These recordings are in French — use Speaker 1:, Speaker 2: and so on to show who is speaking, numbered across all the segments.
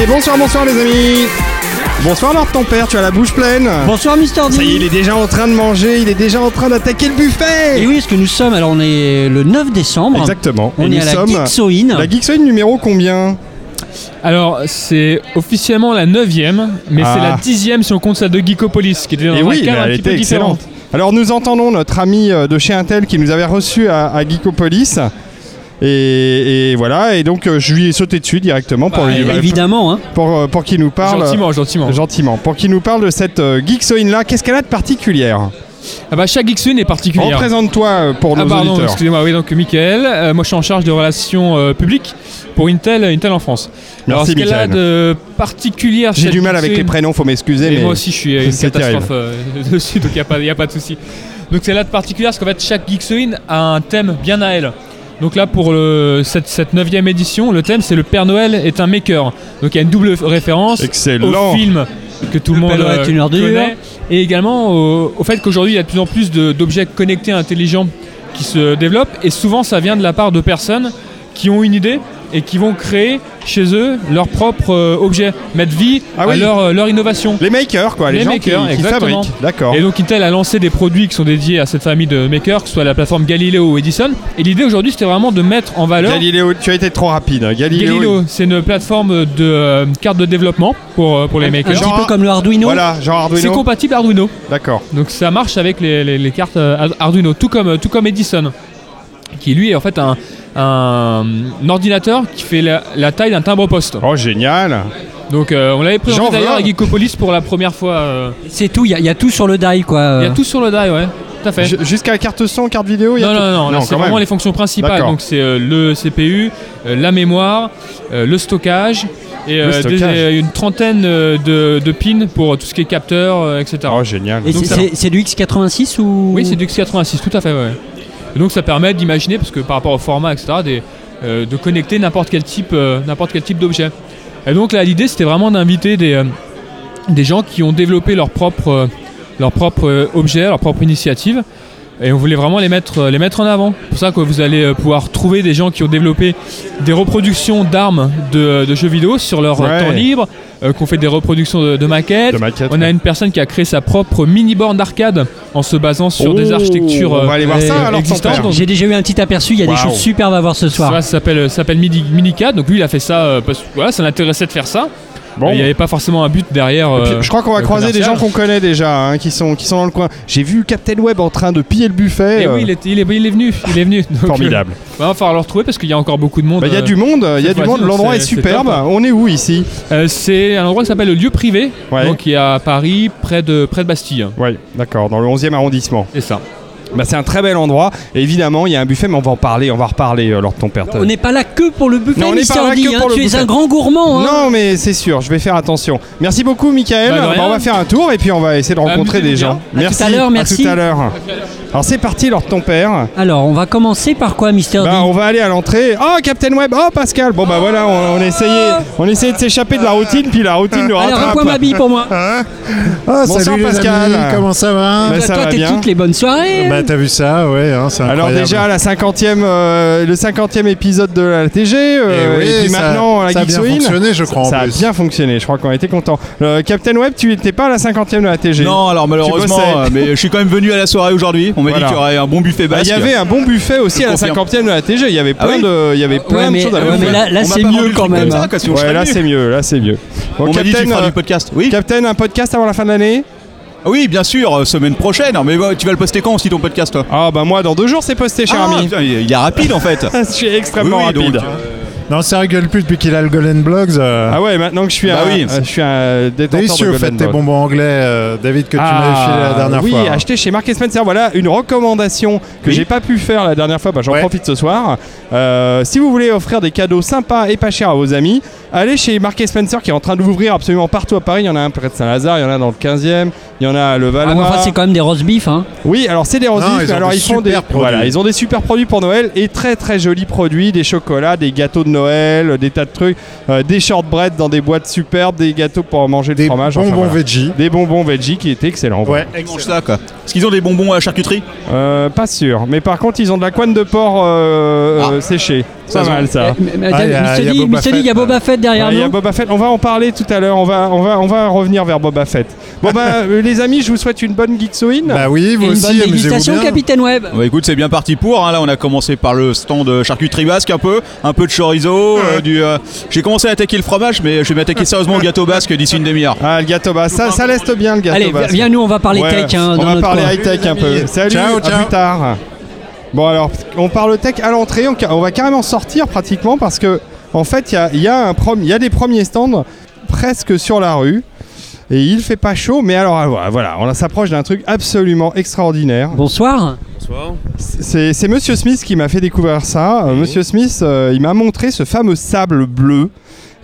Speaker 1: Et bonsoir, bonsoir les amis Bonsoir Marc ton père, tu as la bouche pleine
Speaker 2: Bonsoir Mister D.
Speaker 1: Ça y est, il est déjà en train de manger, il est déjà en train d'attaquer le buffet
Speaker 2: Et oui, ce que nous sommes, alors on est le 9 décembre.
Speaker 1: Exactement.
Speaker 2: On
Speaker 1: Et
Speaker 2: est
Speaker 1: nous
Speaker 2: à la
Speaker 1: sommes
Speaker 2: Geeksoin.
Speaker 1: La Geeksoin numéro combien
Speaker 3: Alors, c'est officiellement la 9ème, mais
Speaker 1: Ah.
Speaker 3: c'est la 10ème si on compte celle de Geekopolis, qui était dans
Speaker 1: Et
Speaker 3: un
Speaker 1: oui, mais
Speaker 3: cadre un
Speaker 1: elle
Speaker 3: petit peu
Speaker 1: était
Speaker 3: différent.
Speaker 1: excellente. Alors nous entendons notre ami euh, de chez Intel qui nous avait reçu à, à Geekopolis. Et, et voilà, et donc euh, je lui ai sauté dessus directement pour,
Speaker 3: Bah,
Speaker 1: lui-
Speaker 2: Évidemment, hein.
Speaker 1: pour, euh, pour qu'il nous parle.
Speaker 3: Gentiment, gentiment.
Speaker 1: Gentiment. Pour qu'il nous parle de cette Geeksoin là, qu'est-ce qu'elle a de particulière
Speaker 3: Ah bah, chaque Geeksoon est particulière.
Speaker 1: Représente-toi euh, pour
Speaker 3: Ah
Speaker 1: nos
Speaker 3: pardon,
Speaker 1: auditeurs.
Speaker 3: excusez-moi, oui, donc Michael, euh, moi je suis en charge de relations euh, publiques pour Intel, euh, Intel en France. Alors
Speaker 1: Merci,
Speaker 3: ce qu'elle a
Speaker 1: Michael.
Speaker 3: de particulière
Speaker 1: J'ai
Speaker 3: cette
Speaker 1: du mal avec les
Speaker 3: Geeksoon-
Speaker 1: prénoms, faut m'excuser,
Speaker 3: Et
Speaker 1: mais
Speaker 3: moi aussi, je suis euh, une
Speaker 1: c'est terrible.
Speaker 3: catastrophe euh, dessus, donc il n'y a, pas- y a pas de souci. Donc c'est là de particulière, parce qu'en fait, chaque Geeksoin a un thème bien à elle. Donc là, pour le, cette, cette 9 édition, le thème c'est Le Père Noël est un maker. Donc il y a une double référence
Speaker 1: excellent.
Speaker 3: au film que tout le,
Speaker 2: Le
Speaker 3: monde
Speaker 2: Père Noël
Speaker 3: euh,
Speaker 2: est une ordure.
Speaker 3: connaît, et également au, au fait qu'aujourd'hui, il y a de plus en plus de- d'objets connectés intelligents qui se développent, et souvent ça vient de la part de personnes qui ont une idée et qui vont créer chez eux leur propre euh, objet, mettre vie
Speaker 1: Ah
Speaker 3: à
Speaker 1: oui.
Speaker 3: leur, euh, leur innovation.
Speaker 1: Les makers, quoi, les,
Speaker 3: Les
Speaker 1: gens
Speaker 3: makers,
Speaker 1: qui- qui,
Speaker 3: exactement.
Speaker 1: fabriquent. D'accord.
Speaker 3: Et donc Intel a lancé des produits qui sont dédiés à cette famille de makers, que ce soit la plateforme Galileo ou Edison. Et l'idée aujourd'hui, c'était vraiment de mettre en valeur
Speaker 1: Galileo, tu as été trop rapide. hein. Galileo.
Speaker 3: Galileo. C'est une plateforme de euh, carte de développement pour, euh, pour les
Speaker 2: Un
Speaker 3: makers.
Speaker 2: petit
Speaker 1: Genre-
Speaker 2: peu comme le Arduino.
Speaker 1: Voilà, genre
Speaker 3: C'est
Speaker 1: Arduino.
Speaker 3: compatible Arduino,
Speaker 1: D'accord.
Speaker 3: donc ça marche avec les, les- les cartes euh, Ar- Arduino, tout comme, tout comme Edison, qui lui est en fait un, un ordinateur qui fait la, la taille d'un timbre-poste.
Speaker 1: Oh, génial.
Speaker 3: Donc euh, on l'avait
Speaker 1: J'en
Speaker 3: présenté
Speaker 1: veux
Speaker 3: d'ailleurs
Speaker 1: un.
Speaker 3: à Geekopolis pour la première fois. euh.
Speaker 2: C'est tout, il y, a- euh. il y a tout sur le die, quoi.
Speaker 3: Il y a tout sur le die, ouais, tout à fait.
Speaker 1: J- Jusqu'à la carte son, carte vidéo, il y a
Speaker 3: Non,
Speaker 1: tout.
Speaker 3: non, non, là,
Speaker 1: quand
Speaker 3: c'est vraiment
Speaker 1: même.
Speaker 3: les fonctions principales.
Speaker 1: D'accord.
Speaker 3: Donc, c'est euh, le CPU, euh, la mémoire, euh, le stockage et euh,
Speaker 1: stockage.
Speaker 3: des- euh, une trentaine euh, de, de pins pour tout ce qui est capteur, euh, etc.
Speaker 1: Oh, génial.
Speaker 2: Et c'est-
Speaker 3: Donc ça-
Speaker 2: c'est c'est du X86 ou
Speaker 3: Oui, c'est du X86, tout à fait. ouais. Et donc, ça permet d'imaginer, parce que par rapport au format, etc., des, euh, de connecter n'importe quel type, euh, n'importe quel type d'objet. Et donc, là, l'idée, c'était vraiment d'inviter des, euh, des gens qui ont développé leur propre, euh, leur propre euh, objet, leur propre initiative. Et on voulait vraiment les mettre, euh, les mettre en avant. C'est pour ça que vous allez euh, pouvoir trouver des gens qui ont développé des reproductions d'armes de, de jeux vidéo sur leur euh,
Speaker 1: Ouais.
Speaker 3: temps libre, euh, qu'on fait des reproductions de, de maquettes.
Speaker 1: De maquette.
Speaker 3: On a une personne qui a créé sa propre mini borne d'arcade en se basant sur des
Speaker 1: Oh,
Speaker 3: architectures euh,
Speaker 1: on va aller voir ça, alors, ton père.
Speaker 3: existantes. Donc,
Speaker 2: J'ai déjà eu un petit aperçu, il y a
Speaker 1: Wow.
Speaker 2: des choses superbes à voir ce soir.
Speaker 3: ça s'appelle s'appelle Midi- Minicad. Donc lui, il a fait ça euh, parce que voilà, ça l'intéressait de faire ça. Euh,
Speaker 1: Bon.
Speaker 3: Il n'y avait pas forcément un but derrière.
Speaker 1: Puis,
Speaker 3: euh,
Speaker 1: je crois qu'on va
Speaker 3: le
Speaker 1: croiser des gens
Speaker 3: commercial.
Speaker 1: qu'on connaît déjà, hein, qui, sont, qui sont dans le coin. J'ai vu Captain Web en train de piller le buffet.
Speaker 3: Et
Speaker 1: euh,
Speaker 3: oui, il est, il est, il est venu. Il est venu. Donc,
Speaker 1: Formidable.
Speaker 3: euh, bah, il va falloir le retrouver parce qu'il y a encore beaucoup de monde.
Speaker 1: Bah, Il y a
Speaker 3: euh,
Speaker 1: du monde, il y a
Speaker 3: c'est
Speaker 1: du
Speaker 3: pas-
Speaker 1: monde. L'endroit est,
Speaker 3: c'est- c'est
Speaker 1: superbe.
Speaker 3: top. hein.
Speaker 1: On est où ici
Speaker 3: euh, c'est un endroit qui s'appelle le lieu privé,
Speaker 1: Ouais.
Speaker 3: donc qui est à Paris, près de près de Bastille.
Speaker 1: Ouais, d'accord, dans le 11e arrondissement.
Speaker 3: hein. C'est ça.
Speaker 1: Bah, c'est un très bel endroit. Et évidemment, il y a un buffet, mais on va en parler, on va reparler euh, lors de ton père. t'as-
Speaker 2: On n'est pas là que pour le buffet,
Speaker 1: Non, on n'est pas
Speaker 2: Mister
Speaker 1: là
Speaker 2: D,
Speaker 1: que
Speaker 2: hein.
Speaker 1: pour le
Speaker 2: Tu es
Speaker 1: buffet.
Speaker 2: un grand gourmand. hein.
Speaker 1: Non, mais c'est sûr, je vais faire attention. Merci beaucoup, Michael.
Speaker 3: Bah, de rien.
Speaker 1: on va faire un tour et puis on va essayer
Speaker 2: Ah,
Speaker 1: de rencontrer des
Speaker 3: Amusez-vous
Speaker 1: gens.
Speaker 2: bien. hein. À tout à l'heure, merci.
Speaker 1: tout à l'heure. Alors, c'est parti, lors de ton père.
Speaker 2: Alors, on va commencer par quoi, Mister Ah.
Speaker 1: Bah,
Speaker 2: D
Speaker 1: on va aller à l'entrée. Oh, Captain Web. Oh, Pascal. Bon, bah voilà, on, on essayait, on essayait de s'échapper de la routine, puis la routine nous
Speaker 2: Alors, un point
Speaker 1: rattrape.
Speaker 2: Mabi pour moi.
Speaker 4: Ah,
Speaker 1: Bonsoir,
Speaker 4: salut les
Speaker 1: Pascal.
Speaker 4: amis, comment ça va
Speaker 1: Bah,
Speaker 2: Toi,
Speaker 1: ça
Speaker 2: toi,
Speaker 1: va
Speaker 2: t'es
Speaker 1: bien.
Speaker 2: toutes les bonnes soirées. hein.
Speaker 4: Bah t'as vu ça, ouais, hein, c'est incroyable.
Speaker 1: Alors déjà la 50e, euh, le 50e épisode de la TG, euh,
Speaker 4: Eh oui,
Speaker 1: et puis
Speaker 4: ça-
Speaker 1: maintenant la
Speaker 4: ça a bien
Speaker 1: Geeksoin.
Speaker 4: fonctionné, je crois, en
Speaker 1: Ça a
Speaker 4: plus.
Speaker 1: bien fonctionné, je crois qu'on était content. Captain Web, tu n'étais pas à la 50e de la TG.
Speaker 5: Non, alors malheureusement,
Speaker 1: bossais.
Speaker 5: euh, mais je suis quand même venu à la soirée aujourd'hui. On m'a
Speaker 1: Voilà.
Speaker 5: dit qu'il y aurait un bon buffet
Speaker 1: Bah,
Speaker 5: basque.
Speaker 1: il y avait un bon buffet aussi
Speaker 5: Je
Speaker 1: à la
Speaker 5: confirme. Ah
Speaker 1: 50e de la TG. Il y avait plein
Speaker 5: oui
Speaker 1: de, il y avait plein
Speaker 2: Ouais,
Speaker 1: de
Speaker 2: mais-
Speaker 1: choses à
Speaker 2: ouais, mais
Speaker 1: faire.
Speaker 2: là- là,
Speaker 5: On m'a
Speaker 2: c'est
Speaker 5: pas
Speaker 2: mieux
Speaker 5: vendu le
Speaker 2: quand
Speaker 5: truc
Speaker 2: même,
Speaker 5: comme
Speaker 2: hein.
Speaker 5: ça, quoi, sinon je
Speaker 1: Ouais,
Speaker 5: serais
Speaker 1: là
Speaker 5: venu.
Speaker 1: c'est mieux, là c'est mieux. Bon,
Speaker 5: On m'a dit tu feras
Speaker 1: euh,
Speaker 5: du podcast. Oui,
Speaker 1: Captain, un podcast avant la fin de l'année
Speaker 5: Ah oui, bien sûr, euh, semaine prochaine. Mais bah, tu vas le poster quand aussi ton podcast, toi
Speaker 1: Ah bah moi dans deux jours c'est posté, cher
Speaker 5: Ah,
Speaker 1: ami.
Speaker 5: putain, Il est rapide en fait.
Speaker 1: Je suis extrêmement
Speaker 5: Oui, oui, donc,
Speaker 1: rapide.
Speaker 5: euh,
Speaker 4: Non, ça rigole plus depuis qu'il a le Golden Blogs. euh,
Speaker 1: Ah ouais, maintenant que je suis
Speaker 5: Bah
Speaker 1: un,
Speaker 5: oui.
Speaker 1: euh, je suis un détenteur
Speaker 4: délicieux,
Speaker 1: de
Speaker 4: faites
Speaker 1: Golden
Speaker 4: tes
Speaker 1: Boy.
Speaker 4: bonbons anglais, euh, David, que tu
Speaker 1: Ah,
Speaker 4: m'avais filé la dernière
Speaker 1: oui,
Speaker 4: fois. hein.
Speaker 1: acheté chez Marc Spencer. Voilà une recommandation que
Speaker 5: Oui.
Speaker 1: j'ai pas pu faire la dernière fois. Bah, J'en
Speaker 4: Ouais.
Speaker 1: profite ce soir. Euh, si vous voulez offrir des cadeaux sympas et pas chers à vos amis, allez chez Marc Spencer qui est en train de ouvrir absolument partout à Paris. Il y en a un près de Saint-Lazare, il y en a dans le 15e, il y en a à Le
Speaker 2: Ah,
Speaker 1: Valois.
Speaker 2: mais enfin, c'est quand même des roast beef. hein.
Speaker 1: Oui, alors c'est des rosifs,
Speaker 4: Non, ils
Speaker 1: mais
Speaker 4: ont
Speaker 1: alors
Speaker 4: des
Speaker 1: ils font des
Speaker 4: super produits.
Speaker 1: voilà, ils ont des super produits pour Noël et très très jolis produits, des chocolats, des gâteaux de Noël, des tas de trucs, euh, des shortbread dans des boîtes superbes, des gâteaux pour manger le
Speaker 4: Des
Speaker 1: fromage,
Speaker 4: bonbons
Speaker 1: enfin, voilà.
Speaker 4: veggie.
Speaker 1: des bonbons veggie qui étaient excellents. voilà.
Speaker 4: Ouais,
Speaker 5: ils mangent ça, quoi. Est-ce qu'ils ont des bonbons à charcuterie Ah.
Speaker 1: Euh, pas sûr, mais par contre ils ont de la coine de porc euh, euh, séchée. Pas mal ça.
Speaker 2: Eh, mais- mais-
Speaker 6: Ah, il y a-
Speaker 2: Mister
Speaker 6: il y a
Speaker 2: Lee-
Speaker 6: Boba
Speaker 2: Mister Lee, il y a
Speaker 6: Fett,
Speaker 2: Boba Fett derrière
Speaker 1: Ouais, Il y a
Speaker 2: nous.
Speaker 1: Boba Fett. On va en parler tout à l'heure. On va, on va, on va revenir vers Boba Fett. Bon bah euh, les amis, je vous souhaite une bonne Geeksoin.
Speaker 6: Bah oui, vous
Speaker 2: Et une
Speaker 6: aussi,
Speaker 2: bonne
Speaker 6: amusez-vous
Speaker 2: dégustation,
Speaker 6: bien.
Speaker 2: Capitaine Web.
Speaker 7: Bah écoute, c'est bien parti pour. hein. Là, on a commencé par le stand euh, charcuterie basque un peu, un peu de chorizo. euh, du, euh, J'ai commencé à attaquer le fromage, mais je vais m'attaquer sérieusement au gâteau basque d'ici une demi-heure.
Speaker 1: Ah le gâteau bas, ça, ça laisse bien le gâteau
Speaker 2: Allez,
Speaker 1: bas.
Speaker 2: viens nous, on va parler
Speaker 1: Ouais,
Speaker 2: tech hein,
Speaker 1: on
Speaker 2: dans
Speaker 1: va
Speaker 2: notre
Speaker 1: parler
Speaker 2: coin.
Speaker 1: high tech un peu. Salut,
Speaker 6: Ciao,
Speaker 1: à
Speaker 6: ciao.
Speaker 1: plus tard. Bon alors, on parle tech à l'entrée. On, ca- on va carrément sortir pratiquement parce que en fait, il y a, il y a un prom- il y a des premiers stands presque sur la rue. Et il fait pas chaud, mais alors ah, voilà, on s'approche d'un truc absolument extraordinaire.
Speaker 2: Bonsoir.
Speaker 8: Bonsoir.
Speaker 1: C'est c'est Monsieur Smith qui m'a fait découvrir ça. Euh, Monsieur Smith, euh, il m'a montré ce fameux sable bleu.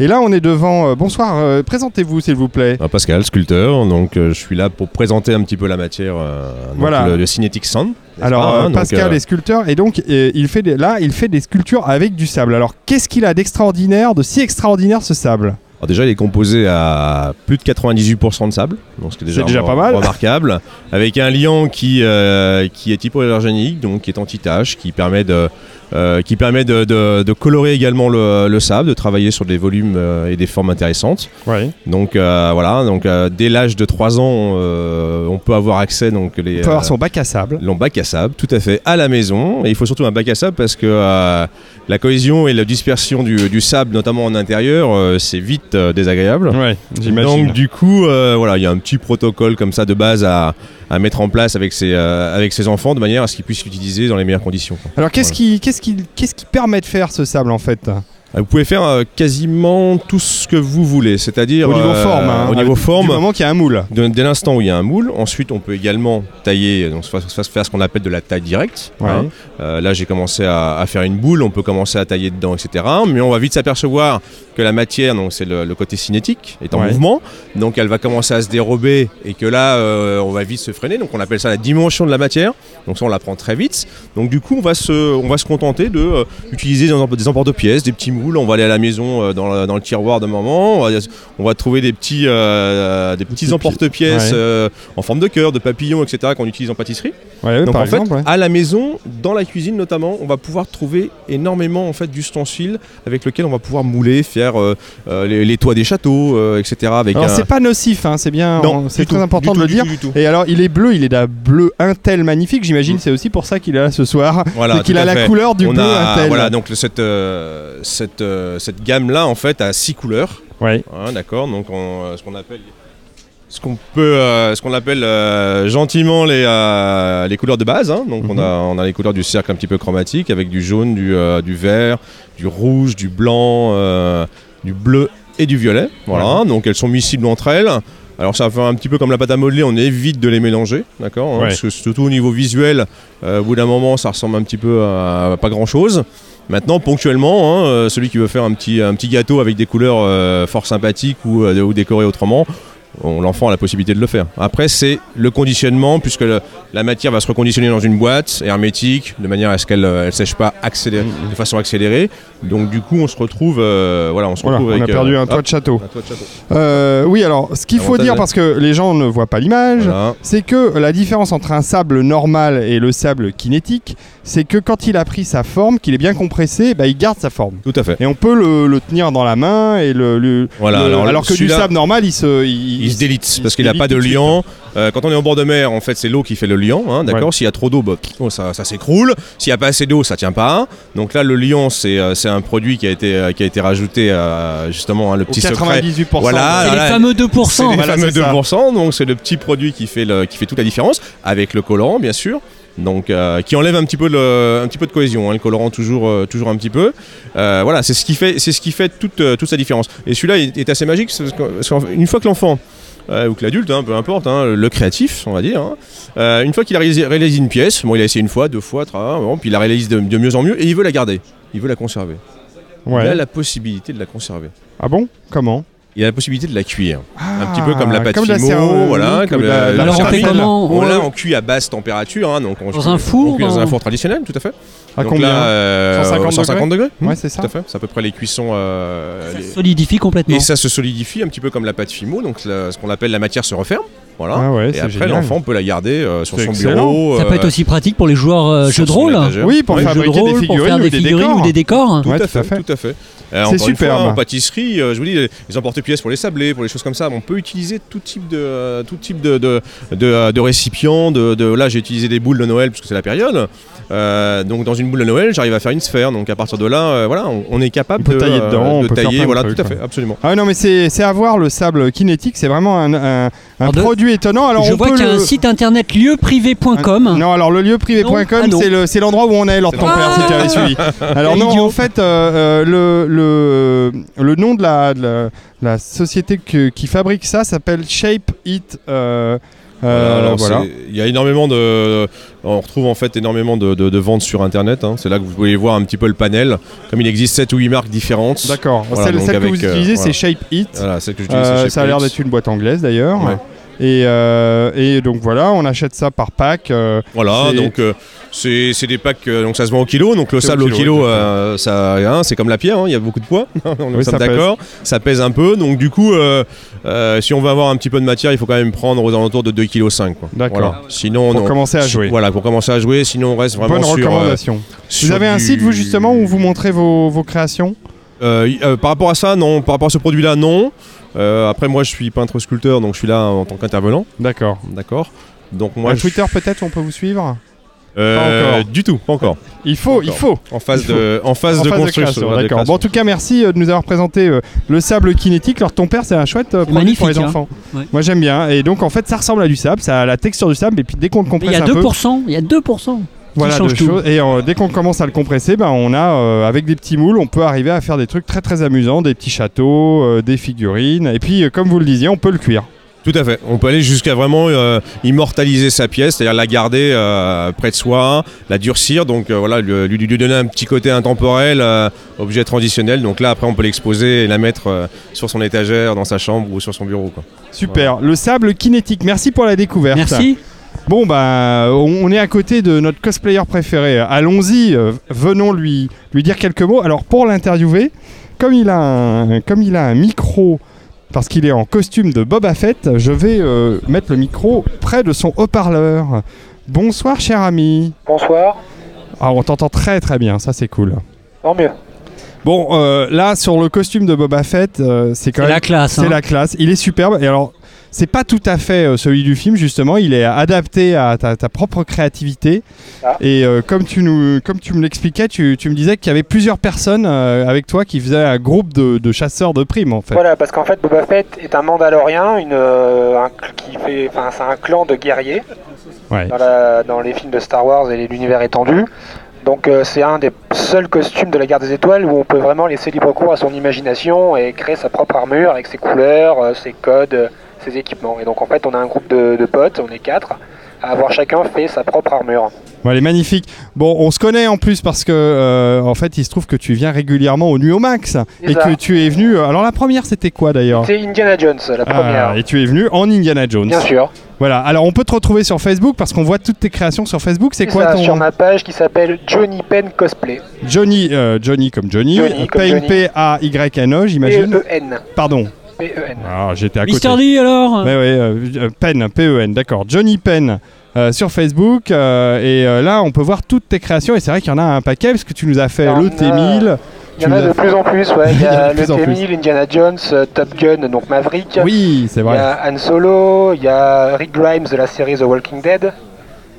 Speaker 1: Et là, on est devant. euh, bonsoir, euh, présentez-vous s'il vous plaît.
Speaker 8: Ah, Pascal, sculpteur. Donc, euh, je suis là pour présenter un petit peu la matière, euh, donc
Speaker 1: Voilà.
Speaker 8: le, le Cinetic Sand. n'est-ce
Speaker 1: Alors,
Speaker 8: pas, hein,
Speaker 1: euh,
Speaker 8: donc,
Speaker 1: Pascal
Speaker 8: euh,
Speaker 1: est sculpteur et donc euh, il fait des, là, il fait des sculptures avec du sable. Alors, qu'est-ce qu'il a d'extraordinaire, de si extraordinaire ce sable
Speaker 8: alors Ah, déjà, il est composé à plus de 98% de sable, donc ce qui est déjà,
Speaker 1: C'est déjà
Speaker 8: re-
Speaker 1: pas mal.
Speaker 8: remarquable, avec un liant qui, euh, qui est hypoallergénique, donc qui est anti-tache, qui permet de, euh, qui permet de, de- de colorer également le, le sable, de travailler sur des volumes euh, et des formes intéressantes.
Speaker 1: Oui.
Speaker 8: Donc euh, voilà, donc euh, dès l'âge de 3 ans, euh, on peut avoir accès donc les
Speaker 1: Il faut avoir
Speaker 8: euh,
Speaker 1: son bac à sable.
Speaker 8: L'on bac à sable, tout à fait, à la maison. Et il faut surtout un bac à sable parce que euh, la cohésion et la dispersion du, du sable, notamment en intérieur, euh, c'est vite euh, désagréable.
Speaker 1: Ouais,
Speaker 8: Donc du coup, euh, voilà, il y a un petit protocole comme ça de base à, à mettre en place avec ses, euh, avec ses enfants de manière à ce qu'ils puissent l'utiliser dans les meilleures conditions. quoi.
Speaker 1: Alors, qu'est-ce qui, qu'est-ce qui, qu'est-ce qui permet de faire ce sable en fait
Speaker 8: Euh, Vous pouvez faire euh, quasiment tout ce que vous voulez, c'est-à-dire
Speaker 1: Au niveau
Speaker 8: euh,
Speaker 1: forme. hein,
Speaker 8: au
Speaker 1: avec-
Speaker 8: niveau forme,
Speaker 1: Du moment qu'il y a un moule.
Speaker 8: De- dès l'instant où il y a un moule, ensuite on peut également tailler, donc fa- fa- faire ce qu'on appelle de la taille directe.
Speaker 1: Ouais.
Speaker 8: hein. Euh, là j'ai commencé à, à faire une boule, on peut commencer à tailler dedans, etc. Mais on va vite s'apercevoir que la matière, donc c'est le, le côté cinétique, est en
Speaker 1: Ouais.
Speaker 8: mouvement, donc elle va commencer à se dérober et que là euh, on va vite se freiner. Donc on appelle ça la dimension de la matière. Donc ça on l'apprend très vite. Donc du coup on va se, on va se contenter de euh, utiliser des, emp- des emports de pièces, des petits moules. On va aller à la maison euh, dans, le- dans le tiroir d'un moment. On va, on va trouver des petits, euh, des petits
Speaker 1: petits
Speaker 8: emporte-pièces
Speaker 1: ouais.
Speaker 8: euh, en forme de cœur, de papillon, etc. qu'on utilise en pâtisserie.
Speaker 1: Ouais,
Speaker 8: Donc
Speaker 1: par
Speaker 8: en fait,
Speaker 1: exemple, ouais.
Speaker 8: à la maison, dans la cuisine notamment, on va pouvoir trouver énormément en fait d'ustensiles avec lesquels on va pouvoir mouler, faire euh, euh, les, les toits des châteaux, euh, etc. Avec
Speaker 1: Alors
Speaker 8: un-
Speaker 1: c'est pas nocif, hein, c'est bien,
Speaker 8: Non,
Speaker 1: on- c'est
Speaker 8: du
Speaker 1: très
Speaker 8: tout,
Speaker 1: important
Speaker 8: du
Speaker 1: de le
Speaker 8: tout,
Speaker 1: dire.
Speaker 8: du tout, du tout.
Speaker 1: Et alors il est bleu, il est d'un bleu intel magnifique, j'imagine. C'est aussi pour ça qu'il est là ce soir,
Speaker 8: Mm. Voilà,
Speaker 1: et qu'il
Speaker 8: tout
Speaker 1: a
Speaker 8: à
Speaker 1: la
Speaker 8: fait.
Speaker 1: couleur du
Speaker 8: on
Speaker 1: bleu
Speaker 8: a,
Speaker 1: intel.
Speaker 8: voilà, donc le- cette, euh, cette, euh, cette gamme-là, en fait, a six couleurs.
Speaker 1: Ouais.
Speaker 8: hein, D'accord Donc, on, euh, ce qu'on appelle. Ce qu'on peut, euh, ce qu'on appelle euh, gentiment les, euh, les couleurs de base. hein. Donc on, a, on a les couleurs du cercle un petit peu chromatique avec du jaune, du, euh, du vert, du rouge, du blanc, euh, du bleu et du violet. Voilà. Donc elles sont miscibles entre elles. Alors ça fait un petit peu comme la pâte à modeler, on évite de les mélanger, d'accord hein,
Speaker 1: Ouais.
Speaker 8: Parce que surtout au niveau visuel, euh, au bout d'un moment, ça ressemble un petit peu à, à pas grand-chose. Maintenant, ponctuellement, hein, euh, celui qui veut faire un petit, un petit gâteau avec des couleurs euh, fort sympathiques ou, euh, ou décoré autrement, on- l'enfant a la possibilité de le faire. Après, c'est le conditionnement, puisque le- la matière va se reconditionner dans une boîte hermétique, de manière à ce qu'elle ne sèche pas accélé-
Speaker 1: Mm,
Speaker 8: de façon accélérée. Donc du coup, on se retrouve, euh, voilà, on se
Speaker 1: Voilà,
Speaker 8: retrouve
Speaker 1: on
Speaker 8: avec,
Speaker 1: a perdu
Speaker 8: euh,
Speaker 1: un toit
Speaker 8: hop,
Speaker 1: de château.
Speaker 8: un toit de château.
Speaker 1: Euh, oui, alors ce qu'il faut
Speaker 8: Avantage,
Speaker 1: dire
Speaker 8: hein.
Speaker 1: parce que les gens ne voient pas l'image,
Speaker 8: Voilà.
Speaker 1: c'est que la différence entre un sable normal et le sable kinétique, c'est que quand il a pris sa forme, qu'il est bien compressé, bah, il garde sa forme.
Speaker 8: Tout à fait.
Speaker 1: Et on peut le, le tenir dans la main et le, le-
Speaker 8: Voilà,
Speaker 1: le-
Speaker 8: alors,
Speaker 1: alors, que du
Speaker 8: celui-là-
Speaker 1: sable normal, il se, il-
Speaker 8: il se délite
Speaker 1: il
Speaker 8: parce
Speaker 1: se
Speaker 8: qu'il n'a
Speaker 1: délite
Speaker 8: pas de
Speaker 1: tout de
Speaker 8: liant. Euh, quand on est en bord de mer, en fait, c'est l'eau qui fait le liant, hein, d'accord. S'il y a trop d'eau, bah, pff, oh, ça, ça s'écroule. S'il n'y a pas assez d'eau, ça tient pas. Donc là, le liant, c'est euh, c'est un produit qui a été euh, qui a été rajouté euh, justement hein, le
Speaker 1: Au
Speaker 8: petit secret.
Speaker 1: 98%.
Speaker 8: Voilà,
Speaker 2: C'est
Speaker 8: alors
Speaker 2: les
Speaker 8: là,
Speaker 2: fameux
Speaker 8: C'est les
Speaker 2: 2%.
Speaker 1: Voilà,
Speaker 8: fameux
Speaker 1: c'est ça.
Speaker 8: 2%, donc c'est le petit produit qui fait, le- qui fait toute la différence, avec le colorant bien sûr, donc euh, qui enlève un petit peu, le- un petit peu de cohésion, hein, le colorant toujours, euh, toujours un petit peu. Euh, voilà, c'est ce qui fait, c'est ce qui fait toute, euh, toute sa différence. Et celui-là est, est assez magique, parce que- parce qu'en- une fois que l'enfant, euh, ou que l'adulte, hein, peu importe, hein, le créatif, on va dire, hein, euh, une fois qu'il a réalisé, réalisé une pièce, bon il a essayé une fois, deux fois, trois, bon, puis il la réalise de, de mieux en mieux, et il veut la garder, il veut la conserver.
Speaker 1: Ouais.
Speaker 8: Il a la possibilité de la conserver.
Speaker 1: Ah bon Comment Ah,
Speaker 8: Il a la possibilité de la cuire un petit peu comme la pâte
Speaker 1: comme la
Speaker 8: fimo,
Speaker 1: céréale,
Speaker 8: voilà,
Speaker 1: oui,
Speaker 8: comme
Speaker 1: comme
Speaker 8: euh, la,
Speaker 1: la- la
Speaker 2: Alors on fait
Speaker 1: Charmille.
Speaker 2: comment
Speaker 8: on
Speaker 2: On-
Speaker 8: l'a en cuit à basse température, hein, donc on,
Speaker 2: Dans un
Speaker 8: on
Speaker 2: four,
Speaker 8: cuit dans
Speaker 2: dans-
Speaker 8: un four traditionnel, tout à fait.
Speaker 1: À
Speaker 8: donc
Speaker 1: combien
Speaker 8: là, euh,
Speaker 1: 150
Speaker 8: 150 degrés, hmm,
Speaker 1: Ouais, c'est ça.
Speaker 8: tout à fait. C'est à peu près les cuissons. euh, les-
Speaker 2: Solidifie complètement.
Speaker 8: Et ça se solidifie un petit peu comme la pâte fimo, donc la- ce qu'on appelle la matière se referme. Voilà.
Speaker 1: Ah ouais,
Speaker 8: et
Speaker 1: c'est
Speaker 8: après,
Speaker 1: génial.
Speaker 8: l'enfant peut la garder euh, sur
Speaker 1: C'est
Speaker 8: son
Speaker 1: excellent.
Speaker 8: bureau.
Speaker 2: Ça peut
Speaker 8: euh,
Speaker 2: être aussi pratique pour les joueurs euh,
Speaker 8: sur
Speaker 2: jeux de
Speaker 8: son
Speaker 2: rôle.
Speaker 8: étagère.
Speaker 1: Oui, pour
Speaker 8: Ouais,
Speaker 1: fabriquer
Speaker 2: Jeux de rôle,
Speaker 1: des
Speaker 2: pour
Speaker 1: figurines
Speaker 2: faire
Speaker 1: ou
Speaker 2: des
Speaker 1: des
Speaker 2: figurines
Speaker 1: décors.
Speaker 2: ou des décors.
Speaker 8: Tout,
Speaker 1: Ouais,
Speaker 8: à fait, tout à fait. Euh, encore une fois,
Speaker 1: superbe.
Speaker 8: en pâtisserie, euh, je vous dis, les- les emporte-pièces pour les sablés, pour les choses comme ça, on peut utiliser tout type de, euh, tout type de, de, de, euh, de récipients. De, de- là, j'ai utilisé des boules de Noël puisque c'est la période. Euh, donc, dans une boule de Noël, j'arrive à faire une sphère. Donc, à partir de là, euh, voilà, on, on est capable
Speaker 1: On peut
Speaker 8: de
Speaker 1: tailler
Speaker 8: euh,
Speaker 1: dedans, on
Speaker 8: de
Speaker 1: peut faire
Speaker 8: tailler,
Speaker 1: plein de
Speaker 8: voilà,
Speaker 1: trucs,
Speaker 8: tout à
Speaker 1: quoi.
Speaker 8: fait, absolument.
Speaker 1: Ah non mais c'est c'est à voir le sable kinétique, c'est vraiment un, un- un
Speaker 2: Alors, de-
Speaker 1: produit étonnant. Alors
Speaker 2: Je
Speaker 1: on
Speaker 2: vois
Speaker 1: peut
Speaker 2: qu'il y a
Speaker 1: le-
Speaker 2: un site internet lieuprivé.com.
Speaker 1: Ah, Non, alors le lieu
Speaker 2: Non. Ah
Speaker 1: privé.com,
Speaker 2: non.
Speaker 1: c'est le- c'est l'endroit où on est lors de ton
Speaker 2: Ah.
Speaker 1: père, si tu avais suivi. Alors non,
Speaker 2: Idiot.
Speaker 1: en fait, euh, euh, le, le, le nom de la, de la, la société que- qui fabrique ça s'appelle Shape It. euh, euh,
Speaker 8: Alors,
Speaker 1: voilà.
Speaker 8: c'est- Il y a énormément de. On retrouve en fait énormément de, de- de ventes sur internet. hein. C'est là que vous pouvez voir un petit peu le panel. Comme il existe 7 ou 8 marques différentes.
Speaker 1: D'accord.
Speaker 8: Voilà,
Speaker 1: celle
Speaker 8: donc
Speaker 1: celle que
Speaker 8: avec,
Speaker 1: vous
Speaker 8: euh,
Speaker 1: utilisez, c'est
Speaker 8: voilà.
Speaker 1: Shape It.
Speaker 8: Voilà, celle que j'utilise,
Speaker 1: Euh,
Speaker 8: c'est chez
Speaker 1: ça a l'air
Speaker 8: Philips.
Speaker 1: d'être une boîte anglaise d'ailleurs.
Speaker 8: Ouais.
Speaker 1: Et, euh, et donc voilà, on achète ça par pack. euh,
Speaker 8: Voilà,
Speaker 1: C'est-
Speaker 8: donc euh, c'est c'est des packs, euh, donc ça se vend au kilo, donc le
Speaker 1: C'est au
Speaker 8: sable au
Speaker 1: kilo,
Speaker 8: kilo, euh, ça, hein, c'est comme la pierre, hein, il y a beaucoup de poids, on est
Speaker 1: Oui, ça pèse.
Speaker 8: d'accord, ça pèse un peu, donc du coup, euh, euh, si on veut avoir un petit peu de matière, il faut quand même prendre aux alentours de 2,5 kg.
Speaker 1: D'accord.
Speaker 8: Voilà. Sinon,
Speaker 1: Pour
Speaker 8: on-
Speaker 1: commencer à
Speaker 8: si-
Speaker 1: jouer.
Speaker 8: Voilà, pour commencer à jouer, sinon on reste vraiment
Speaker 1: bonne
Speaker 8: sur... euh,
Speaker 1: recommandation. vous
Speaker 8: sur
Speaker 1: avez un
Speaker 8: du-
Speaker 1: site, vous justement, où vous montrez vos, vos créations
Speaker 8: Euh, y- euh, par rapport à ça, non. Par rapport à ce produit-là, non. Euh, après, moi, je suis peintre-sculpteur, donc je suis là en tant qu'intervenant,
Speaker 1: D'accord.
Speaker 8: d'accord Donc moi,
Speaker 1: Moi,
Speaker 8: je-
Speaker 1: Twitter, peut-être, on peut vous suivre
Speaker 8: Euh,
Speaker 1: pas encore.
Speaker 8: Du tout, pas encore.
Speaker 1: Il faut, il
Speaker 8: D'accord.
Speaker 1: faut.
Speaker 8: En phase
Speaker 1: Il faut.
Speaker 8: de, en phase
Speaker 1: En
Speaker 8: de
Speaker 1: phase de
Speaker 8: construction.
Speaker 1: création,
Speaker 8: voilà, de
Speaker 1: D'accord. Bon, en
Speaker 8: création.
Speaker 1: tout cas, merci euh, de nous avoir présenté euh, le sable kinétique. Alors, ton père, c'est un chouette euh, produit pour les
Speaker 2: magnifique, hein.
Speaker 1: enfants.
Speaker 2: Ouais.
Speaker 1: Moi, j'aime bien. Et donc, en fait, ça ressemble à du sable, ça a la texture du sable. Et puis, dès qu'on le
Speaker 2: Il
Speaker 1: compresse
Speaker 2: y a
Speaker 1: un peu,
Speaker 2: 2%. Il y a 2%.
Speaker 1: voilà,
Speaker 2: change
Speaker 1: deux
Speaker 2: tout.
Speaker 1: choses. Et euh, dès qu'on commence à le compresser, ben, on a, euh, avec des petits moules, on peut arriver à faire des trucs très très amusants, des petits châteaux, euh, des figurines. Et puis, euh, comme vous le disiez, on peut le cuire.
Speaker 8: Tout à fait. On peut aller jusqu'à vraiment euh, immortaliser sa pièce, c'est-à-dire la garder euh, près de soi, la durcir, donc euh, voilà, lui, lui- lui donner un petit côté intemporel, euh, objet transitionnel. Donc là, après, on peut l'exposer et la mettre euh, sur son étagère, dans sa chambre ou sur son bureau. Quoi.
Speaker 1: Super. Le sable kinétique. Merci pour la découverte.
Speaker 2: Merci.
Speaker 1: Bon bah on on est à côté de notre cosplayer préféré. Allons-y, euh, venons lui, lui dire quelques mots. Alors pour l'interviewer, comme il a un, comme il a un micro parce qu'il est en costume de Boba Fett, je vais euh, mettre le micro près de son haut-parleur. Bonsoir cher ami.
Speaker 9: Bonsoir.
Speaker 1: Ah on t'entend très très bien, ça c'est cool.
Speaker 9: Tant mieux.
Speaker 1: Bon euh, là sur le costume de Boba Fett, euh, c'est quand
Speaker 2: C'est
Speaker 1: même
Speaker 2: la classe.
Speaker 1: c'est
Speaker 2: hein.
Speaker 1: la classe. Il est superbe. Et alors, c'est pas tout à fait euh, celui du film, justement. Il est adapté à ta, ta propre créativité.
Speaker 9: Ah.
Speaker 1: Et euh, comme, tu nous, comme tu me l'expliquais, tu, tu me disais qu'il y avait plusieurs personnes euh, avec toi qui faisaient un groupe de, de chasseurs de primes, en fait.
Speaker 9: Voilà, parce qu'en fait, Boba Fett est un Mandalorien, une, euh, un cl- qui fait, enfin, c'est un clan de guerriers
Speaker 1: Ouais.
Speaker 9: dans, la- dans les films de Star Wars et l'univers étendu. Donc, euh, c'est un des seuls costumes de la Garde des Étoiles où on peut vraiment laisser libre cours à son imagination et créer sa propre armure avec ses couleurs, euh, ses codes, euh, ses équipements. Et donc, en fait, on a un groupe de, de potes, on est quatre, à avoir chacun fait sa propre armure.
Speaker 1: Bon, elle est magnifique. Bon, on se connaît en plus parce que, euh, en fait, il se trouve que tu viens régulièrement au Nuo Max.
Speaker 9: C'est
Speaker 1: Et
Speaker 9: ça.
Speaker 1: que tu es venu. euh, Alors, la première, c'était quoi d'ailleurs
Speaker 9: C'est Indiana Jones, la première.
Speaker 1: Oh. Ah, Et tu es venu en Indiana Jones.
Speaker 9: Bien sûr.
Speaker 1: Voilà. Alors, on peut te retrouver sur Facebook parce qu'on voit toutes tes créations sur Facebook. C'est
Speaker 9: C'est
Speaker 1: quoi
Speaker 9: ça,
Speaker 1: ton.
Speaker 9: Sur ma page qui s'appelle Johnny Penn Cosplay.
Speaker 1: Johnny, euh, Johnny comme Johnny,
Speaker 9: Johnny comme E
Speaker 1: Payne
Speaker 9: Johnny.
Speaker 1: P-A-Y-N-O, j'imagine.
Speaker 9: P-E-N.
Speaker 1: Pardon.
Speaker 9: P-E-N.
Speaker 1: Ah, j'étais à côté.
Speaker 2: Mister D alors.
Speaker 1: Ouais, ouais, euh, euh, Penn, P-E-N, d'accord. Johnny Penn euh, sur Facebook. euh, et euh, là, on peut voir toutes tes créations. Et c'est vrai qu'il y en a un paquet, parce que tu nous as fait
Speaker 9: Il y en
Speaker 1: le
Speaker 9: a-
Speaker 1: T-1000.
Speaker 9: Il y
Speaker 1: Tu
Speaker 9: en a
Speaker 1: l'as-
Speaker 9: de plus en plus, ouais. Il y
Speaker 1: Il y en a
Speaker 9: a
Speaker 1: de
Speaker 9: le
Speaker 1: plus en
Speaker 9: T-1000, Indiana Jones, euh, Top Gun, donc Maverick.
Speaker 1: Oui, c'est
Speaker 9: Il y
Speaker 1: vrai.
Speaker 9: a Han Solo, il y a Rick Grimes de la série The Walking Dead.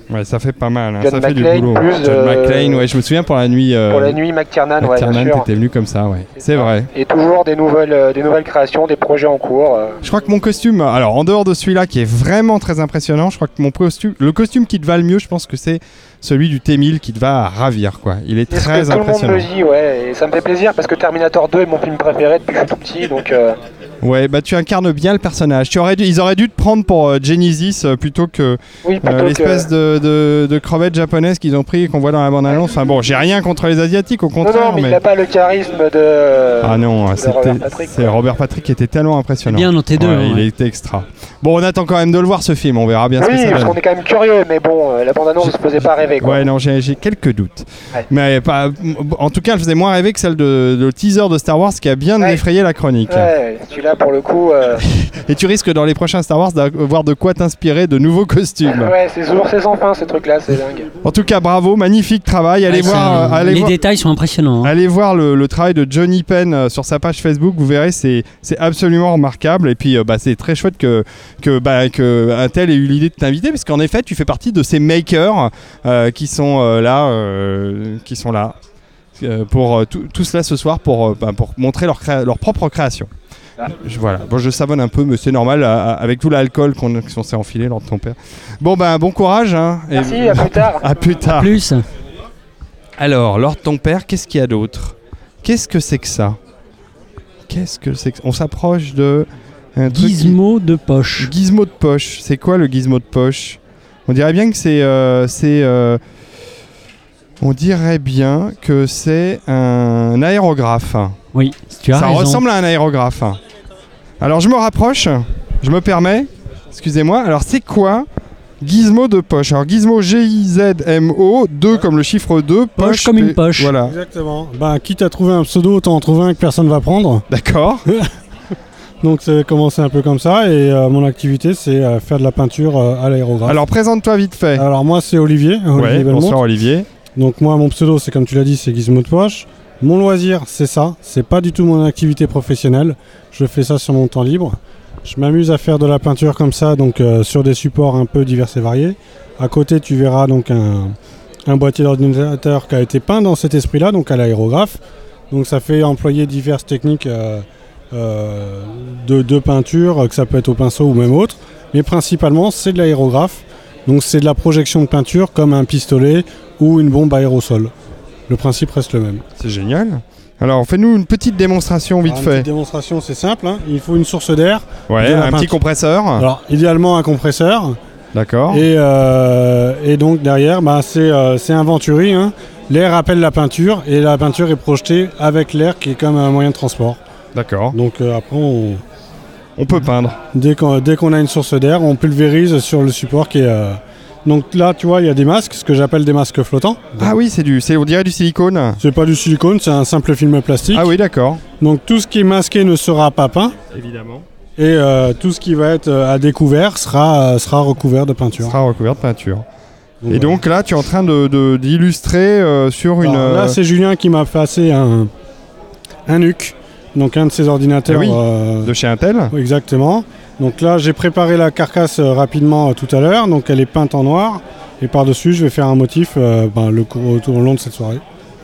Speaker 1: Ouais, ça fait pas mal. hein,
Speaker 9: John
Speaker 1: ça fait du
Speaker 9: McClane,
Speaker 1: boulot.
Speaker 9: plus,
Speaker 1: John
Speaker 9: euh,
Speaker 1: McClane, ouais, je me souviens pour la nuit. euh,
Speaker 9: Pour la nuit, Mac Tiernan, ouais, bien
Speaker 1: Ternan,
Speaker 9: sûr.
Speaker 1: t'étais venu comme ça, ouais. C'est
Speaker 9: ça.
Speaker 1: vrai.
Speaker 9: Et toujours des nouvelles, euh, des nouvelles créations, des projets en cours. euh.
Speaker 1: Je crois que mon costume, alors en dehors de celui-là qui est vraiment très impressionnant, je crois que mon costume, le costume qui te va le mieux, je pense que c'est celui du T1000 qui te va à ravir quoi. Il est
Speaker 9: C'est ce
Speaker 1: très
Speaker 9: que tout le monde me
Speaker 1: impressionnant.
Speaker 9: dit, ouais. Et ça me fait plaisir parce que Terminator 2 est mon film préféré depuis que je suis tout petit, donc euh,
Speaker 1: Ouais, bah tu incarnes bien le personnage. Tu aurais dû- ils auraient dû te prendre pour euh, Genesis euh, plutôt que euh,
Speaker 9: oui, plutôt que-
Speaker 1: l'espèce de, de, de crevette japonaise qu'ils ont pris et qu'on voit dans la bande-annonce. Enfin bon, j'ai rien contre les asiatiques, au
Speaker 9: Non,
Speaker 1: contraire,
Speaker 9: non, mais, il n'a pas le charisme de. euh,
Speaker 1: Ah non,
Speaker 9: de
Speaker 1: c'était-
Speaker 9: Robert Patrick,
Speaker 1: c'est
Speaker 9: quoi.
Speaker 1: Robert Patrick qui était tellement impressionnant.
Speaker 2: Bien noté deux. hein,
Speaker 1: Ouais,
Speaker 2: ouais.
Speaker 1: Il était extra. Bon, on attend quand même de le voir ce film. On verra bien ce que
Speaker 9: Oui,
Speaker 1: ça
Speaker 9: parce
Speaker 1: donne.
Speaker 9: qu'on est quand même curieux, mais bon, euh, la bande-annonce ne se faisait pas rêver. Quoi.
Speaker 1: Ouais, non, j'ai j'ai quelques doutes.
Speaker 9: Ouais.
Speaker 1: Mais pas, en tout cas, elle faisait moins rêver que celle de, le teaser de Star Wars qui a bien
Speaker 9: Ouais.
Speaker 1: effrayé la chronique.
Speaker 9: Ouais, celui-là,
Speaker 10: là pour le coup. euh,
Speaker 1: Et tu risques dans les prochains Star Wars d'avoir de quoi t'inspirer de nouveaux costumes.
Speaker 10: ouais, c'est sourd, c'est sans fin ces trucs-là, c'est dingue.
Speaker 1: En tout cas, bravo, magnifique travail. Allez
Speaker 2: Ouais,
Speaker 1: voir,
Speaker 2: ça,
Speaker 1: euh, allez
Speaker 2: les
Speaker 1: voir-
Speaker 2: détails sont impressionnants. hein.
Speaker 1: Allez voir le, le travail de Johnny Penn euh, sur sa page Facebook, vous verrez, c'est c'est absolument remarquable. Et puis, euh, bah, c'est très chouette que, que, bah, que un tel ait eu l'idée de t'inviter, parce qu'en effet, tu fais partie de ces makers euh, qui sont euh, là, euh, qui sont là euh, pour euh, tout, tout cela ce soir pour, euh, bah, pour montrer leur, créa- leur propre création. Je, voilà, bon, je savonne un peu, mais c'est normal à- à- avec tout l'alcool qu'on qu'on s'est enfilé lors de ton père. Bon, ben bon courage. hein, et-
Speaker 10: Merci, à plus tard.
Speaker 1: à plus tard.
Speaker 2: Plus.
Speaker 1: Alors, Lord ton père, qu'est-ce qu'il y a d'autre Qu'est-ce que c'est que ça Qu'est-ce que c'est que On s'approche de un truc qui-
Speaker 2: Gizmo de poche.
Speaker 1: Gizmo de poche. C'est quoi le gizmo de poche On dirait bien que c'est euh, c'est euh, on dirait bien que c'est un aérographe.
Speaker 2: Oui, tu as
Speaker 1: Ça
Speaker 2: raison.
Speaker 1: ressemble à un aérographe. Alors je me rapproche, je me permets, excusez-moi. Alors c'est quoi Gizmo de poche. Alors Gizmo G-I-Z-M-O, 2 comme le chiffre 2, poche.
Speaker 2: comme une
Speaker 1: P-
Speaker 2: poche.
Speaker 1: Voilà,
Speaker 11: Exactement. Bah, quitte à trouver un pseudo, autant en trouver un que personne va prendre.
Speaker 1: d'accord.
Speaker 11: Donc, c'est commencé un peu comme ça. Et euh, mon activité, c'est euh, faire de la peinture euh, à l'aérographe. Alors,
Speaker 1: Alors présente-toi vite fait.
Speaker 11: moi, c'est Olivier. euh, Olivier
Speaker 1: ouais,
Speaker 11: Belmont.
Speaker 1: bonsoir Olivier.
Speaker 11: Donc, moi, mon pseudo, c'est comme tu l'as dit, c'est Gizmo de Poche. Mon loisir, c'est ça. C'est pas du tout mon activité professionnelle. Je fais ça sur mon temps libre. Je m'amuse à faire de la peinture comme ça, donc euh, sur des supports un peu divers et variés. À côté, tu verras donc un, un boîtier d'ordinateur qui a été peint dans cet esprit-là, donc à l'aérographe. Donc ça fait employer diverses techniques euh, euh, de, de peinture, euh, que ça peut être au pinceau ou même autre. Mais principalement, c'est de l'aérographe. Donc c'est de la projection de peinture comme un pistolet ou une bombe à aérosol. Le principe reste le même.
Speaker 1: C'est génial. Alors fais-nous une petite démonstration vite
Speaker 11: Alors, une
Speaker 1: fait.
Speaker 11: petite démonstration, c'est simple. hein. Il faut une source d'air.
Speaker 1: Ouais,
Speaker 11: de la
Speaker 1: un petit
Speaker 11: peinture.
Speaker 1: compresseur.
Speaker 11: Alors idéalement un compresseur.
Speaker 1: D'accord.
Speaker 11: Et, euh, et donc derrière, bah, c'est euh, c'est un venturi. hein. L'air appelle la peinture et la peinture est projetée avec l'air qui est comme un moyen de transport.
Speaker 1: D'accord.
Speaker 11: Donc euh, après, on-
Speaker 1: On peut peindre.
Speaker 11: dès qu'on dès qu'on a une source d'air, on pulvérise sur le support qui est... euh, Donc là, tu vois, il y a des masques, ce que j'appelle des masques flottants.
Speaker 1: Ah oui, c'est du c'est on dirait du silicone.
Speaker 11: C'est pas du silicone, c'est un simple film plastique.
Speaker 1: Ah oui, d'accord.
Speaker 11: Donc tout ce qui est masqué ne sera pas peint.
Speaker 1: Évidemment.
Speaker 11: Et euh, tout ce qui va être euh, à découvert sera, euh, sera recouvert de peinture.
Speaker 1: Sera recouvert de peinture. Et
Speaker 11: voilà.
Speaker 1: donc là, tu es en train de- de- d'illustrer euh, sur une.
Speaker 11: Alors,
Speaker 1: euh,
Speaker 11: Là, c'est Julien qui m'a passé un, un NUC, donc un de ses ordinateurs.
Speaker 1: Ah oui.
Speaker 11: euh,
Speaker 1: de chez Intel.
Speaker 11: oui, Exactement. Donc là, j'ai préparé la carcasse euh, rapidement euh, tout à l'heure. Donc elle est peinte en noir. Et par-dessus, je vais faire un motif euh, ben, le, cours- tout au long de cette soirée.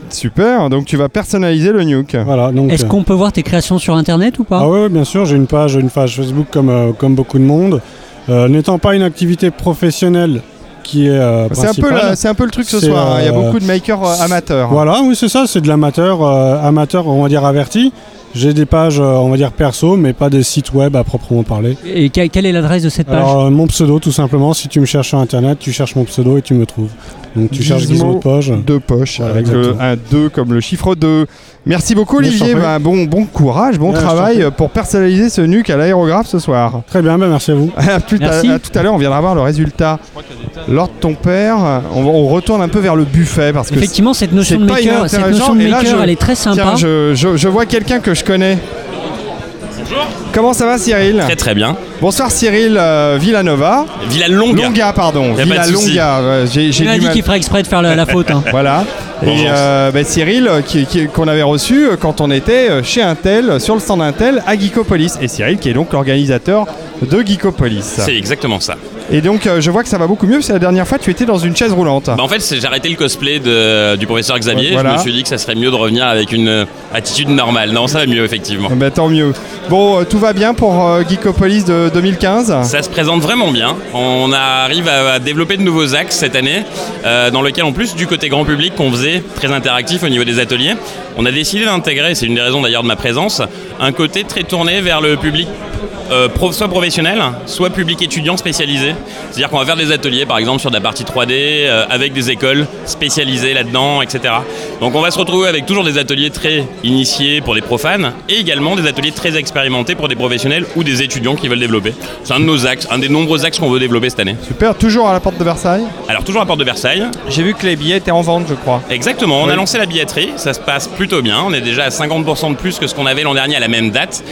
Speaker 1: Super. Donc tu vas personnaliser le nuke.
Speaker 11: Voilà. Donc,
Speaker 2: Est-ce
Speaker 11: euh,
Speaker 2: qu'on peut voir tes créations sur internet ou pas
Speaker 11: Ah oui, bien sûr, j'ai une page, une page Facebook comme, euh, comme beaucoup de monde. Euh, N'étant pas une activité professionnelle qui est euh,
Speaker 1: C'est un peu
Speaker 11: principale,
Speaker 1: la- c'est un peu le truc ce
Speaker 11: C'est,
Speaker 1: soir. hein. Il y a
Speaker 11: euh,
Speaker 1: beaucoup de makers euh, amateurs.
Speaker 11: Voilà, oui, c'est ça, c'est de l'amateur, euh, amateur, on va dire averti. J'ai des pages, euh, on va dire perso, mais pas des sites web à proprement parler.
Speaker 2: Et que- quelle est l'adresse de cette page
Speaker 11: Alors, euh, mon pseudo, tout simplement, si tu me cherches sur internet, tu cherches mon pseudo et tu me trouves. Donc, tu cherches
Speaker 1: Gizmo.
Speaker 11: Gizmo de poche.
Speaker 1: Deux poches
Speaker 11: Voilà,
Speaker 1: avec le
Speaker 11: exactement.
Speaker 1: 1, 2 comme le chiffre 2. Merci beaucoup
Speaker 11: Mais je t'en
Speaker 1: Olivier,
Speaker 11: prie.
Speaker 1: Bah, bon, bon courage, bon
Speaker 11: Ouais, je t'en
Speaker 1: travail euh, pour personnaliser ce nuque à l'aérographe ce soir.
Speaker 11: Très bien, ben, merci à vous.
Speaker 1: À tout
Speaker 2: Merci.
Speaker 1: à, à tout à l'heure, on viendra voir le résultat. Lors de ton père, on, va- on retourne un peu vers le buffet parce que
Speaker 2: Effectivement, cette notion
Speaker 1: c'est
Speaker 2: de
Speaker 1: pas
Speaker 2: maker, cette
Speaker 1: inintéressant,
Speaker 2: notion de
Speaker 1: et là,
Speaker 2: maker,
Speaker 1: je-
Speaker 2: elle est très
Speaker 1: c'est-
Speaker 2: sympa.
Speaker 1: tiens, je, je- je vois quelqu'un que je connais. Comment ça va Cyril
Speaker 12: Très très bien.
Speaker 1: Bonsoir Cyril euh, Villanova.
Speaker 12: Villa Longa.
Speaker 1: Longa,
Speaker 12: Y a
Speaker 1: pardon.
Speaker 12: pas de
Speaker 1: Villa
Speaker 12: souci.
Speaker 1: Longa. euh, J'ai j'ai
Speaker 2: Il m'a
Speaker 1: du
Speaker 2: dit
Speaker 1: mal.
Speaker 2: qu'il ferait exprès de faire la, la faute. hein.
Speaker 1: Voilà. Et
Speaker 12: Bonjour.
Speaker 1: euh, bah, Cyril, euh, qui- qui- qu'on avait reçu euh, quand on était euh, chez Intel, euh, sur le stand Intel, à Geekopolis. Et Cyril, qui est donc l'organisateur de Geekopolis.
Speaker 12: C'est exactement ça.
Speaker 1: Et donc, euh, je vois que ça va beaucoup mieux, parce que la dernière fois, tu étais dans une chaise roulante.
Speaker 12: Bah, en fait, c'est- j'ai arrêté le cosplay de- du professeur Xavier.
Speaker 1: Voilà.
Speaker 12: Je me suis dit que ça serait mieux de revenir avec une euh, attitude normale. Non, ça va mieux, effectivement.
Speaker 1: Eh ben, tant mieux. Bon, euh, tout va bien pour euh, Geekopolis de 2015
Speaker 12: Ça se présente vraiment bien. On arrive à à développer de nouveaux axes cette année, euh, dans lequel en plus du côté grand public qu'on faisait très interactif au niveau des ateliers, on a décidé d'intégrer, c'est une des raisons d'ailleurs de ma présence, un côté très tourné vers le public. euh, pro- soit professionnel, soit public étudiant spécialisé. C'est-à-dire qu'on va faire des ateliers, par exemple, sur de la partie 3D, euh, avec des écoles spécialisées là-dedans, etc. Donc on va se retrouver avec toujours des ateliers très initiés pour des profanes, et également des ateliers très expérimentés pour des professionnels ou des étudiants qui veulent développer. C'est un de nos axes, un des nombreux axes qu'on veut développer cette année.
Speaker 1: Super, toujours à la porte de Versailles.
Speaker 12: Alors toujours à Porte de Versailles.
Speaker 1: J'ai vu que les billets étaient en vente, je crois.
Speaker 12: Exactement, on
Speaker 1: Oui.
Speaker 12: a lancé la billetterie, ça se passe plutôt bien, on est déjà à 50% de plus que ce qu'on avait l'an dernier à la même date.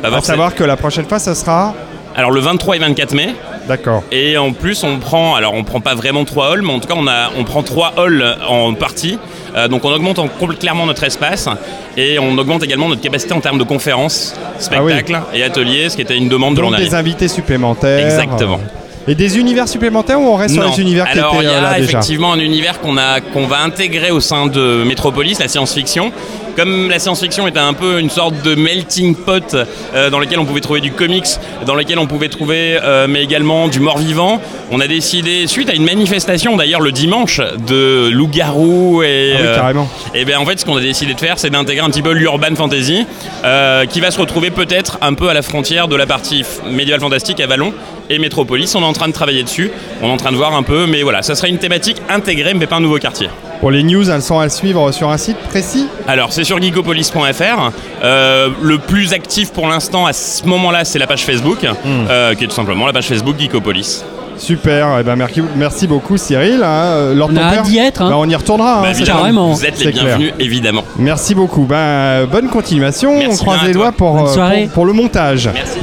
Speaker 12: Pas
Speaker 1: À
Speaker 12: forcément.
Speaker 1: savoir que la prochaine fois, ça sera.
Speaker 12: Alors le 23 et 24 mai.
Speaker 1: D'accord.
Speaker 12: Et en plus, on prend, alors on prend pas vraiment trois halls, mais en tout cas, on, a, on prend trois halls en partie. Euh, donc on augmente en- compl- clairement notre espace et on augmente également notre capacité en termes de conférences, spectacles et ateliers, ce qui était une demande de l'an
Speaker 1: Ah Donc
Speaker 12: dernier.
Speaker 1: des invités supplémentaires.
Speaker 12: Exactement.
Speaker 1: Et des univers supplémentaires ou on reste
Speaker 12: Non.
Speaker 1: sur les univers
Speaker 12: Alors,
Speaker 1: qui étaient
Speaker 12: il y a
Speaker 1: euh, là déjà
Speaker 12: effectivement un univers qu'on a qu'on va intégrer au sein de Metropolis, la science-fiction. Comme la science-fiction était un peu une sorte de melting pot euh, dans lequel on pouvait trouver du comics, dans lequel on pouvait trouver euh, mais également du mort-vivant, on a décidé suite à une manifestation d'ailleurs le dimanche de loup-garou et euh,
Speaker 1: Ah oui, carrément.
Speaker 12: et bien Eh ben, en fait ce qu'on a décidé de faire c'est d'intégrer un petit peu l'urban fantasy euh, qui va se retrouver peut-être un peu à la frontière de la partie f- médiéval fantastique à Vallon et Métropolis. On est en train de travailler dessus, on est en train de voir un peu, mais voilà, ça serait une thématique intégrée mais pas un nouveau quartier.
Speaker 1: Pour les news, elles sont à suivre sur un site précis.
Speaker 12: Alors c'est sur geekopolis.fr. Euh, le plus actif pour l'instant à ce moment-là c'est la page Facebook,
Speaker 1: Hmm.
Speaker 12: euh, qui est tout simplement la page Facebook Geekopolis.
Speaker 1: Super, eh ben merci, merci beaucoup Cyril. hein. Euh, Lord
Speaker 2: On a
Speaker 1: Ton Père,
Speaker 2: hâte d'y être, hein.
Speaker 1: bah, on y retournera.
Speaker 12: Bah,
Speaker 1: hein, c'est
Speaker 12: évidemment,
Speaker 1: clair.
Speaker 12: vous êtes les
Speaker 1: C'est clair.
Speaker 12: bienvenus évidemment.
Speaker 1: Merci beaucoup. Ben, euh, bonne continuation.
Speaker 12: Merci
Speaker 1: on croise
Speaker 12: bien à
Speaker 1: les
Speaker 12: toi.
Speaker 1: doigts pour,
Speaker 2: Bonne
Speaker 1: euh,
Speaker 2: soirée.
Speaker 1: pour, pour le montage.
Speaker 12: Merci.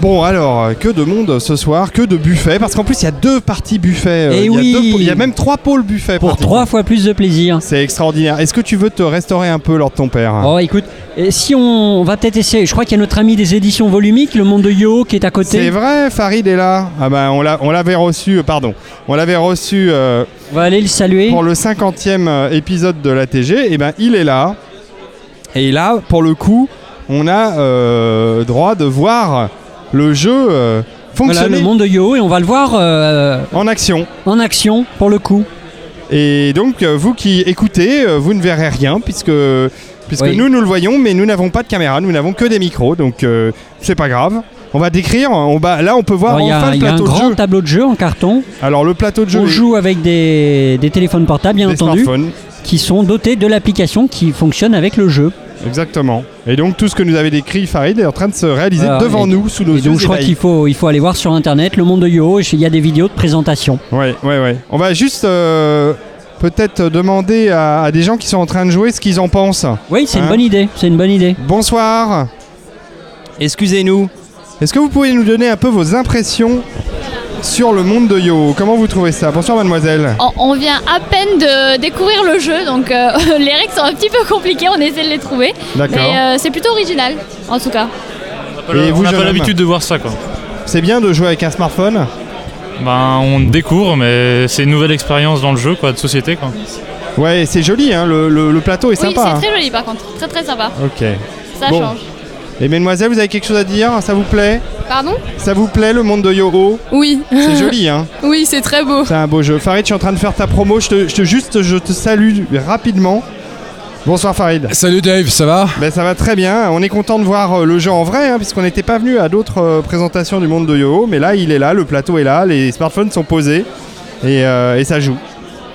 Speaker 1: Bon alors, euh, que de monde euh, ce soir, que de buffets, parce qu'en plus il y a deux parties buffets. euh,
Speaker 2: Eh
Speaker 1: il, y a
Speaker 2: oui.
Speaker 1: deux pôles- il y a même trois pôles buffets.
Speaker 2: Pour
Speaker 1: pratiquement.
Speaker 2: trois fois plus de plaisir.
Speaker 1: C'est extraordinaire. Est-ce que tu veux te restaurer un peu lors de ton père
Speaker 2: Oh écoute, et si on, on va peut-être essayer, je crois qu'il y a notre ami des éditions volumiques, le monde de Yo qui est à
Speaker 1: C'est
Speaker 2: côté.
Speaker 1: vrai, Farid est là. Ah ben on l'a- on l'avait reçu, euh, pardon, on l'avait reçu euh,
Speaker 2: On va aller le saluer.
Speaker 1: pour le 50e euh, épisode de l'ATG. Et ben il est là. Et là, pour le coup, on a euh, droit de voir le jeu euh,
Speaker 2: Voilà
Speaker 1: fonctionner
Speaker 2: le monde de Yo et on va le voir euh,
Speaker 1: en action.
Speaker 2: en action pour le coup.
Speaker 1: Et donc, euh, vous qui écoutez, euh, vous ne verrez rien puisque, puisque
Speaker 2: Oui.
Speaker 1: nous, nous le voyons, mais nous n'avons pas de caméra, nous n'avons que des micros, donc euh, c'est pas grave. On va décrire, on va- là on peut voir
Speaker 2: Alors, Il y a,
Speaker 1: enfin le
Speaker 2: il y a un
Speaker 1: plateau de
Speaker 2: grand
Speaker 1: jeu.
Speaker 2: tableau de jeu en carton.
Speaker 1: Alors le plateau de jeu,
Speaker 2: on
Speaker 1: est-
Speaker 2: joue avec des, des téléphones portables bien
Speaker 1: des
Speaker 2: entendu,
Speaker 1: smartphones,
Speaker 2: qui sont dotés de l'application qui fonctionne avec le jeu.
Speaker 1: exactement. Et donc tout ce que nous avait décrit Farid est en train de se réaliser
Speaker 2: Voilà,
Speaker 1: devant
Speaker 2: Euh, et-
Speaker 1: nous, sous nos
Speaker 2: Et
Speaker 1: yeux.
Speaker 2: donc je crois
Speaker 1: ébahis.
Speaker 2: qu'il faut, il faut aller voir sur internet le monde de Yo, il y a des vidéos de présentation.
Speaker 1: Ouais, ouais, ouais. On va juste euh, peut-être demander à, à des gens qui sont en train de jouer ce qu'ils en pensent.
Speaker 2: Oui, c'est
Speaker 1: Hein
Speaker 2: une bonne idée, c'est une bonne idée.
Speaker 1: Bonsoir. Excusez-nous. Est-ce que vous pouvez nous donner un peu vos impressions sur le monde de Yo Comment vous trouvez ça Bonsoir mademoiselle.
Speaker 9: On, on vient à peine de découvrir le jeu, donc euh, les règles sont un petit peu compliquées, on essaie de les trouver.
Speaker 1: D'accord.
Speaker 9: Mais euh, c'est plutôt original, en tout cas.
Speaker 1: Et vous,
Speaker 13: on n'a pas
Speaker 1: jeune homme
Speaker 13: l'habitude de voir ça quoi.
Speaker 1: C'est bien de jouer avec un smartphone
Speaker 13: Ben on découvre mais c'est une nouvelle expérience dans le jeu quoi de société quoi.
Speaker 1: Ouais, c'est joli, hein, le, le- le plateau est
Speaker 9: oui,
Speaker 1: sympa.
Speaker 9: c'est très joli par contre, très très sympa.
Speaker 1: hein. Ok.
Speaker 9: Ça
Speaker 1: Bon.
Speaker 9: change.
Speaker 1: Et mademoiselle, vous avez quelque chose à dire Ça vous plaît
Speaker 9: Pardon
Speaker 1: Ça vous plaît le monde de Yo
Speaker 9: Oui.
Speaker 1: C'est joli, hein
Speaker 9: Oui, c'est très beau.
Speaker 1: C'est un beau jeu. Farid, je suis en train de faire ta promo. Je te, je te- juste, je te salue rapidement. Bonsoir Farid.
Speaker 3: Salut Dave, ça va
Speaker 1: Ben, ça va très bien. On est content de voir euh, le jeu en vrai, hein, puisqu'on n'était pas venu à d'autres euh, présentations du monde de Yo. Mais là, il est là, le plateau est là, les smartphones sont posés et, euh, et ça joue.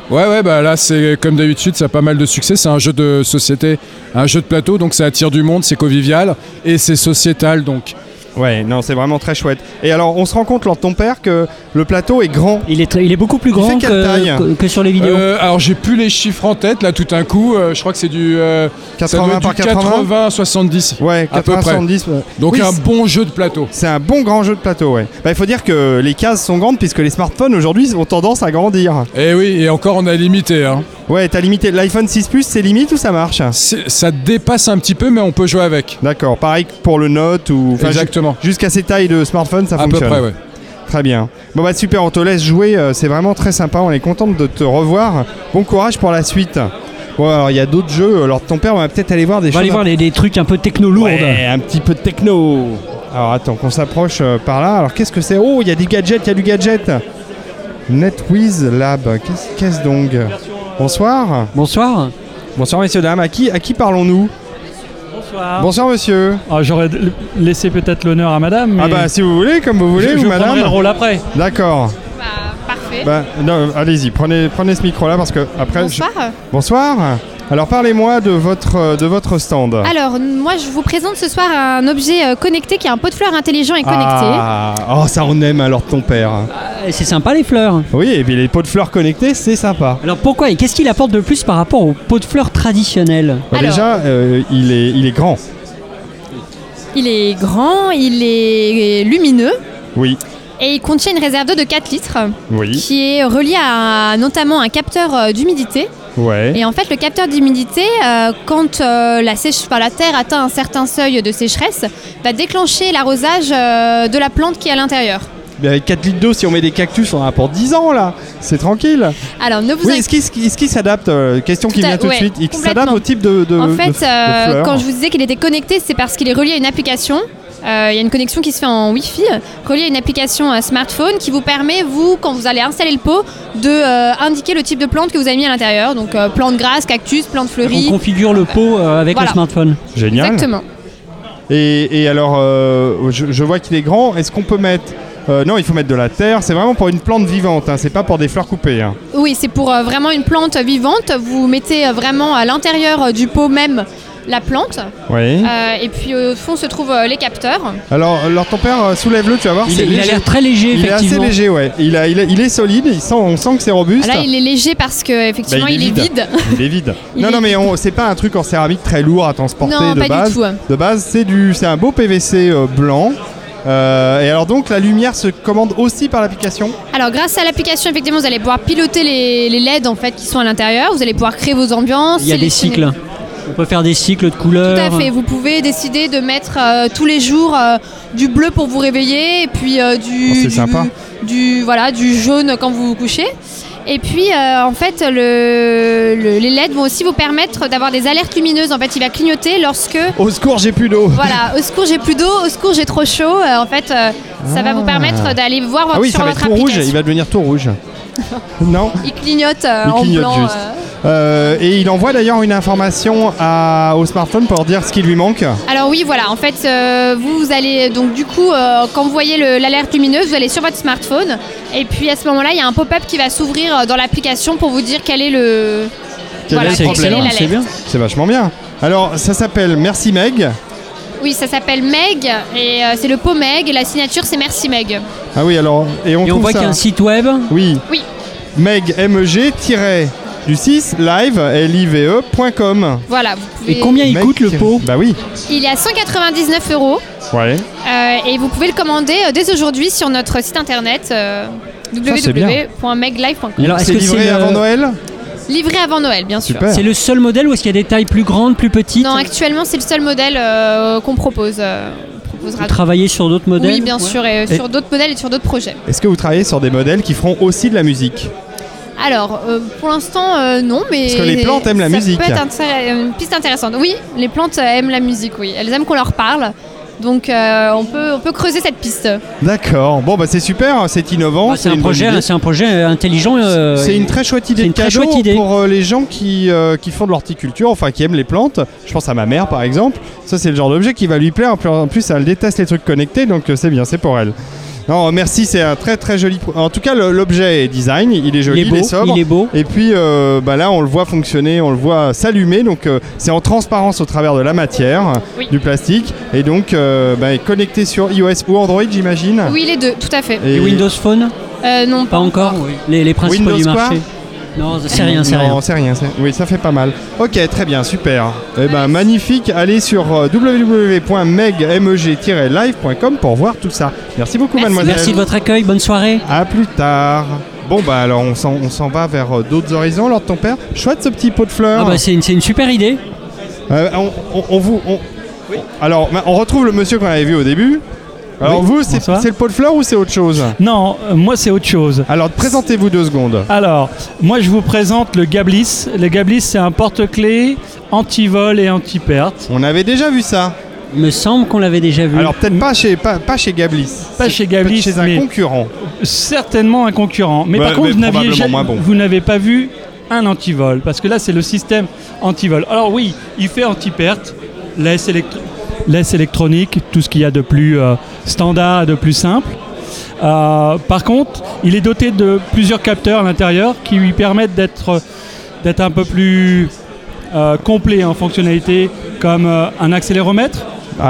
Speaker 3: Ouais, ouais, bah là, c'est comme d'habitude, ça a pas mal de succès. C'est un jeu de société, un jeu de plateau, donc ça attire du monde, c'est convivial et c'est sociétal, donc.
Speaker 1: Ouais, non, c'est vraiment très chouette. Et alors, on se rend compte lors de ton père que le plateau est grand.
Speaker 2: Il est, tr- il est beaucoup plus
Speaker 1: Il fait
Speaker 2: grand euh,
Speaker 1: quelle taille
Speaker 2: que, que- que sur les vidéos.
Speaker 3: Euh, alors, j'ai plus les chiffres en tête, là, tout un coup. euh, je crois que c'est du. euh, ça
Speaker 1: 80
Speaker 3: doit être
Speaker 1: par
Speaker 3: du
Speaker 1: 80.
Speaker 3: 80 70.
Speaker 1: Ouais,
Speaker 3: à peu près.
Speaker 1: 90. ouais.
Speaker 3: Donc,
Speaker 1: Oui,
Speaker 3: un
Speaker 1: c'est-
Speaker 3: bon jeu de plateau.
Speaker 1: c'est un bon grand jeu de plateau, ouais. Bah, il faut dire que les cases sont grandes puisque les smartphones aujourd'hui ont tendance à grandir.
Speaker 3: Et Eh oui, et encore, on a limité. Hein.
Speaker 1: Ouais, t'as limité. L'iPhone 6 Plus, c'est limite ou ça marche
Speaker 3: C'est- Ça dépasse un petit peu, mais on peut jouer avec.
Speaker 1: D'accord, pareil que pour le Note ou. enfin, ju-
Speaker 3: Exactement.
Speaker 1: Jusqu'à ces tailles de smartphone, ça
Speaker 3: À peu
Speaker 1: fonctionne.
Speaker 3: près, ouais.
Speaker 1: Très bien. Bon bah super, on te laisse jouer, euh, c'est vraiment très sympa, on est content de te revoir. Bon courage pour la suite. Bon alors il y a d'autres jeux, euh, alors ton père on va peut-être aller voir des
Speaker 2: on va
Speaker 1: choses.
Speaker 2: aller voir des, des trucs un peu techno lourdes.
Speaker 1: Ouais, un petit peu de techno. Alors attends qu'on s'approche euh, par là. Alors qu'est-ce que c'est Oh il y a du gadget, il y a du gadget. NetWiz Lab, qu'est-ce qu'est-ce donc Bonsoir.
Speaker 2: Bonsoir.
Speaker 1: Bonsoir messieurs dames, à qui, à qui parlons-nous
Speaker 14: Bonsoir.
Speaker 1: Bonsoir monsieur.
Speaker 14: Ah, J'aurais d- laissé peut-être l'honneur à madame. Mais
Speaker 1: Ah bah si vous voulez, comme vous voulez,
Speaker 14: je,
Speaker 1: ou
Speaker 14: je prendrai
Speaker 1: madame.
Speaker 14: le rôle après.
Speaker 1: D'accord.
Speaker 9: Parfait.
Speaker 1: Bah, non, allez-y, prenez, prenez ce micro là parce que après. je-
Speaker 15: Bonsoir.
Speaker 1: Bonsoir. Alors parlez-moi de votre, euh, de votre stand.
Speaker 15: Alors, n- moi, je vous présente ce soir un objet euh, connecté qui est un pot de fleurs intelligent et connecté.
Speaker 1: Ah, oh, ça on aime alors ton père.
Speaker 2: Ah, Et C'est sympa les fleurs.
Speaker 1: Oui, et puis les pots de fleurs connectés, c'est sympa.
Speaker 2: Alors pourquoi et qu'est-ce qu'il apporte de plus par rapport aux pots de fleurs traditionnels
Speaker 1: Bah,
Speaker 15: Alors.
Speaker 1: déjà, euh, il, est, il est grand.
Speaker 15: Il est grand, il est lumineux
Speaker 1: Oui.
Speaker 15: et il contient une réserve d'eau de 4 litres
Speaker 1: Oui.
Speaker 15: qui est reliée à un- notamment un capteur euh, d'humidité.
Speaker 1: Ouais.
Speaker 15: Et en fait, le capteur d'humidité, euh, quand euh, la, sèche, enfin, la terre atteint un certain seuil de sécheresse, va déclencher l'arrosage euh, de la plante qui est à l'intérieur.
Speaker 1: Mais avec 4 litres d'eau, si on met des cactus, on en a pour 10 ans là. C'est tranquille.
Speaker 15: Alors, ne Ah, vous
Speaker 1: Oui,
Speaker 15: inquiétez
Speaker 1: est-ce qu'il est-ce qu'il s'adapte euh, Question qui
Speaker 15: Tout à-
Speaker 1: vient tout de
Speaker 15: ouais,
Speaker 1: suite. Il
Speaker 15: complètement.
Speaker 1: s'adapte au type de, de-
Speaker 15: En
Speaker 1: de-
Speaker 15: fait,
Speaker 1: de
Speaker 15: euh,
Speaker 1: fleurs.
Speaker 15: quand je vous disais qu'il était connecté, c'est parce qu'il est relié à une application. Euh, Il y a une connexion qui se fait en Wi-Fi, reliée à une application euh, smartphone qui vous permet, vous, quand vous allez installer le pot, de euh, indiquer le type de plante que vous avez mis à l'intérieur. Donc, euh, plante grasse, cactus, plante fleurie.
Speaker 2: On configure le pot euh, avec
Speaker 15: Voilà.
Speaker 2: le smartphone.
Speaker 1: Génial.
Speaker 15: Exactement.
Speaker 1: Et, et alors, euh, je, je vois qu'il est grand. Est-ce qu'on peut mettre euh, Non, il faut mettre de la terre. C'est vraiment pour une plante vivante. hein, C'est pas pour des fleurs coupées. hein.
Speaker 15: Oui, c'est pour euh, vraiment une plante vivante. Vous mettez euh, vraiment à l'intérieur euh, du pot même la plante.
Speaker 1: Oui.
Speaker 15: Euh, et puis au fond se trouvent euh, les capteurs.
Speaker 1: Alors, alors ton père, euh, soulève-le, tu vas voir.
Speaker 2: Il
Speaker 1: c'est
Speaker 2: est- il a
Speaker 1: léger.
Speaker 2: l'air très léger,
Speaker 1: Il est assez
Speaker 2: effectivement.
Speaker 1: léger, ouais. Il, a- il, a- il est solide. Il sent, on sent que c'est robuste.
Speaker 15: Ah Là, il est léger parce que effectivement,
Speaker 1: Bah,
Speaker 15: il, est vide.
Speaker 1: Il est vide.
Speaker 15: Il
Speaker 1: non,
Speaker 15: est
Speaker 1: non, mais
Speaker 15: vide.
Speaker 1: on- c'est pas un truc en céramique très lourd à transporter
Speaker 15: Non,
Speaker 1: de
Speaker 15: pas du
Speaker 1: base.
Speaker 15: tout.
Speaker 1: De base, c'est du, c'est un beau PVC euh, blanc. Euh, et alors donc, la lumière se commande aussi par l'application.
Speaker 15: Alors grâce à l'application, effectivement, vous allez pouvoir piloter les, les LED en fait qui sont à l'intérieur. Vous allez pouvoir créer vos ambiances.
Speaker 2: Il y a des
Speaker 15: sélectionner-
Speaker 2: cycles. On peut faire des cycles de
Speaker 15: Tout
Speaker 2: couleurs.
Speaker 15: à fait. Vous pouvez décider de mettre euh, tous les jours euh, du bleu pour vous réveiller et puis euh, du,
Speaker 2: Oh, c'est
Speaker 15: du-
Speaker 2: sympa.
Speaker 15: du- voilà du jaune quand vous vous couchez. Et puis euh, en fait, le- le- les LED vont aussi vous permettre d'avoir des alertes lumineuses. En fait, il va clignoter lorsque
Speaker 1: Au secours, j'ai plus d'eau.
Speaker 15: voilà, au secours j'ai plus d'eau, au secours j'ai trop chaud. Euh, en fait, euh, ça va vous permettre d'aller voir
Speaker 1: Ah oui,
Speaker 15: sur
Speaker 1: ça va
Speaker 15: votre
Speaker 1: être tout rouge. Il
Speaker 15: application.
Speaker 1: va devenir tout rouge. non.
Speaker 15: Il clignote euh,
Speaker 1: Il
Speaker 15: en
Speaker 1: clignote
Speaker 15: blanc.
Speaker 1: juste.
Speaker 15: euh.
Speaker 1: Euh, et il envoie d'ailleurs une information à- au smartphone pour dire ce qui lui manque.
Speaker 15: Alors oui, voilà, en fait, euh, vous, vous allez donc du coup, euh, quand vous voyez le- l'alerte lumineuse, vous allez sur votre smartphone et puis à ce moment-là, il y a un pop-up qui va s'ouvrir euh, dans l'application pour vous dire quel est le...
Speaker 1: Quel
Speaker 15: voilà,
Speaker 1: est le
Speaker 15: quelle
Speaker 1: problème
Speaker 15: est l'alerte.
Speaker 1: C'est vachement bien. Alors, ça s'appelle Merci Meg.
Speaker 15: Oui, ça s'appelle Meg et euh, c'est le pot Meg et la signature c'est Merci Meg.
Speaker 1: Ah oui, alors et on,
Speaker 2: Et on
Speaker 1: trouve
Speaker 2: voit
Speaker 1: ça-
Speaker 2: qu'il y a un site web.
Speaker 1: Oui.
Speaker 15: Oui.
Speaker 1: Meg MEG tiré du 6 live live.com.
Speaker 15: Voilà. vous pouvez-
Speaker 1: E Meg- Bah oui.
Speaker 15: Il est à 199 euros
Speaker 1: Ouais.
Speaker 15: euh, et vous pouvez le commander euh, dès aujourd'hui sur notre site internet euh,
Speaker 2: c'est bien.
Speaker 15: www.meglive.com.
Speaker 1: C'est livré avant Noël
Speaker 15: Livré avant Noël, bien sûr.
Speaker 2: euh, C'est le seul modèle ou est-ce qu'il y a des tailles plus grandes, plus petites
Speaker 15: Non, actuellement, c'est le seul modèle euh, qu'on propose. euh, on proposera
Speaker 2: Travailler sur d'autres modèles
Speaker 15: Oui, bien sûr, et, euh,
Speaker 1: Et-
Speaker 15: sur d'autres modèles et sur d'autres projets.
Speaker 1: Est-ce que vous travaillez sur des modèles qui feront aussi de la musique
Speaker 15: Alors, euh, pour l'instant, euh, non, mais.
Speaker 1: Parce que les plantes aiment la
Speaker 15: ça
Speaker 1: musique.
Speaker 15: peut être intér- euh, une piste intéressante. Oui, les plantes euh, aiment la musique, oui. Elles aiment qu'on leur parle. Donc, euh, on, peut, on peut creuser cette piste.
Speaker 1: D'accord. Bon bah c'est super, c'est innovant,
Speaker 2: Bah, c'est un
Speaker 1: une bonne
Speaker 2: projet,
Speaker 1: idée.
Speaker 2: c'est un projet euh, intelligent. euh,
Speaker 1: C'est
Speaker 2: et-
Speaker 1: une très chouette idée
Speaker 2: C'est
Speaker 1: de
Speaker 2: une très
Speaker 1: cadeau
Speaker 2: chouette idée.
Speaker 1: pour euh, les gens qui, euh, qui font de l'horticulture, enfin qui aiment les plantes. Je pense à ma mère par exemple. Ça c'est le genre d'objet qui va lui plaire. En plus- En plus elle déteste les trucs connectés donc euh, c'est bien, c'est pour elle. Non, merci, c'est un très très joli. pro- En tout cas, le- l'objet est design, il est joli,
Speaker 2: Il est
Speaker 1: il est,
Speaker 2: beau,
Speaker 1: sobre.
Speaker 2: il est beau.
Speaker 1: Et puis euh, bah là, on le voit fonctionner, on le voit s'allumer. Donc euh, c'est en transparence au travers de la matière,
Speaker 15: Oui.
Speaker 1: du plastique. Et donc euh, bah, connecté sur iOS ou Android, j'imagine.
Speaker 15: Oui, les deux, tout à fait.
Speaker 1: Ah. Et-
Speaker 2: Et Windows Phone
Speaker 15: Euh, Non,
Speaker 2: Pas encore les, les principaux
Speaker 1: Windows
Speaker 2: du
Speaker 1: quoi
Speaker 2: marché. non, c'est rien, c'est
Speaker 1: Non,
Speaker 2: rien.
Speaker 1: c'est rien, c'est- Oui, ça fait pas mal. Ok, très bien, super. Eh ben, magnifique. Allez sur euh, e www.meg-live.com pour voir tout ça. Merci beaucoup, mademoiselle.
Speaker 2: Merci de votre accueil, bonne soirée.
Speaker 1: À plus tard. Bon, bah alors, on s'en on s'en va vers euh, d'autres horizons. Lors de ton père, chouette ce petit pot de fleurs.
Speaker 2: Ah bah, c'est une, c'est une super idée.
Speaker 1: Euh, on, on- on vous. on- Alors, bah, on retrouve le monsieur qu'on avait vu au début. Alors,
Speaker 14: Oui,
Speaker 1: vous, c'est
Speaker 14: bonsoir.
Speaker 1: c'est le pot de fleurs ou c'est autre chose
Speaker 14: Non, euh, moi c'est autre chose.
Speaker 1: Alors présentez-vous deux secondes.
Speaker 14: Alors, moi je vous présente le Gablis. Le Gablis c'est un porte-clés anti-vol et anti-perte.
Speaker 1: On avait déjà vu ça.
Speaker 2: Il me semble qu'on l'avait déjà vu.
Speaker 1: Alors, peut-être pas chez, pas, pas chez Gablis.
Speaker 14: Mm. Pas
Speaker 1: C'est
Speaker 14: chez Gablis,
Speaker 1: Chez un
Speaker 14: mais-
Speaker 1: concurrent.
Speaker 14: Certainement un concurrent. Mais
Speaker 1: Ouais,
Speaker 14: par contre,
Speaker 1: mais
Speaker 14: vous n'aviez
Speaker 1: probablement
Speaker 14: ja-
Speaker 1: moins bon.
Speaker 14: vous n'avez pas vu un anti-vol parce que là c'est le système anti-vol. Alors oui, il fait anti-perte, laisse électro- laisse électronique, tout ce qu'il y a de plus euh, standard, de plus simple. Euh, par contre, il est doté de plusieurs capteurs à l'intérieur qui lui permettent d'être d'être un peu plus euh, complet en fonctionnalité, comme euh, un accéléromètre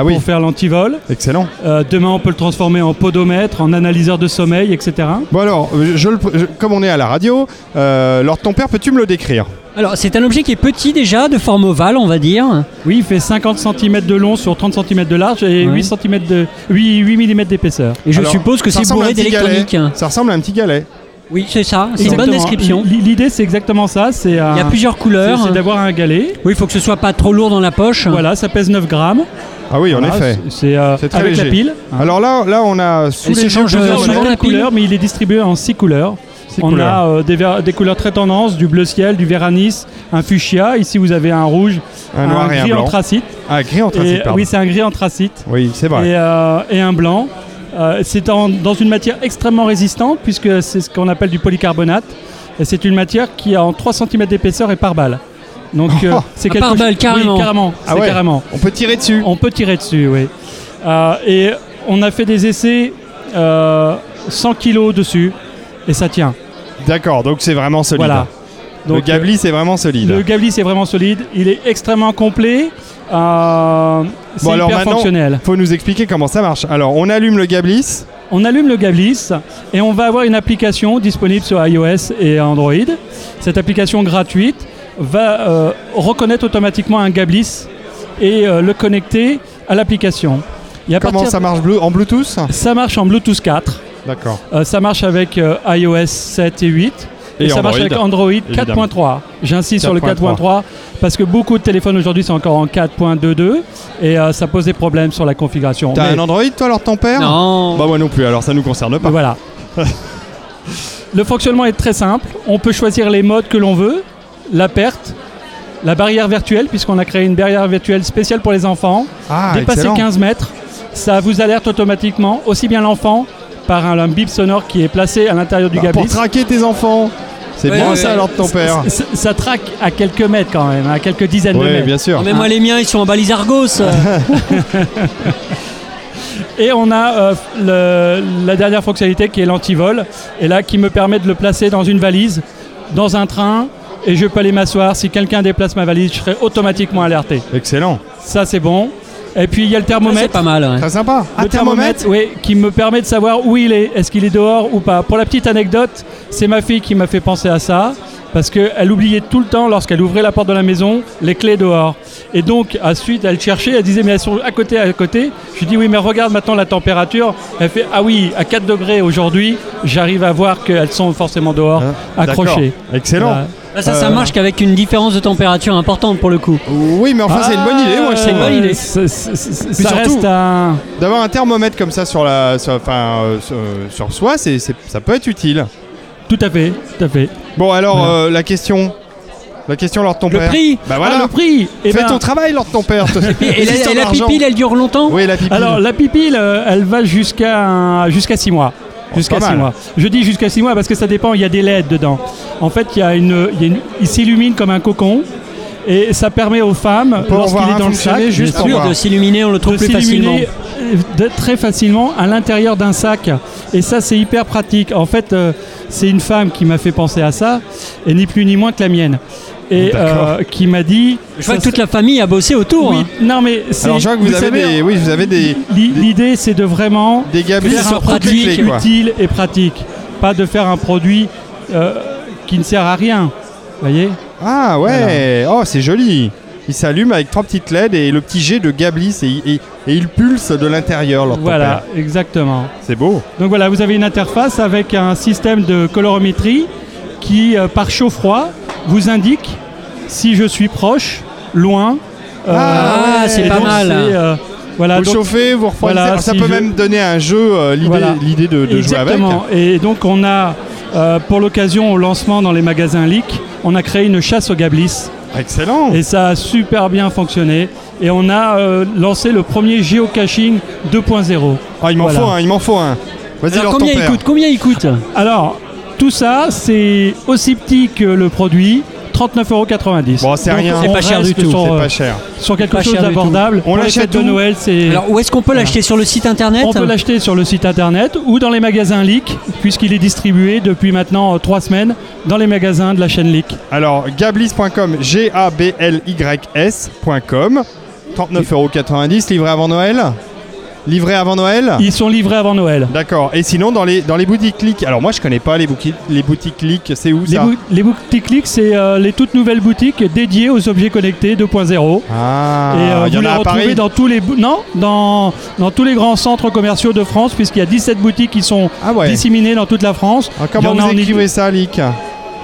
Speaker 14: pour faire l'antivol. Euh,
Speaker 1: Excellent.
Speaker 14: demain, on peut le transformer en podomètre, en analyseur de sommeil, etc.
Speaker 1: Bon alors, euh, je le pr- je- comme on est à la radio, euh, Lord ton père, peux-tu me le décrire
Speaker 2: Alors, c'est un objet qui est petit déjà, de forme ovale, on va dire.
Speaker 14: Oui, il fait 50 cm de long sur 30 cm de large et
Speaker 2: Ouais.
Speaker 14: 8, cm de, 8, mm d'épaisseur.
Speaker 2: Et je suppose que c'est bourré d'électronique. hein.
Speaker 1: Ça ressemble à un petit galet.
Speaker 2: Oui, c'est ça. C'est une bonne
Speaker 14: Exactement.
Speaker 2: description.
Speaker 14: L- L'idée, c'est exactement ça. Il y
Speaker 2: Il y a plusieurs couleurs.
Speaker 14: Ah. C'est d'avoir un galet.
Speaker 2: Oui, il faut que ce soit pas trop lourd dans la poche.
Speaker 14: Voilà, ça pèse 9 grammes.
Speaker 1: Ah oui, en
Speaker 14: Voilà,
Speaker 1: effet.
Speaker 14: C'est euh,
Speaker 1: C'est très
Speaker 14: avec
Speaker 1: léger.
Speaker 14: la pile.
Speaker 1: Alors là, là, on a sous les yeux
Speaker 2: euh,
Speaker 1: plusieurs
Speaker 14: souvent
Speaker 1: couleurs.
Speaker 14: la couleur, mais il est distribué en 6 couleurs. On
Speaker 1: couleurs.
Speaker 14: a euh, des, ver- des couleurs très tendances, du bleu ciel, du veranis, un fuchsia. Ici, vous avez un rouge,
Speaker 1: Un noir et un
Speaker 14: gris
Speaker 1: blanc.
Speaker 14: anthracite.
Speaker 1: Ah, gris anthracite,
Speaker 14: Et-
Speaker 1: pardon.
Speaker 14: Oui, c'est un gris anthracite.
Speaker 1: Oui, c'est vrai.
Speaker 14: Et, euh, et un blanc. Euh, c'est en- dans une matière extrêmement résistante, puisque c'est ce qu'on appelle du polycarbonate. Et c'est une matière qui a en 3 cm d'épaisseur et par balle. Donc, euh, c'est
Speaker 2: Ah,
Speaker 14: quelque
Speaker 2: par
Speaker 14: chose-
Speaker 2: balle,
Speaker 14: oui,
Speaker 2: carrément.
Speaker 14: carrément.
Speaker 2: Ah
Speaker 14: c'est
Speaker 2: ouais.
Speaker 14: carrément.
Speaker 1: On peut tirer dessus.
Speaker 14: On peut tirer dessus, oui. Euh, et on a fait des essais euh, 100 kg dessus et ça tient.
Speaker 1: D'accord, donc c'est vraiment solide.
Speaker 14: Voilà.
Speaker 1: le
Speaker 14: Donc, euh,
Speaker 1: gabli, c'est vraiment solide.
Speaker 14: Le Gabli, c'est vraiment solide. Il est extrêmement complet. Euh, c'est
Speaker 1: Bon, alors
Speaker 14: hyper
Speaker 1: maintenant,
Speaker 14: fonctionnel.
Speaker 1: faut nous expliquer comment ça marche. Alors, on allume le Gablis.
Speaker 14: On allume le Gablis et on va avoir une application disponible sur iOS et Android. Cette application gratuite va euh, reconnaître automatiquement un Gablis et euh, le connecter à l'application. Et à
Speaker 1: Comment
Speaker 14: partir-
Speaker 1: ça marche bleu- en Bluetooth
Speaker 14: Ça marche en Bluetooth 4.
Speaker 1: D'accord.
Speaker 14: Euh, ça marche avec euh, iOS 7 et 8. Et,
Speaker 1: Et
Speaker 14: ça marche avec
Speaker 1: Android,
Speaker 14: Android
Speaker 1: évidemment.
Speaker 14: 4.3. J'insiste sur le
Speaker 1: 4.3.
Speaker 14: 4.3 parce que beaucoup de téléphones aujourd'hui sont encore en 4.22 et euh, ça pose des problèmes sur la configuration.
Speaker 1: T'as
Speaker 14: Mais-
Speaker 1: un Android, toi, alors ton père Ah,
Speaker 2: Non.
Speaker 1: Bah, moi non plus, alors ça nous concerne pas.
Speaker 14: Voilà. Le fonctionnement est très simple. On peut choisir les modes que l'on veut, la perte, la barrière virtuelle, puisqu'on a créé une barrière virtuelle spéciale pour les enfants.
Speaker 1: Ah,
Speaker 14: Dépasser
Speaker 1: excellent.
Speaker 14: 15 mètres, ça vous alerte automatiquement, aussi bien l'enfant, par un, un bip sonore qui est placé à l'intérieur du
Speaker 1: Bah,
Speaker 14: gabis.
Speaker 1: pour traquer tes enfants. C'est
Speaker 14: Ouais,
Speaker 1: bien
Speaker 14: ouais,
Speaker 1: ça, alors de ton
Speaker 14: c-
Speaker 1: père.
Speaker 14: c- c- Ça traque à quelques mètres quand même, à quelques dizaines de Ah.
Speaker 1: Ouais,
Speaker 14: mètres.
Speaker 1: bien sûr.
Speaker 2: Non, mais moi, les miens, ils sont en balise Argos.
Speaker 14: Et on a euh, le- la dernière fonctionnalité qui est l'antivol, et là qui me permet de le placer dans une valise, dans un train, et je peux aller m'asseoir. Si quelqu'un déplace ma valise, je serai automatiquement alerté.
Speaker 1: Excellent.
Speaker 14: Ça c'est bon. Et puis il y a le thermomètre.
Speaker 2: c'est pas mal. ouais.
Speaker 1: Très sympa.
Speaker 14: Le thermomètre, oui, qui me permet de savoir où il est. Est-ce qu'il est dehors ou pas Pour la petite anecdote, c'est ma fille qui m'a fait penser à ça. Parce qu'elle oubliait tout le temps, lorsqu'elle ouvrait la porte de la maison, les clés dehors. Et donc, ensuite, elle cherchait, elle disait, mais elles sont à côté, à côté. Je lui dis, oui, mais regarde maintenant la température. Elle fait, ah oui, à 4 degrés aujourd'hui, j'arrive à voir qu'elles sont forcément dehors,
Speaker 1: Hein d'accord.
Speaker 14: accrochées.
Speaker 1: Excellent. Euh,
Speaker 14: Voilà.
Speaker 2: Bah, ça, ça marche qu'avec une différence de température importante pour le coup.
Speaker 1: Oui, mais enfin, c'est une bonne idée, moi, je
Speaker 14: Ah,
Speaker 1: trouve.
Speaker 14: c'est une bonne idée.
Speaker 1: Puis
Speaker 14: ça
Speaker 1: surtout,
Speaker 14: reste un-
Speaker 1: D'avoir un thermomètre comme ça sur, la, sur, enfin, euh, sur- euh, sur soi, c'est, c'est- ça peut être utile.
Speaker 14: Tout à fait, tout à fait.
Speaker 1: Bon, alors, euh, la question. La question, Lord ton
Speaker 14: Le
Speaker 1: père.
Speaker 14: prix
Speaker 1: Bah voilà.
Speaker 14: Ah, le prix Eh
Speaker 1: Fais
Speaker 14: ben-
Speaker 1: ton travail, Lord ton père.
Speaker 2: Et la, et la pipile, elle dure longtemps
Speaker 1: Oui, la pipile.
Speaker 14: Alors la pipile, euh, elle va jusqu'à un- jusqu'à 6 mois. Jusqu'à
Speaker 1: Oh, pas
Speaker 14: 6
Speaker 1: mal.
Speaker 14: mois. Je dis jusqu'à 6 mois parce que ça dépend, il y a des LED dedans. En fait, il, y a une, il, y a une- il s'illumine comme un cocon et ça permet aux femmes,
Speaker 1: peut en
Speaker 14: lorsqu'il
Speaker 1: voir
Speaker 14: est
Speaker 1: un
Speaker 14: dans le
Speaker 1: fonctionner
Speaker 14: sac,
Speaker 1: juste Bien pour sûr, voir. de
Speaker 2: s'illuminer, on le trouve
Speaker 14: de
Speaker 2: plus
Speaker 14: s'illuminer, euh, de- très facilement à l'intérieur d'un sac. Et ça, c'est hyper pratique. En fait, euh, c'est une femme qui m'a fait penser à ça, et ni plus ni moins que la mienne. Et euh, qui m'a dit.
Speaker 2: Je vois
Speaker 14: ça
Speaker 2: que toute la famille a bossé autour.
Speaker 14: oui,
Speaker 2: hein.
Speaker 14: non mais c'est.
Speaker 1: Alors, je vois que vous avez des- oui, vous avez des-
Speaker 14: l'i- L'idée, c'est de vraiment
Speaker 1: Des gabelets
Speaker 14: faire
Speaker 1: sur toutes
Speaker 14: un
Speaker 1: les
Speaker 14: produit
Speaker 1: clés, quoi.
Speaker 14: utile et pratique, pas de faire un produit euh, qui ne sert à rien. Voyez.
Speaker 1: Ah ouais. Oh, c'est joli. Il s'allume avec trois petites LED et le petit jet de Gablis et, et- et il pulse de l'intérieur, Lord ton
Speaker 14: Voilà,
Speaker 1: père.
Speaker 14: exactement.
Speaker 1: C'est beau.
Speaker 14: Donc voilà, vous avez une interface avec un système de colorimétrie qui, euh, par chaud-froid, vous indique si je suis proche, loin. euh,
Speaker 2: Ah,
Speaker 14: et
Speaker 2: c'est
Speaker 14: donc
Speaker 2: pas mal.
Speaker 14: c'est, euh, voilà,
Speaker 1: vous
Speaker 14: donc-
Speaker 1: chauffez, vous refroidissez.
Speaker 14: voilà,
Speaker 1: Alors, ça
Speaker 14: si
Speaker 1: peut
Speaker 14: je-
Speaker 1: même donner à un jeu euh, l'idée,
Speaker 14: Voilà.
Speaker 1: l'idée de, de jouer avec.
Speaker 14: Exactement. Et donc on a, euh, pour l'occasion, au lancement dans les magasins Leak, on a créé une chasse au gablis.
Speaker 1: Excellent.
Speaker 14: Et ça a super bien fonctionné. Et on a euh, lancé le premier géocaching 2.0.
Speaker 1: Ah, il m'en
Speaker 14: Voilà.
Speaker 1: faut un, il m'en faut un. Vas-y,
Speaker 14: Alors,
Speaker 1: Lord
Speaker 14: combien
Speaker 1: ton
Speaker 14: il
Speaker 1: père.
Speaker 14: coûte
Speaker 2: Combien il coûte
Speaker 14: Alors, tout ça, c'est aussi petit que le produit, 39,90€.
Speaker 1: Bon, c'est
Speaker 14: Donc,
Speaker 1: rien.
Speaker 14: on
Speaker 1: C'est pas cher
Speaker 14: reste
Speaker 1: du tout,
Speaker 14: Sur,
Speaker 1: c'est
Speaker 14: euh,
Speaker 1: pas cher.
Speaker 14: Sur quelque
Speaker 2: Pas
Speaker 14: chose
Speaker 2: cher du tout.
Speaker 14: d'abordable.
Speaker 2: On
Speaker 14: Pour les
Speaker 2: l'achète
Speaker 14: fêtes de
Speaker 2: où
Speaker 14: Noël, c'est.
Speaker 2: Alors, où est-ce qu'on peut l'acheter Sur le site internet
Speaker 14: on peut l'acheter sur le site internet ou dans les magasins Leak, puisqu'il est distribué depuis maintenant euh, trois semaines dans les magasins de la chaîne Leak.
Speaker 1: Alors, gablis.com, G-A-B-L-Y-S.com, 39,90€ livré avant Noël Livrés avant Noël
Speaker 14: Ils sont livrés avant Noël.
Speaker 1: D'accord. Et sinon, dans les, dans les boutiques clics, alors moi je connais pas les, bouqui- les boutiques clics, c'est où
Speaker 14: Les,
Speaker 1: ça
Speaker 14: bou- les boutiques clics, c'est euh, les toutes nouvelles boutiques dédiées aux objets connectés 2.0.
Speaker 1: Ah,
Speaker 14: et euh,
Speaker 1: il y en
Speaker 14: vous les
Speaker 1: a à
Speaker 14: retrouvez
Speaker 1: Paris
Speaker 14: dans tous les bou- non dans dans tous les grands centres commerciaux de France puisqu'il y a 17 boutiques qui sont disséminées dans toute la France.
Speaker 1: Ah Comment
Speaker 14: Il y en a
Speaker 1: vous
Speaker 14: en Ile-
Speaker 1: écrivez ça, Lick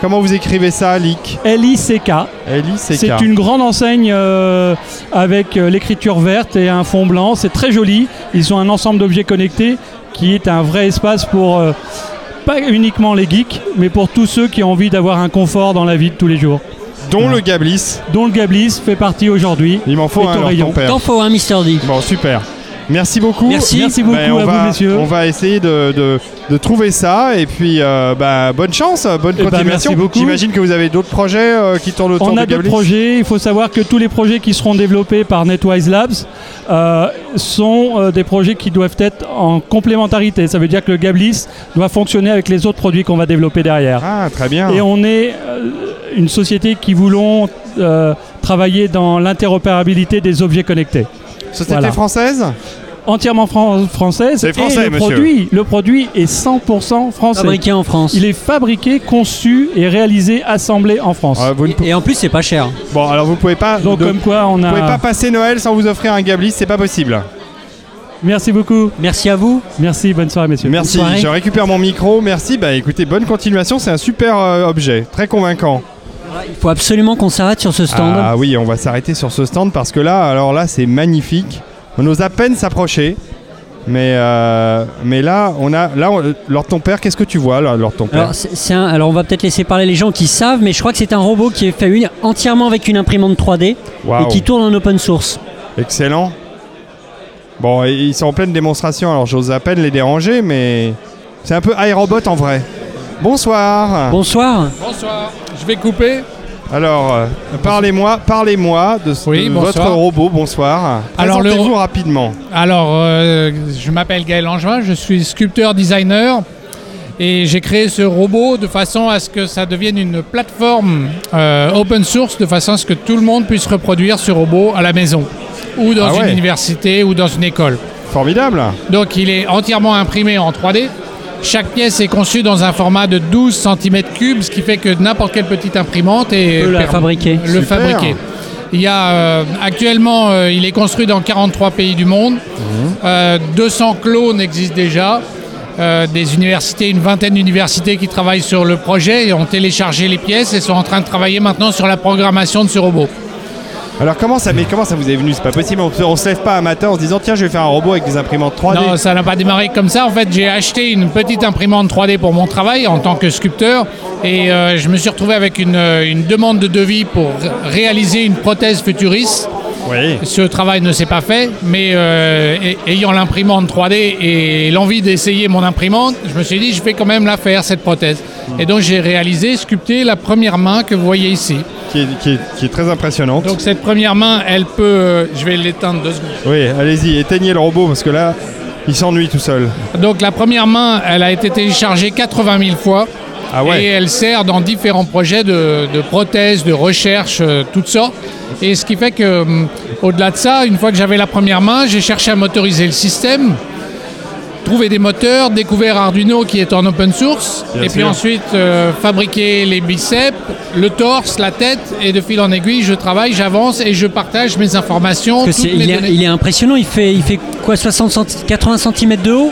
Speaker 1: Comment vous écrivez ça, Lick
Speaker 14: L-I-C-K.
Speaker 1: L-I-C-K.
Speaker 14: C'est une grande enseigne euh, avec euh, l'écriture verte et un fond blanc. C'est très joli. Ils ont un ensemble d'objets connectés qui est un vrai espace pour euh, pas uniquement les geeks, mais pour tous ceux qui ont envie d'avoir un confort dans la vie de tous les jours.
Speaker 1: Dont le Gablis.
Speaker 14: Dont le Gablis fait partie aujourd'hui.
Speaker 1: Il m'en faut un, alors, ton père. T'en faut
Speaker 2: un, Mister D.
Speaker 1: Bon, super. Merci beaucoup. Ben,
Speaker 14: Merci. Merci beaucoup
Speaker 1: on
Speaker 14: à vous,
Speaker 1: va-
Speaker 14: messieurs.
Speaker 1: On va essayer de, de- de trouver ça. Et puis, euh, bah, bonne chance, bonne
Speaker 14: Eh ben,
Speaker 1: continuation.
Speaker 14: merci beaucoup.
Speaker 1: J'imagine que vous avez d'autres projets euh, qui tournent autour
Speaker 14: On a
Speaker 1: du
Speaker 14: d'autres
Speaker 1: Gablis.
Speaker 14: projets. Il faut savoir que tous les projets qui seront développés par NetWise Labs euh, sont euh, des projets qui doivent être en complémentarité. Ça veut dire que le Gablis doit fonctionner avec les autres produits qu'on va développer derrière.
Speaker 1: Ah, très bien.
Speaker 14: Et on est euh, une société qui voulons euh, travailler dans l'interopérabilité des objets connectés.
Speaker 1: Société française
Speaker 14: Entièrement fran- française.
Speaker 1: C'est français,
Speaker 14: et le
Speaker 1: monsieur.
Speaker 14: produit, le produit est 100% français.
Speaker 2: Fabriqué en France.
Speaker 14: Il est fabriqué, conçu et réalisé, assemblé en France.
Speaker 1: Ah,
Speaker 2: et, et en plus, c'est pas cher.
Speaker 1: Bon, alors vous pouvez pas.
Speaker 14: Donc,
Speaker 1: de-
Speaker 14: comme quoi, on
Speaker 1: Vous
Speaker 14: a.
Speaker 1: pouvez pas passer Noël sans vous offrir un Gablis, c'est pas possible.
Speaker 14: Merci beaucoup.
Speaker 2: Merci à vous.
Speaker 14: Merci, bonne soirée, messieurs.
Speaker 1: Merci, je récupère mon micro. Merci, bah écoutez, bonne continuation, c'est un super euh, objet, très convaincant.
Speaker 2: Il faut absolument qu'on s'arrête sur ce stand.
Speaker 1: Ah oui, on va s'arrêter sur ce stand parce que là, alors là, c'est magnifique. On ose à peine s'approcher. Mais, euh, mais là, on a. Là, on- Lord ton père, qu'est-ce que tu vois là, Lord ton père
Speaker 2: Alors, c'est- c'est un- alors, on va peut-être laisser parler les gens qui savent, mais je crois que c'est un robot qui est fait une, entièrement avec une imprimante 3D
Speaker 1: Waouh.
Speaker 2: et qui tourne en open source.
Speaker 1: Excellent. Bon, et- ils sont en pleine démonstration, alors j'ose à peine les déranger, mais c'est un peu iRobot en vrai. Bonsoir.
Speaker 2: Bonsoir.
Speaker 16: Bonsoir, je vais couper.
Speaker 1: Alors, euh, parlez-moi, parlez-moi de, ce-
Speaker 16: Oui,
Speaker 1: de votre
Speaker 16: bonsoir.
Speaker 1: robot. Bonsoir.
Speaker 16: Alors, le
Speaker 1: Présentez-vous rapidement.
Speaker 16: Alors, euh, je m'appelle Gaël Langevin, je suis sculpteur-designer et j'ai créé ce robot de façon à ce que ça devienne une plateforme euh, open source, de façon à ce que tout le monde puisse reproduire ce robot à la maison ou dans
Speaker 1: Ah
Speaker 16: une
Speaker 1: ouais.
Speaker 16: université ou dans une école.
Speaker 1: Formidable.
Speaker 16: Donc, il est entièrement imprimé en 3D. Chaque pièce est conçue dans un format de 12 cm3, ce qui fait que n'importe quelle petite imprimante est
Speaker 2: Peut la
Speaker 16: perm-
Speaker 2: fabriquer.
Speaker 16: Le
Speaker 2: Super.
Speaker 16: fabriquer. Il y a euh, actuellement, euh, il est construit dans 43 pays du monde.
Speaker 1: Mhm.
Speaker 16: Euh, 200 clones existent déjà. Euh, des universités, une vingtaine d'universités qui travaillent sur le projet et ont téléchargé les pièces et sont en train de travailler maintenant sur la programmation de ce robot.
Speaker 1: Alors comment ça, mais comment ça vous est venu C'est pas possible. On, se- on se lève pas un matin en se disant tiens, je vais faire un robot avec des imprimantes 3D.
Speaker 16: Non, ça n'a pas démarré comme ça. En fait, j'ai acheté une petite imprimante 3D pour mon travail en tant que sculpteur et euh, je me suis retrouvé avec une, euh, une demande de devis pour ré- réaliser une prothèse futuriste. Ce travail ne s'est pas fait, mais euh, ay- ayant l'imprimante 3D et l'envie d'essayer mon imprimante, je me suis dit, je vais quand même la faire, cette prothèse. Et donc j'ai réalisé, sculpté la première main que vous voyez ici.
Speaker 1: Qui est, qui est- qui est très impressionnante.
Speaker 16: Donc cette première main, elle peut... euh, je vais l'éteindre deux secondes.
Speaker 1: Oui, allez-y, éteignez le robot parce que là, il s'ennuie tout seul.
Speaker 16: Donc la première main, elle a été téléchargée 80 000 fois.
Speaker 1: Ah
Speaker 16: Et elle sert dans différents projets de, de prothèses, de recherche, euh, toutes sortes. Et ce qui fait que, hum, au-delà de ça, une fois que j'avais la première main, j'ai cherché à motoriser le système, trouver des moteurs, découvert Arduino qui est en open source,
Speaker 1: Bien
Speaker 16: et puis
Speaker 1: sûr.
Speaker 16: ensuite euh, fabriquer les biceps, le torse, la tête, et de fil en aiguille, je travaille, j'avance et je partage mes informations.
Speaker 2: Parce que
Speaker 16: toutes
Speaker 2: c'est-
Speaker 16: mes
Speaker 2: il, est,
Speaker 16: données.
Speaker 2: il est impressionnant, il fait, il fait quoi 60 centi- 80 cm de haut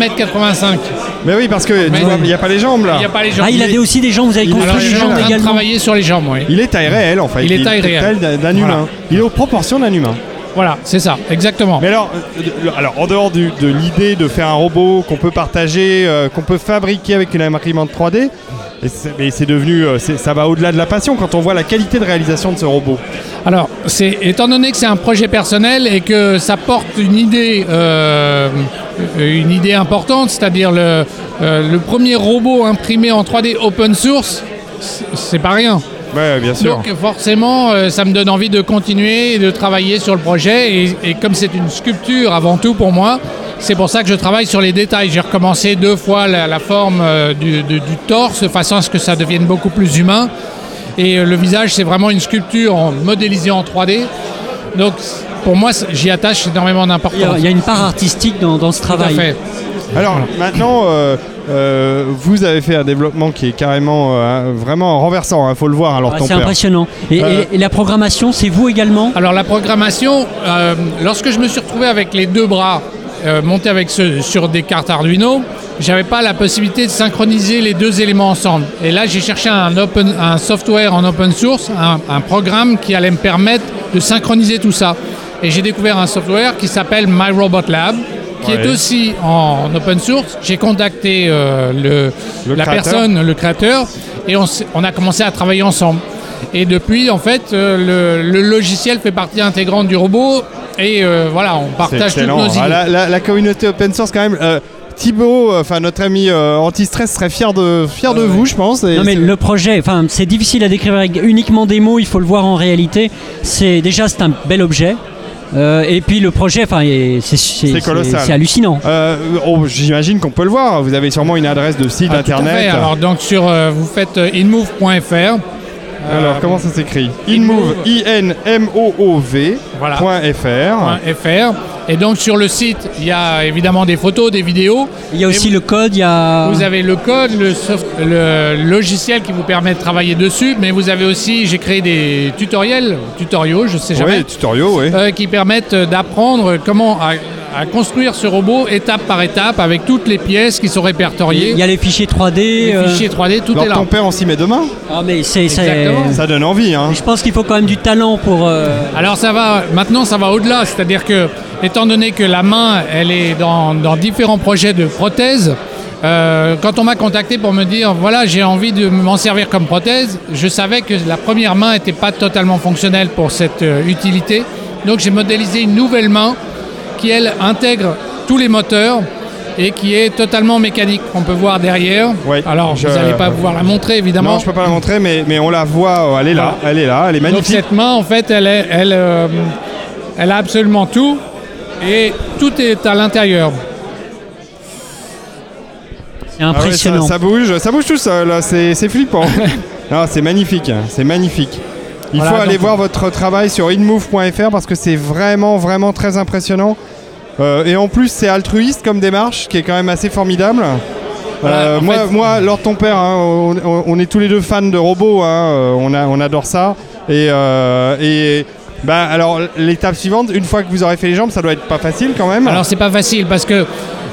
Speaker 16: 1m85.
Speaker 1: Mais oui, parce que tu vois, il n'y a pas les jambes là.
Speaker 16: Il n'y a pas les jambes.
Speaker 2: Ah, il a des- aussi des jambes, vous avez
Speaker 1: Il est
Speaker 2: construit
Speaker 1: très
Speaker 2: des
Speaker 1: jeune.
Speaker 2: jambes
Speaker 1: En train de
Speaker 2: également.
Speaker 16: travailler sur les jambes, oui.
Speaker 1: Il est taille réelle en fait.
Speaker 16: Il est taille réelle.
Speaker 1: d'un- d'un
Speaker 16: Voilà.
Speaker 1: humain. Il est aux proportions d'un humain.
Speaker 16: Voilà, c'est ça, exactement.
Speaker 1: Mais alors, euh, de- le- alors en dehors du- de l'idée de faire un robot qu'on peut partager, euh, qu'on peut fabriquer avec une imprimante 3D, et c'est- mais c'est devenu, euh, c'est- ça va au-delà de la passion quand on voit la qualité de réalisation de ce robot.
Speaker 16: Alors, c'est, étant donné que c'est un projet personnel et que ça porte une idée, euh, une idée importante, c'est-à-dire le, euh, le premier robot imprimé en 3D open source, c'est- c'est pas rien.
Speaker 1: Ouais, bien sûr.
Speaker 16: Donc forcément, euh, ça me donne envie de continuer et de travailler sur le projet. Et, et comme c'est une sculpture avant tout pour moi, c'est pour ça que je travaille sur les détails. J'ai recommencé deux fois la, la forme euh, du, du- du torse, de façon à ce que ça devienne beaucoup plus humain. Et euh, le visage, c'est vraiment une sculpture en, modélisée en 3D. Donc c- pour moi, c'est- j'y attache énormément
Speaker 1: Il
Speaker 16: d'importance.
Speaker 1: y a- il y a une
Speaker 2: part artistique dans, ce
Speaker 1: travail.
Speaker 16: Tout à fait.
Speaker 1: Alors maintenant, euh, euh, vous avez fait un développement qui est carrément euh, hein, vraiment renversant. Il faut le voir. Alors
Speaker 2: Ah,
Speaker 1: ton
Speaker 2: c'est
Speaker 1: père.
Speaker 2: impressionnant. Et,
Speaker 1: Euh,
Speaker 2: et- et la programmation, c'est vous également
Speaker 16: Alors la programmation, euh, lorsque je me suis retrouvé avec les deux bras euh, montés avec ce- sur des cartes Arduino, j'avais pas la possibilité de synchroniser les deux éléments ensemble. Et là, j'ai cherché un, open- un software en open source, un, un programme qui allait me permettre de synchroniser tout ça. Et j'ai découvert un software qui s'appelle My Robot Lab, qui est
Speaker 13: Ouais.
Speaker 16: aussi en open source. J'ai contacté euh, le, la
Speaker 13: créateur.
Speaker 16: personne, le créateur, et on, s'est- on a commencé à travailler ensemble. Et depuis, en fait, euh, le, le logiciel fait partie intégrante du robot, et euh, voilà, on
Speaker 1: C'est
Speaker 16: partage toutes
Speaker 1: excellent.
Speaker 16: nos idées.
Speaker 1: Ah, la, la- la communauté open source, quand même. euh, Thibaut, euh, enfin notre ami euh, anti-stress, serait fier de, fier de vous, je pense. et
Speaker 2: Ah Non mais
Speaker 1: c'est-
Speaker 2: le projet, enfin c'est difficile à décrire avec uniquement des mots, il faut le voir en réalité. C'est déjà c'est un bel objet. Euh, et puis le projet, enfin est- c'est-
Speaker 1: C'est colossal.
Speaker 2: c'est hallucinant.
Speaker 1: Euh, oh, J'imagine qu'on peut le voir. Vous avez sûrement une adresse de site
Speaker 16: Ah, Tout à fait.
Speaker 1: internet.
Speaker 16: Alors donc sur, euh, vous faites euh, inmove.fr.
Speaker 1: Alors,
Speaker 16: Euh,
Speaker 1: comment ça s'écrit Inmove, I-N-M-O-O-V.
Speaker 16: Voilà.
Speaker 1: Point fr.
Speaker 16: .fr. Et donc sur le site, il y a évidemment des photos, des vidéos.
Speaker 2: Il y a aussi le code, il y a...
Speaker 16: Vous avez le code, le, soft- le logiciel qui vous permet de travailler dessus, mais vous avez aussi, j'ai créé des tutoriels, tutoriaux, je sais jamais.
Speaker 1: Oui, tutoriaux, oui.
Speaker 16: euh, qui permettent d'apprendre comment à, à construire ce robot étape par étape avec toutes les pièces qui sont répertoriées.
Speaker 2: Il y a les fichiers euh, 3D.
Speaker 16: Les fichiers 3D, tout
Speaker 1: Alors,
Speaker 16: est là.
Speaker 1: ton père, on s'y met demain
Speaker 2: Ah mais c'est... c'est-
Speaker 16: Exactement.
Speaker 1: Ça donne envie, hein.
Speaker 2: Je pense qu'il faut quand même du talent pour... euh,
Speaker 16: Alors ça va, maintenant ça va au-delà, c'est-à-dire que étant donné que la main, elle est dans, dans différents projets de prothèses, euh, quand on m'a contacté pour me dire voilà j'ai envie de m'en servir comme prothèse, je savais que la première main n'était pas totalement fonctionnelle pour cette euh, utilité, donc j'ai modélisé une nouvelle main qui elle intègre tous les moteurs et qui est totalement mécanique. On peut voir derrière. Alors
Speaker 1: je-
Speaker 16: vous n'allez pas pouvoir la montrer évidemment.
Speaker 1: Non, je peux pas la montrer, mais, mais on la voit. oh, elle est là, elle est là, elle est
Speaker 16: Donc
Speaker 1: magnifique.
Speaker 16: cette main, en fait, elle, est- elle, euh, elle a absolument tout et tout est à l'intérieur.
Speaker 2: C'est
Speaker 1: Ah ouais, ça- ça, bouge, ça bouge tout seul. là, C'est c'est flippant. non, c'est magnifique, hein, c'est magnifique. Il
Speaker 16: Voilà,
Speaker 1: faut aller
Speaker 16: donc-
Speaker 1: voir votre travail sur inmove.fr parce que c'est vraiment, vraiment très impressionnant. Euh, et en plus, c'est altruiste comme démarche, qui est quand même assez formidable. Euh, moi, moi, Lord ton père, hein, on, on- on est tous les deux fans de robots, hein, euh, on, a- on adore ça. Et, euh, et bah, alors l'étape suivante, une fois que vous aurez fait les jambes, ça doit être pas facile quand même.
Speaker 16: Alors c'est pas facile parce que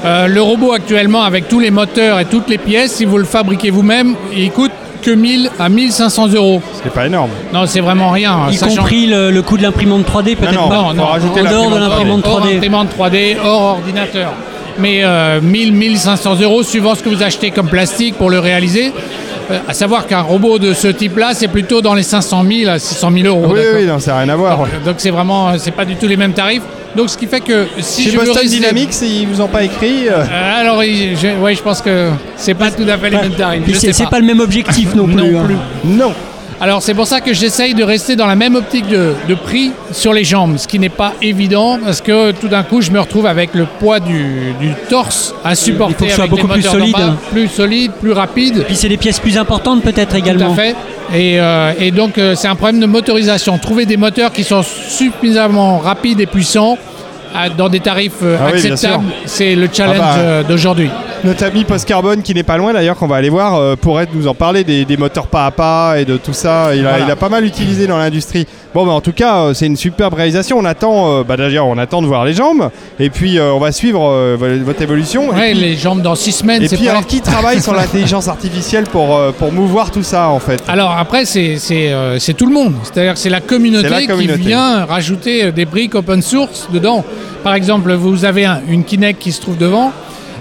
Speaker 16: euh, le robot actuellement avec tous les moteurs et toutes les pièces, si vous le fabriquez vous-même, il coûte que 1000 à 1500 euros.
Speaker 1: C'est pas énorme.
Speaker 16: Non, c'est vraiment rien.
Speaker 2: y
Speaker 16: sachant-
Speaker 2: compris le, le coût de l'imprimante 3D peut-être
Speaker 16: Non,
Speaker 2: pas.
Speaker 16: non, non,
Speaker 2: en dehors de l'imprimante
Speaker 16: Hors
Speaker 2: 3D.
Speaker 16: imprimante 3D, hors ordinateur. Mais euh, 1000, 1500 euros, suivant ce que vous achetez comme plastique pour le réaliser. Euh, à savoir qu'un robot de ce type-là, c'est plutôt dans les 500 000 à 600 000 euros.
Speaker 1: oui,
Speaker 16: Oh, d'accord
Speaker 1: oui, non, ça n'a rien à voir.
Speaker 16: Euh, Donc c'est vraiment, euh, c'est pas du tout les mêmes tarifs. Donc ce qui fait que si
Speaker 1: Chez
Speaker 16: je veux
Speaker 1: Boston
Speaker 16: rester-
Speaker 1: Dynamics, ils vous ont pas écrit. euh,
Speaker 16: Euh, alors, il- je, ouais, je pense que c'est pas tout à fait les mêmes tarifs.
Speaker 2: Puis
Speaker 16: Je
Speaker 2: c'est
Speaker 16: sais
Speaker 2: c'est pas. le même objectif non plus. hein.
Speaker 1: Non.
Speaker 16: Alors c'est pour ça que j'essaye de rester dans la même optique de, de prix sur les jambes, ce qui n'est pas évident parce que tout d'un coup je me retrouve avec le poids du, du torse à
Speaker 2: Euh, Il faut
Speaker 16: supporter.
Speaker 2: que ce soit
Speaker 16: avec les
Speaker 2: beaucoup plus
Speaker 16: moteurs d'en
Speaker 2: solide. hein.
Speaker 16: bas, plus solide, plus rapide.
Speaker 2: Puis c'est des pièces plus importantes peut-être également.
Speaker 16: Tout à fait. Et, euh, et donc euh, c'est un problème de motorisation. Trouver des moteurs qui sont suffisamment rapides et puissants à- dans des tarifs euh,
Speaker 1: Ah oui, bien
Speaker 16: acceptables,
Speaker 1: sûr.
Speaker 16: c'est le challenge
Speaker 1: Ah bah.
Speaker 16: euh, d'aujourd'hui.
Speaker 1: Notre ami Post Carbone qui n'est pas loin d'ailleurs qu'on va aller voir euh, pourrait nous en parler des, des moteurs pas à pas et de tout ça. Il a,
Speaker 16: Voilà.
Speaker 1: il a pas mal utilisé dans l'industrie. Bon bah en tout cas euh, c'est une superbe réalisation. On attend euh, bah, d'ailleurs on attend de voir les jambes et puis euh, on va suivre euh, vo- votre évolution.
Speaker 16: Ouais,
Speaker 1: et puis,
Speaker 16: les jambes dans six semaines.
Speaker 1: et
Speaker 16: c'est
Speaker 1: puis,
Speaker 16: pas-
Speaker 1: alors qui travaille sur l'intelligence artificielle pour, euh, pour mouvoir tout ça en fait
Speaker 16: Alors après, c'est c'est, euh, c'est tout le monde. C'est-à-dire que c'est la communauté,
Speaker 1: C'est la communauté.
Speaker 16: qui vient rajouter euh, des briques open source dedans. Par exemple, vous avez un- une Kinect qui se trouve devant.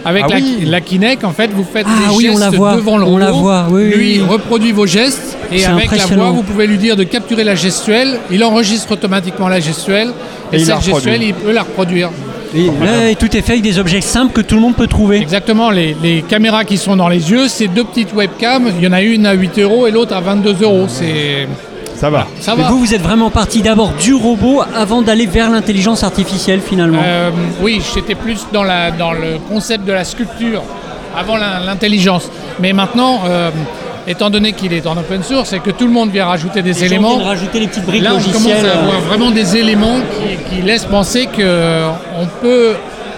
Speaker 16: Avec
Speaker 2: Ah
Speaker 16: la,
Speaker 2: oui.
Speaker 16: la Kinect, en fait, vous faites
Speaker 2: Ah
Speaker 16: des
Speaker 2: oui,
Speaker 16: gestes
Speaker 2: on la voit,
Speaker 16: devant le
Speaker 2: on la
Speaker 16: robot.
Speaker 2: voit, oui, oui,
Speaker 16: Lui
Speaker 2: oui.
Speaker 16: reproduit vos gestes et
Speaker 2: C'est
Speaker 16: avec la
Speaker 2: impressionnant.
Speaker 16: voix, vous pouvez lui dire de capturer la gestuelle. Il enregistre automatiquement la gestuelle et,
Speaker 2: Et il la
Speaker 16: cette gestuelle,
Speaker 2: reproduit.
Speaker 16: il peut la reproduire.
Speaker 2: Et là, et tout est fait avec des objets simples que tout le monde peut trouver.
Speaker 16: Exactement, les, les caméras qui sont dans les yeux, c'est deux petites webcams. Il y en a une à 8 euros et l'autre à 22 euros. C'est
Speaker 1: Ça va.
Speaker 16: ça
Speaker 2: Mais
Speaker 16: va.
Speaker 2: vous, vous êtes vraiment parti d'abord du robot avant d'aller vers l'intelligence artificielle finalement.
Speaker 16: Euh, oui, j'étais plus dans, la, dans le concept de la sculpture avant la- l'intelligence. Mais maintenant, euh, étant donné qu'il est en open source et que tout le monde vient rajouter des
Speaker 2: Les gens
Speaker 16: éléments,
Speaker 2: viennent rajouter les petites briques
Speaker 16: là on commence
Speaker 2: logicielles,
Speaker 16: à avoir
Speaker 2: euh.
Speaker 16: vraiment des éléments qui, qui laissent penser qu'on peut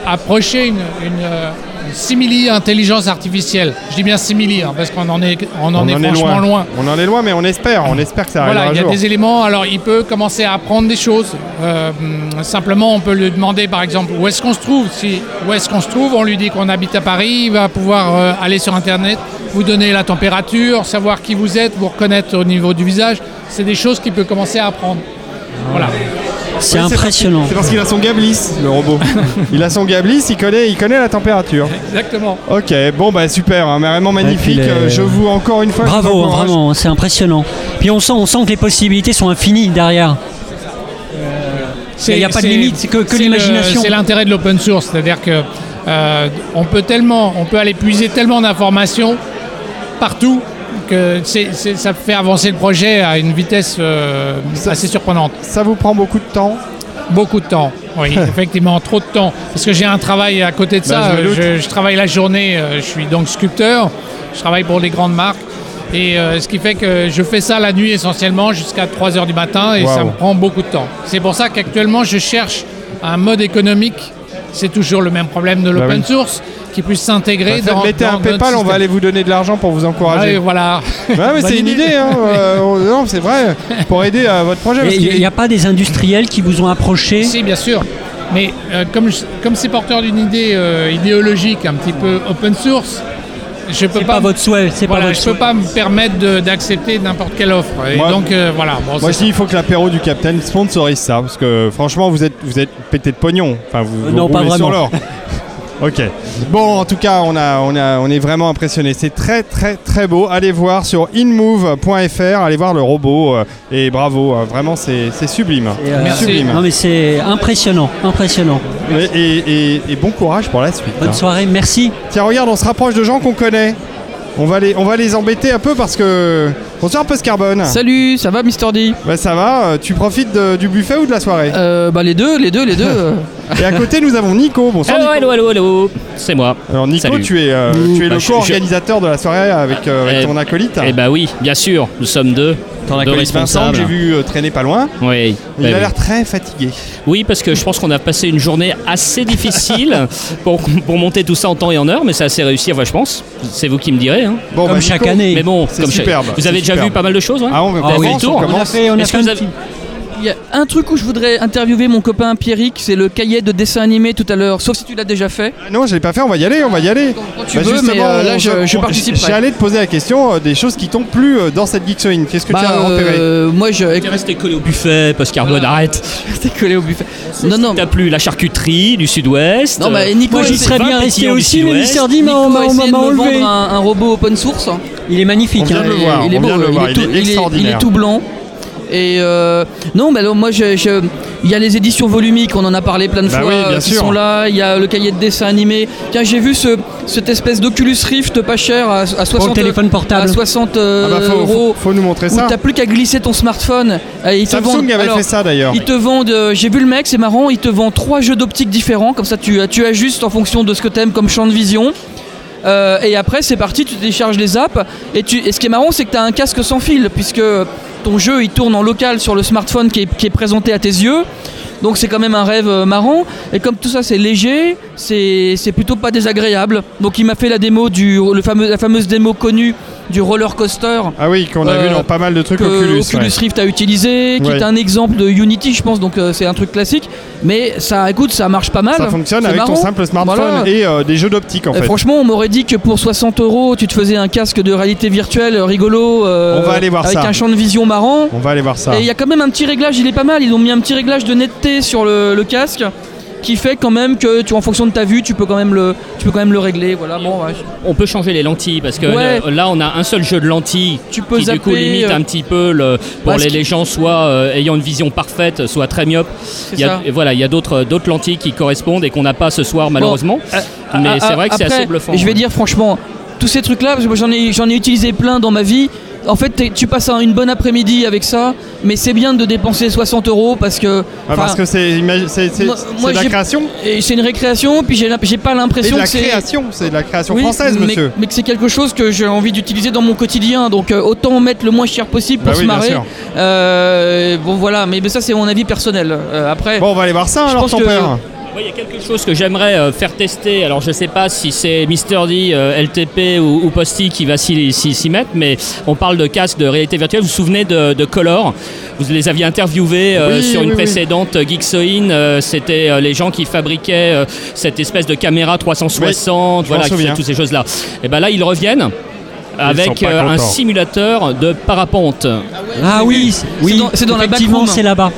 Speaker 16: approcher une, une, euh, une simili intelligence artificielle. Je dis bien simili hein, parce qu'on en est, on en est franchement loin.
Speaker 1: On en est loin, mais on espère, on espère que ça arrive
Speaker 16: Voilà,
Speaker 1: un
Speaker 16: il y a
Speaker 1: jour.
Speaker 16: des éléments. Alors, il peut commencer à apprendre des choses. Euh, hum, simplement, on peut lui demander, par exemple, où est-ce qu'on se trouve. Si, où est-ce qu'on se trouve On lui dit qu'on habite à Paris. Il va pouvoir euh, aller sur Internet, vous donner la température, savoir qui vous êtes, vous reconnaître au niveau du visage. C'est des choses qu'il peut commencer à apprendre. Voilà.
Speaker 2: C'est
Speaker 1: Oui, parce qu'il-
Speaker 2: impressionnant.
Speaker 1: C'est parce qu'il a son gablis, le robot. il a son gablis, il connaît, il connaît la température.
Speaker 16: Exactement.
Speaker 1: Ok, bon bah super, hein, vraiment magnifique.
Speaker 2: Et puis,
Speaker 1: Euh,
Speaker 2: les-
Speaker 1: Je vous encore une fois. je vous
Speaker 2: Bravo, hein,
Speaker 1: encourage.
Speaker 2: vraiment, c'est impressionnant. Puis on sent, on sent que les possibilités sont infinies derrière. Il n'y a pas de limite, c'est que, que
Speaker 16: Euh, c'est le-
Speaker 2: l'imagination.
Speaker 16: C'est l'intérêt de l'open source, c'est-à-dire que euh, on peut tellement, on peut aller puiser tellement d'informations partout que c'est- c'est- ça fait avancer le projet à une vitesse euh, assez surprenante.
Speaker 1: Ça vous prend beaucoup de temps
Speaker 16: Beaucoup de temps, oui, effectivement, trop de temps. Parce que j'ai un travail à côté de
Speaker 1: Bah,
Speaker 16: ça.
Speaker 1: je me
Speaker 16: euh,
Speaker 1: doute.
Speaker 16: je, je travaille la journée, euh, je suis donc sculpteur, je travaille pour les grandes marques. Et euh, ce qui fait que je fais ça la nuit essentiellement jusqu'à 3h du matin et ça
Speaker 17: Waouh.
Speaker 16: me prend beaucoup de temps. C'est pour ça qu'actuellement je cherche un mode économique, c'est toujours le même problème de
Speaker 1: Bah
Speaker 16: l'open
Speaker 1: oui.
Speaker 16: source, qui puisse
Speaker 1: Bah,
Speaker 16: s'intégrer
Speaker 1: faites-
Speaker 16: dans,
Speaker 1: mettez
Speaker 16: dans
Speaker 1: un
Speaker 16: notre
Speaker 1: PayPal, on va
Speaker 16: système.
Speaker 1: aller vous donner de l'argent pour vous
Speaker 16: Ah
Speaker 1: encourager.
Speaker 16: oui, voilà.
Speaker 1: Ouais, mais
Speaker 16: Bonne
Speaker 1: c'est une idée, hein, euh, on- non, c'est vrai, pour aider à votre projet. parce
Speaker 2: Il
Speaker 1: qu'il-
Speaker 2: n'y a pas des industriels qui vous ont approché
Speaker 16: Si, bien sûr. Mais euh, comme, je- comme c'est porteur d'une idée euh, idéologique un petit peu open source, je peux pas,
Speaker 2: pas votre souhait, c'est pas
Speaker 16: Voilà,
Speaker 2: votre
Speaker 16: je peux
Speaker 2: souhait.
Speaker 16: pas me permettre de- d'accepter n'importe quelle offre. Et
Speaker 1: Moi-
Speaker 16: donc euh, voilà. Bon,
Speaker 1: Moi
Speaker 16: c'est
Speaker 1: je dis il faut que l'apéro du Capitaine sponsorise ça parce que franchement vous êtes vous êtes pété de pognon. Enfin vous, vous
Speaker 2: non, pas
Speaker 1: roulez sur
Speaker 2: vraiment.
Speaker 1: l'or. ok. Bon en tout cas on a on a on est vraiment impressionné. C'est très très très beau. Allez voir sur inmove.fr. Allez voir le robot euh, et bravo. euh, Vraiment c'est c'est sublime.
Speaker 2: Et, euh,
Speaker 1: Sublime.
Speaker 2: Non mais c'est impressionnant, impressionnant.
Speaker 1: Et, et- et- et bon courage pour la suite.
Speaker 2: Bonne
Speaker 1: hein.
Speaker 2: soirée, merci.
Speaker 1: Tiens regarde on se rapproche de gens qu'on connaît. On va les on va les embêter un peu parce que bonsoir Post Carbone.
Speaker 18: Salut, ça va Mister D
Speaker 1: Ah. Bah ça va. euh, Tu profites de- du buffet ou de la soirée
Speaker 17: Euh,
Speaker 18: Bah les deux, les deux, les deux.
Speaker 1: Et à côté, nous avons Nico. Bonsoir.
Speaker 18: Hello,
Speaker 1: Nico.
Speaker 18: hello, hello, hello. C'est moi.
Speaker 1: Alors Nico,
Speaker 18: Salut.
Speaker 1: tu es, euh, tu es
Speaker 18: Bah,
Speaker 1: le
Speaker 18: je-
Speaker 1: co-organisateur de la soirée avec, euh, avec
Speaker 18: Eh-
Speaker 1: ton acolyte.
Speaker 18: Eh bah oui, bien sûr, nous sommes deux.
Speaker 1: Ton
Speaker 18: deux
Speaker 1: acolyte Vincent,
Speaker 18: responsables.
Speaker 1: que j'ai vu euh, traîner pas loin.
Speaker 18: Oui.
Speaker 1: Il
Speaker 18: bah
Speaker 1: a
Speaker 18: oui.
Speaker 1: l'air très fatigué.
Speaker 18: Oui, parce que je pense qu'on a passé une journée assez difficile pour, pour monter tout ça en temps et en heure, mais c'est assez réussi, enfin, je pense. C'est vous qui me direz. hein.
Speaker 1: Bon, Comme bah, chaque Nico, année.
Speaker 18: Mais bon,
Speaker 1: c'est
Speaker 18: comme chaque-
Speaker 1: superbe,
Speaker 18: Vous avez
Speaker 1: c'est
Speaker 18: déjà
Speaker 1: superbe.
Speaker 18: vu pas mal de choses ouais
Speaker 1: Ah, on-
Speaker 18: Vous
Speaker 1: on
Speaker 18: avez
Speaker 1: commence,
Speaker 18: tour
Speaker 1: on commence. On a fait- on a
Speaker 18: Est-ce que
Speaker 1: fait
Speaker 18: vous
Speaker 1: un
Speaker 18: avez-
Speaker 17: Il y a un truc où je voudrais interviewer mon copain Pierrick, c'est le cahier de dessin animé tout à l'heure, sauf si tu l'as déjà fait.
Speaker 1: Non, je l'ai pas fait. On va y aller, on va y aller. Bah,
Speaker 17: quand tu veux, mais, euh, là, je- je participerai.
Speaker 1: J'allais te poser la question euh, des choses qui t'ont plu euh, dans cette Geeksoin. Qu'est-ce
Speaker 17: Bah,
Speaker 1: que tu as repéré
Speaker 17: euh,
Speaker 18: moi je. T'es resté collé au buffet, parce qu'Arbonne,
Speaker 17: Ah.
Speaker 18: arrête. T'es collé au buffet. Non, non. T'as plu la charcuterie du sud-ouest.
Speaker 17: Non, mais
Speaker 18: euh,
Speaker 17: Nico,
Speaker 18: moi, j'y
Speaker 17: essaie-
Speaker 18: serais
Speaker 17: 20
Speaker 18: bien resté
Speaker 17: pétillants du
Speaker 18: aussi, mais
Speaker 17: Sud-Ouest.
Speaker 18: Mister D m'a-
Speaker 17: Nico
Speaker 18: m'a
Speaker 17: essaie de
Speaker 18: m'a
Speaker 17: me
Speaker 18: enlevé.
Speaker 17: vendre un, un robot open source.
Speaker 2: Il est magnifique.
Speaker 17: On
Speaker 18: vient de le voir,
Speaker 17: hein. Il est
Speaker 18: on
Speaker 17: beau,
Speaker 18: vient de le
Speaker 17: il
Speaker 18: voir,
Speaker 17: est
Speaker 18: il
Speaker 17: tout-
Speaker 18: est
Speaker 17: il est- Il est
Speaker 18: extraordinaire.
Speaker 17: tout blanc. Et euh, non, mais alors moi, je- je- il y a les éditions volumiques, on en a parlé plein de
Speaker 1: Bah
Speaker 17: fois,
Speaker 1: oui, bien
Speaker 17: euh, qui
Speaker 1: sûr.
Speaker 17: sont là. Il y a le cahier de dessin animé. Tiens, j'ai vu ce, cette espèce d'Oculus Rift pas cher à, à 60
Speaker 2: téléphone portable.
Speaker 17: à 60
Speaker 1: Ah bah, faut-
Speaker 17: euros.
Speaker 1: faut- faut nous montrer
Speaker 17: où
Speaker 1: ça.
Speaker 17: T'as plus qu'à glisser ton smartphone. Et ils te
Speaker 1: Samsung
Speaker 17: vendent-
Speaker 1: avait fait ça, d'ailleurs.
Speaker 17: Ils te vendent. euh, j'ai vu le mec, c'est marrant. Il te vend trois jeux d'optique différents. Comme ça, tu, euh, tu ajustes en fonction de ce que t'aimes comme champ de vision. Euh, et après, c'est parti, tu télécharges les apps. Et, tu, et ce qui est marrant, c'est que tu as un casque sans fil, puisque ton jeu, il tourne en local sur le smartphone qui est, qui est présenté à tes yeux. Donc c'est quand même un rêve euh, marrant. Et comme tout ça, c'est léger, c'est c'est plutôt pas désagréable. Donc il m'a fait la démo, du, le fameux, la fameuse démo connue du roller coaster.
Speaker 1: Ah oui, qu'on a vu dans pas mal de trucs
Speaker 17: euh, que
Speaker 1: Oculus, ouais.
Speaker 17: Rift a utilisé, qui
Speaker 1: Ouais.
Speaker 17: est un exemple de Unity, je pense. Donc euh, c'est un truc classique. Mais ça, écoute, ça marche pas mal.
Speaker 1: Ça fonctionne
Speaker 17: C'est
Speaker 1: avec ton
Speaker 17: marrant.
Speaker 1: simple smartphone
Speaker 17: Voilà.
Speaker 1: et euh, des jeux d'optique en
Speaker 17: Eh,
Speaker 1: fait.
Speaker 17: Franchement, on m'aurait dit que pour 60 euros, tu te faisais un casque de réalité virtuelle euh, rigolo. euh,
Speaker 1: On va aller voir
Speaker 17: avec
Speaker 1: ça.
Speaker 17: un champ de vision marrant.
Speaker 1: on va aller voir ça.
Speaker 17: Et il y a quand même un petit réglage, il est pas mal. Ils ont mis un petit réglage de netteté sur le, le casque qui fait quand même que tu en fonction de ta vue tu peux quand même le tu peux quand même le régler voilà bon ouais.
Speaker 18: On peut changer les lentilles parce que
Speaker 17: Ouais.
Speaker 18: le- euh, là on a un seul jeu de lentilles
Speaker 17: peux
Speaker 18: qui du coup
Speaker 17: zapper,
Speaker 18: limite
Speaker 17: euh,
Speaker 18: un petit peu le, pour
Speaker 17: ouais, ce
Speaker 18: les,
Speaker 17: qui-
Speaker 18: les gens soit euh, ayant une vision parfaite, soit très myope.
Speaker 17: C'est
Speaker 18: Il y a,
Speaker 17: ça.
Speaker 18: et voilà, il y a d'autres euh, d'autres lentilles qui correspondent et qu'on n'a pas ce soir malheureusement.
Speaker 17: Bon,
Speaker 18: mais
Speaker 17: à- à-
Speaker 18: c'est vrai que c'est
Speaker 17: Euh, après,
Speaker 18: assez bluffant.
Speaker 17: je vais dire franchement tous ces trucs là parce que moi, j'en ai j'en ai utilisé plein dans ma vie En fait, t'es- tu passes un- une bonne après-midi avec ça, mais c'est bien de dépenser 60 euros parce que.
Speaker 1: Ah, parce
Speaker 17: enfin,
Speaker 1: que c'est imagi- c'est- c'est-
Speaker 17: moi-
Speaker 1: c'est
Speaker 17: moi,
Speaker 1: de la
Speaker 17: j'ai-
Speaker 1: création
Speaker 17: et C'est une récréation, puis j'ai la- j'ai pas
Speaker 1: C'est
Speaker 17: l'impression
Speaker 1: de la
Speaker 17: que c'est.
Speaker 1: création, c'est de la création
Speaker 17: Oui,
Speaker 1: française,
Speaker 17: mais-
Speaker 1: monsieur.
Speaker 17: Mais que c'est quelque chose que j'ai envie d'utiliser dans mon quotidien, donc euh, autant mettre le moins cher possible pour
Speaker 1: Bah
Speaker 17: se
Speaker 1: oui, bien
Speaker 17: marrer.
Speaker 1: sûr.
Speaker 17: Euh, bon voilà, mais, mais ça c'est mon avis personnel. Euh, après.
Speaker 1: Bon, on va aller voir ça
Speaker 17: je pense que-
Speaker 18: Moi, il y a quelque chose que j'aimerais euh, faire tester. Alors, je sais pas si c'est Mister D, euh, LTP ou, ou Posty qui va s'y s'y- s'y mettre, mais on parle de casque de réalité virtuelle. Vous vous souvenez de, de Color Vous les aviez interviewés euh,
Speaker 19: Oui,
Speaker 18: sur une
Speaker 19: oui, oui.
Speaker 18: précédente Geeksoin. euh, C'était euh, les gens qui fabriquaient euh, cette espèce de caméra 360,
Speaker 19: Oui, je m'en
Speaker 18: voilà, qui
Speaker 19: souviens.
Speaker 18: faisaient toutes ces choses-là. Et ben là, ils reviennent.
Speaker 19: sont
Speaker 18: Avec
Speaker 19: pas
Speaker 18: euh, un
Speaker 19: contents.
Speaker 18: simulateur de parapente.
Speaker 2: Ah oui, oui, effectivement, c'est là-bas.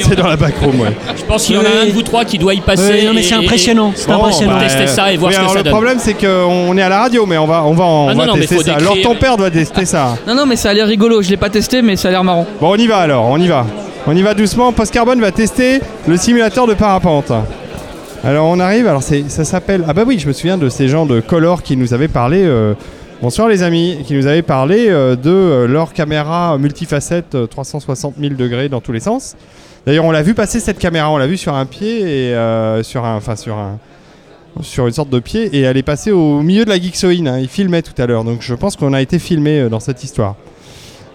Speaker 1: C'est dans la backroom, ouais.
Speaker 18: Je pense qu'il y en
Speaker 2: Oui.
Speaker 18: a un de vous trois qui doit y passer.
Speaker 1: Euh,
Speaker 2: Oui, non, mais
Speaker 18: et-
Speaker 2: c'est
Speaker 18: et-
Speaker 2: impressionnant, c'est impressionnant.
Speaker 18: Tester ça et voir
Speaker 1: Oui,
Speaker 18: ce que
Speaker 1: bah, alors
Speaker 18: ça
Speaker 1: le
Speaker 18: donne.
Speaker 1: problème, c'est qu'on est à la radio, mais on va, on va, en- on
Speaker 17: Ah non,
Speaker 1: va
Speaker 17: non, mais
Speaker 1: tester
Speaker 17: faut
Speaker 1: ça.
Speaker 17: décrire.
Speaker 1: Alors, ton père doit tester ça.
Speaker 17: Non non, mais ça a l'air rigolo. Je l'ai pas testé, mais ça a l'air marrant.
Speaker 1: Bon, on y va alors, on y va. On y va doucement. Post Carbone va tester le simulateur de parapente. Alors, on arrive. Alors, c'est- ça s'appelle. Ah, bah oui, je me souviens de ces gens de Color qui nous avaient parlé. euh, Bonsoir, les amis. Qui nous avaient parlé euh, de euh, leur caméra multifacette euh, 360 000 degrés dans tous les sens. D'ailleurs, on l'a vu passer cette caméra. On l'a vu sur un pied et euh, sur un. Enfin, sur un sur une sorte de pied et elle est passée au milieu de la Geeksoin. hein. Il filmait tout à l'heure, donc je pense qu'on a été filmé euh, dans cette histoire.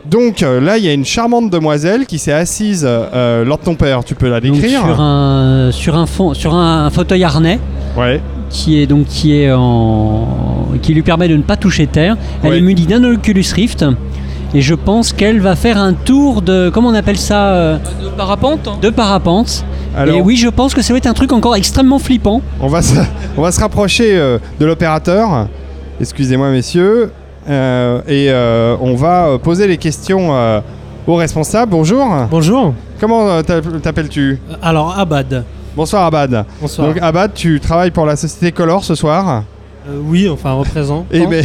Speaker 1: Donc euh, là, il y a une charmante demoiselle qui s'est assise euh, lors de ton père. Tu peux la décrire
Speaker 2: sur un sur un fond sur un fauteuil harnais qui est donc qui est en qui lui permet de ne pas toucher terre elle est munie d'un Oculus Rift et je pense qu'elle va faire un tour de comment on appelle ça euh, de
Speaker 17: parapente
Speaker 18: hein.
Speaker 2: de parapente
Speaker 1: Alors-
Speaker 2: et oui je pense que ça va être un truc encore extrêmement flippant
Speaker 1: On va se, on va se rapprocher euh, de l'opérateur. Excusez-moi, messieurs. Euh, et euh, on va euh, poser les questions euh, au responsable. Bonjour.
Speaker 20: Bonjour.
Speaker 1: Comment euh, t'app- t'appelles-tu
Speaker 20: Alors, Abad.
Speaker 1: Bonsoir, Abad.
Speaker 20: Bonsoir.
Speaker 1: Donc, Abad, tu travailles pour la société Color ce soir
Speaker 20: Euh, oui, enfin représent.
Speaker 1: Et, ben-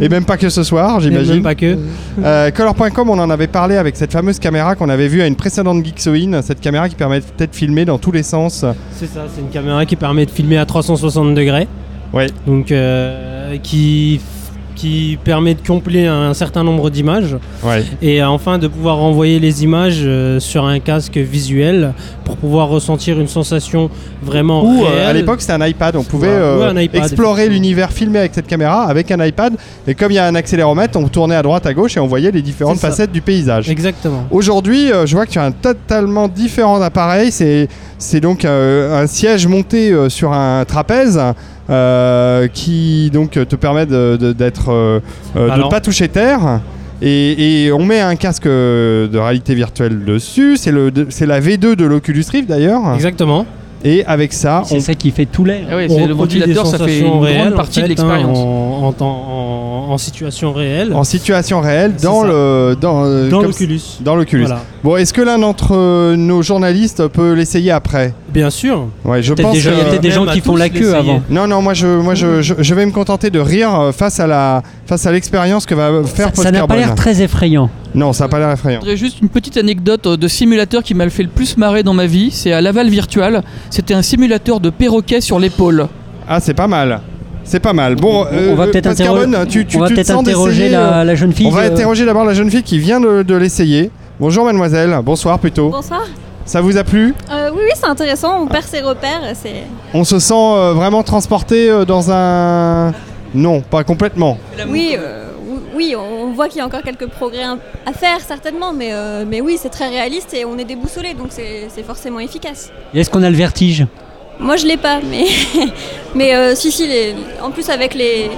Speaker 1: et même pas que ce soir, j'imagine.
Speaker 20: même pas que.
Speaker 1: Euh, Color.com, on en avait parlé avec cette fameuse caméra qu'on avait vue à une précédente Geeksoin, cette caméra qui permet peut-être de filmer dans tous les sens.
Speaker 20: C'est ça, c'est une caméra qui permet de filmer à 360 degrés.
Speaker 1: Ouais.
Speaker 20: Donc euh, qui qui permet de compléter un certain nombre d'images
Speaker 1: Ouais.
Speaker 20: et euh, enfin de pouvoir renvoyer les images euh, sur un casque visuel pour pouvoir ressentir une sensation vraiment
Speaker 1: Ou euh,
Speaker 20: réelle.
Speaker 1: à l'époque c'était un iPad, on pouvait
Speaker 20: Voilà.
Speaker 1: euh,
Speaker 20: Ou un iPad,
Speaker 1: explorer
Speaker 20: effectivement.
Speaker 1: l'univers filmé avec cette caméra avec un iPad. Et comme il y a un accéléromètre, on tournait à droite, à gauche et on voyait les différentes
Speaker 20: C'est ça.
Speaker 1: facettes du paysage.
Speaker 20: Exactement.
Speaker 1: Aujourd'hui, euh, je vois que tu as un totalement différent appareil. C'est c'est donc euh, un siège monté euh, sur un trapèze. euh, qui donc euh, te permet de de- d'être euh, euh, de ne
Speaker 20: Alors-
Speaker 1: pas toucher terre et, et on met un casque euh, de réalité virtuelle dessus c'est le de- c'est la V2 de l'Oculus Rift d'ailleurs
Speaker 20: Exactement Ah
Speaker 1: et avec ça
Speaker 2: c'est ça qui fait tout l'air
Speaker 20: On reproduit des sensations réelles, en fait, hein, en, en temps- en- en situation réelle.
Speaker 1: En situation réelle,
Speaker 20: C'est
Speaker 1: dans
Speaker 20: ça.
Speaker 1: le dans, euh,
Speaker 20: Dans
Speaker 1: comme-
Speaker 20: l'Oculus.
Speaker 1: Dans l'Oculus.
Speaker 20: Voilà.
Speaker 1: Bon, est-ce que l'un d'entre euh, nos journalistes peut l'essayer après
Speaker 20: Bien sûr.
Speaker 1: Ouais, je
Speaker 2: Peut-être
Speaker 1: pense.
Speaker 2: des gens- il y a
Speaker 1: que-
Speaker 2: peut-être des gens Même à qui font tous la queue l'essayer. avant.
Speaker 1: Non, non, moi je, moi je, je, je vais me contenter de rire euh, face à la face à l'expérience que va faire
Speaker 2: ça n'a pas
Speaker 1: Postcarbone.
Speaker 2: l'air très effrayant
Speaker 1: Non, ça n'a pas l'air effrayant.
Speaker 17: voudrais juste une petite anecdote euh, de simulateur qui m'a le fait le plus marrer dans ma vie. C'est à Laval Virtual. C'était un simulateur de perroquet sur l'épaule.
Speaker 1: Ah, c'est pas mal. C'est pas mal. Bon, euh,
Speaker 17: On- on va peut-être
Speaker 1: Postcarbone,
Speaker 17: interro-
Speaker 1: tu, tu,
Speaker 17: on va
Speaker 1: tu te
Speaker 17: peut-être
Speaker 1: sens
Speaker 17: interroger
Speaker 1: d'essayer,
Speaker 17: la-
Speaker 1: euh,
Speaker 17: la jeune fille
Speaker 1: On va
Speaker 17: de-
Speaker 1: interroger d'abord la jeune fille qui vient de, de l'essayer. Bonjour, mademoiselle. Bonsoir plutôt.
Speaker 21: Bonsoir.
Speaker 1: Ça vous a plu
Speaker 21: Euh, oui, oui, c'est intéressant. On perd ses repères. C'est.
Speaker 1: On se sent euh, vraiment transporté euh, dans un. Non, pas complètement.
Speaker 21: Oui, euh, oui, oui, on voit qu'il y a encore quelques progrès à faire certainement, mais euh, mais oui, c'est très réaliste et on est déboussolé, donc c'est c'est forcément efficace.
Speaker 2: Et est-ce qu'on a le vertige
Speaker 21: Moi, je l'ai pas, mais mais euh, si si. les- En plus avec les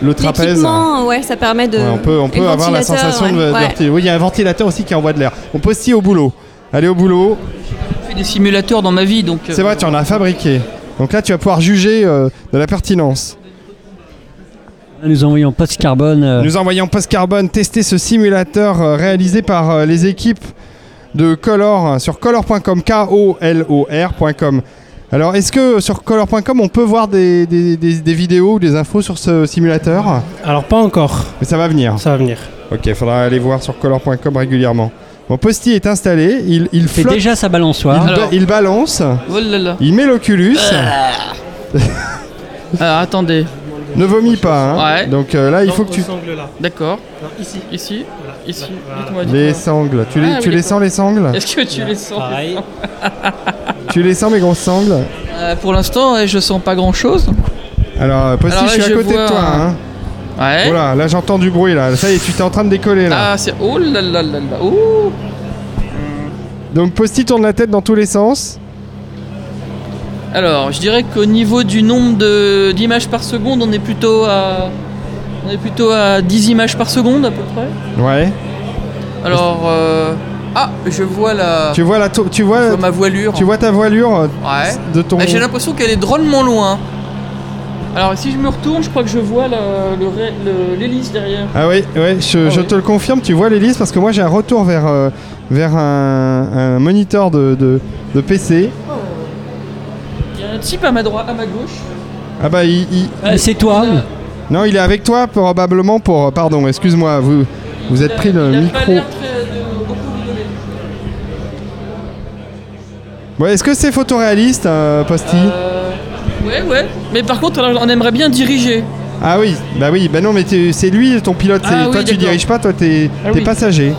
Speaker 1: Le trapèze.
Speaker 21: l'équipement, ouais, ça permet de.
Speaker 1: Ouais, on peut, on
Speaker 21: et
Speaker 1: peut
Speaker 21: le
Speaker 1: avoir la
Speaker 21: ventilateur,
Speaker 1: sensation
Speaker 21: ouais,
Speaker 1: de, de
Speaker 21: ouais.
Speaker 1: vertige. Oui, il y a un ventilateur aussi qui envoie de l'air. On postille au boulot. Allez au boulot.
Speaker 17: J'ai fait des simulateurs dans ma vie, donc. euh,
Speaker 1: C'est vrai, tu en as fabriqué. Donc là, tu vas pouvoir juger euh, de la pertinence.
Speaker 2: nous envoyons post carbone euh,
Speaker 1: Nous envoyons Postcarbone tester ce simulateur euh, réalisé par euh, les équipes de Color hein, sur color.com, K-O-L-O-R.com. Alors, est-ce que sur color.com, on peut voir des, des- des- des vidéos ou des infos sur ce simulateur
Speaker 20: Alors, pas encore.
Speaker 1: Mais ça va venir.
Speaker 20: Ça va venir.
Speaker 1: Ok, il faudra aller voir sur color.com régulièrement. Bon, Posty est installé, il, il
Speaker 2: fait
Speaker 1: flotte.
Speaker 2: déjà sa
Speaker 1: Il,
Speaker 2: balançoire
Speaker 1: ba- il balance,
Speaker 17: Oh là là.
Speaker 1: il met l'Oculus.
Speaker 17: Euh, Alors, euh, attendez.
Speaker 1: Ne vomis pas, hein.
Speaker 17: Ouais.
Speaker 1: Donc euh, là, il faut que tu.
Speaker 17: D'accord. Ici. Ici. Issu.
Speaker 1: Les sangles. Tu les,
Speaker 17: Ah,
Speaker 1: tu
Speaker 17: oui,
Speaker 1: les sens, les sangles
Speaker 17: Est-ce que tu les sens les sangles
Speaker 1: Tu les sens, mes grosses sangles
Speaker 17: Euh, Pour l'instant, ouais, je sens pas grand chose.
Speaker 1: Alors, Posty,
Speaker 17: Alors
Speaker 1: je
Speaker 17: là,
Speaker 1: suis à
Speaker 17: je
Speaker 1: côté
Speaker 17: vois
Speaker 1: de toi.
Speaker 17: un-
Speaker 1: Hein.
Speaker 17: Ouais.
Speaker 1: Voilà, là j'entends du bruit là. Ça y est, tu t'es en train de décoller là.
Speaker 17: Ah, c'est. Oh là là là là. Ouh. Ah.
Speaker 1: Donc Posty tourne la tête dans tous les sens.
Speaker 17: Alors, je dirais qu'au niveau du nombre de- d'images par seconde, on est plutôt à. On est plutôt à 10 images par seconde à peu près.
Speaker 1: Ouais.
Speaker 17: Alors. euh, Ah, je vois la.
Speaker 1: Tu vois la to- tu vois,
Speaker 17: Je vois ma voilure.
Speaker 1: Tu vois ta voilure euh,
Speaker 17: Ouais.
Speaker 1: de ton.
Speaker 17: Mais J'ai l'impression qu'elle est drôlement loin. Alors, si je me retourne, je crois que je vois la- le ré- le- l'hélice derrière.
Speaker 1: Ah oui, ouais, je, je te le confirme, tu vois l'hélice parce que moi j'ai un retour vers, euh, vers un, un monitor de, de, de PC.
Speaker 17: Il y a un type à ma droite, à ma gauche.
Speaker 1: Ah bah il. il-
Speaker 17: Euh,
Speaker 2: c'est toi
Speaker 1: Non, il est avec toi probablement pour. euh, Pardon, excuse-moi, vous, vous êtes pris le
Speaker 17: Il a pas
Speaker 1: micro.
Speaker 17: l'air très- de beaucoup rigoler.
Speaker 1: Ouais, Est-ce que c'est photoréaliste, euh, Posty
Speaker 17: Euh, Ouais, ouais. Mais par contre, alors, on aimerait bien diriger.
Speaker 1: Ah oui, bah oui, bah non, mais t'es- c'est lui ton pilote, c'est-
Speaker 17: Ah oui,
Speaker 1: toi tu
Speaker 17: d'accord.
Speaker 1: diriges pas, toi t'es
Speaker 17: Ah
Speaker 1: t'es
Speaker 17: oui.
Speaker 1: passager.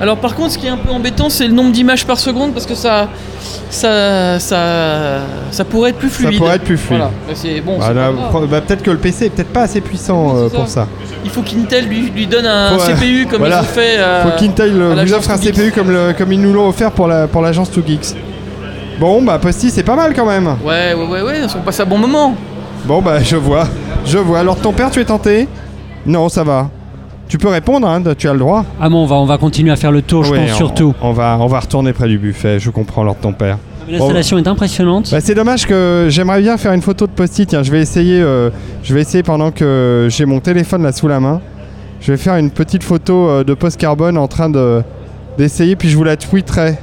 Speaker 17: Alors par contre, ce qui est un peu embêtant, c'est le nombre d'images par seconde parce que ça, ça, ça, ça pourrait être plus fluide.
Speaker 1: Ça pourrait être plus fluide.
Speaker 17: Voilà. Mais c'est bon.
Speaker 1: Bah
Speaker 17: c'est
Speaker 1: là,
Speaker 17: pas grave.
Speaker 1: pro- bah, peut-être que le PC est peut-être pas assez puissant euh,
Speaker 17: c'est
Speaker 1: pour ça.
Speaker 17: Il faut qu'Intel lui, lui donne un
Speaker 1: Faut, euh,
Speaker 17: CPU comme
Speaker 1: voilà.
Speaker 17: ils ont fait. euh,
Speaker 1: Faut qu'Intel
Speaker 17: à
Speaker 1: euh,
Speaker 17: l'agence
Speaker 1: vous offre un
Speaker 17: Too Geeks.
Speaker 1: CPU comme, le- comme ils nous l'ont offert pour la- pour l'agence Two Geeks. Bon, bah Posty, c'est pas mal quand même.
Speaker 17: Ouais, ouais, ouais, ouais. On passe à bon moment.
Speaker 1: Bon, bah je vois, je vois. Alors ton père, tu es tenté Non, ça va. Tu peux répondre, hein, tu as le droit.
Speaker 2: Ah bon, on va, on va continuer à faire le tour, je
Speaker 1: Ouais,
Speaker 2: pense
Speaker 1: on-
Speaker 2: surtout.
Speaker 1: On va, on va retourner près du buffet, je comprends l'ordre de ton père.
Speaker 2: Ah, L'installation est impressionnante.
Speaker 1: Bah, c'est dommage que j'aimerais bien faire une photo de post-it. Tiens, je vais essayer. euh, je vais essayer pendant que j'ai mon téléphone là sous la main. Je vais faire une petite photo euh, de post carbone en train de d'essayer, puis je vous la tweeterai.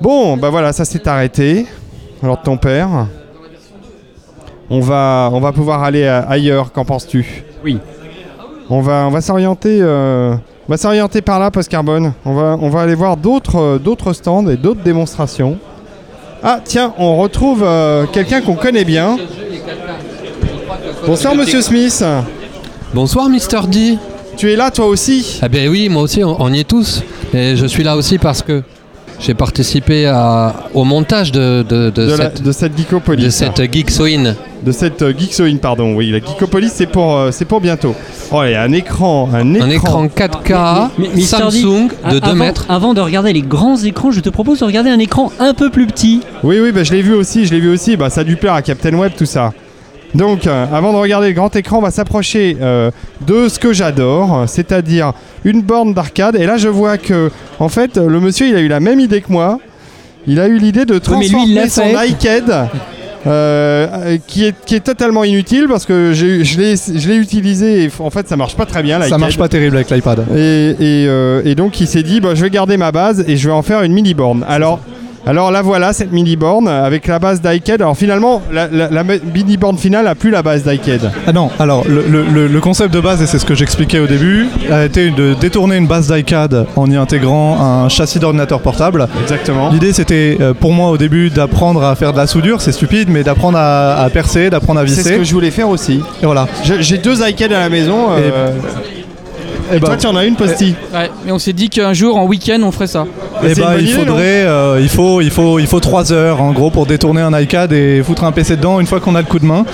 Speaker 1: Bon, bah voilà, ça s'est arrêté. Alors ton père. On va, on va pouvoir aller euh, ailleurs. Qu'en penses-tu
Speaker 2: Oui.
Speaker 1: On va, on va s'orienter. euh, on va s'orienter par là, post carbone. On va, on va aller voir d'autres, euh, d'autres stands et d'autres démonstrations. Ah tiens, on retrouve euh, quelqu'un qu'on connaît bien. Bonsoir Monsieur Smith.
Speaker 19: Bonsoir Mister D.
Speaker 1: Tu es là toi aussi
Speaker 19: Ah ben oui, moi aussi, on, on y est tous. Et je suis là aussi parce que j'ai participé à- au montage de, de- de
Speaker 1: De la-
Speaker 19: cette...
Speaker 1: de cette Geekopolis.
Speaker 19: de cette Geeksoin.
Speaker 1: De cette euh, Geeksoin, pardon. Oui, la Geekopolis, c'est pour, euh, c'est pour bientôt. Oh, il y a un écran, un écran.
Speaker 19: écran 4K,
Speaker 2: Mais- mais- mais Mr. D,
Speaker 19: Samsung
Speaker 2: a-
Speaker 19: de deux
Speaker 2: avant-
Speaker 19: mètres.
Speaker 2: Avant de regarder les grands écrans, je te propose de regarder un écran un peu plus petit.
Speaker 1: Oui, oui, bah, je l'ai vu aussi, je l'ai vu aussi. Bah, ça a dû plaire à Captain Web, tout ça. Donc, euh, avant de regarder le grand écran, on va s'approcher euh, de ce que j'adore, euh, c'est-à-dire une borne d'arcade. Et là, je vois que, en fait, le monsieur, il a eu la même idée que moi. Il a eu l'idée de
Speaker 2: mais lui,
Speaker 1: transformer
Speaker 2: il l'a
Speaker 1: son
Speaker 2: fait.
Speaker 1: iCAD, euh, euh, qui, est, qui est totalement inutile parce que j'ai eu- je l'ai je l'ai utilisé et f- en fait, ça marche pas très bien.
Speaker 5: Ça
Speaker 1: l'iCAD.
Speaker 5: marche pas terrible avec l'iPad.
Speaker 1: Et, et, euh, et donc il s'est dit bah, je vais garder ma base et je vais en faire une mini borne. Alors, alors la voilà cette mini borne avec la base d'iCAD. Alors finalement la, la- la mini borne finale a plus la base E d'iCAD.
Speaker 5: Ah non, alors le, le- le- le concept de base, et c'est ce que j'expliquais au début, a été de détourner une base d'iCAD en y intégrant un châssis d'ordinateur portable.
Speaker 1: Exactement.
Speaker 5: L'idée c'était euh, pour moi au début d'apprendre à faire de la soudure, c'est stupide, mais d'apprendre à, à percer, d'apprendre à visser.
Speaker 1: C'est ce que je voulais faire aussi.
Speaker 5: Et voilà.
Speaker 1: J'ai deux iCAD à la maison. euh, et toi, tu en as une, Posty
Speaker 17: Ouais, mais on s'est dit qu'un jour, en week-end, on ferait ça.
Speaker 5: Eh ben, il faudrait, euh, il faut, il faut, il faut 3 heures en gros pour détourner un iCAD et foutre un PC dedans une fois qu'on a le coup de main.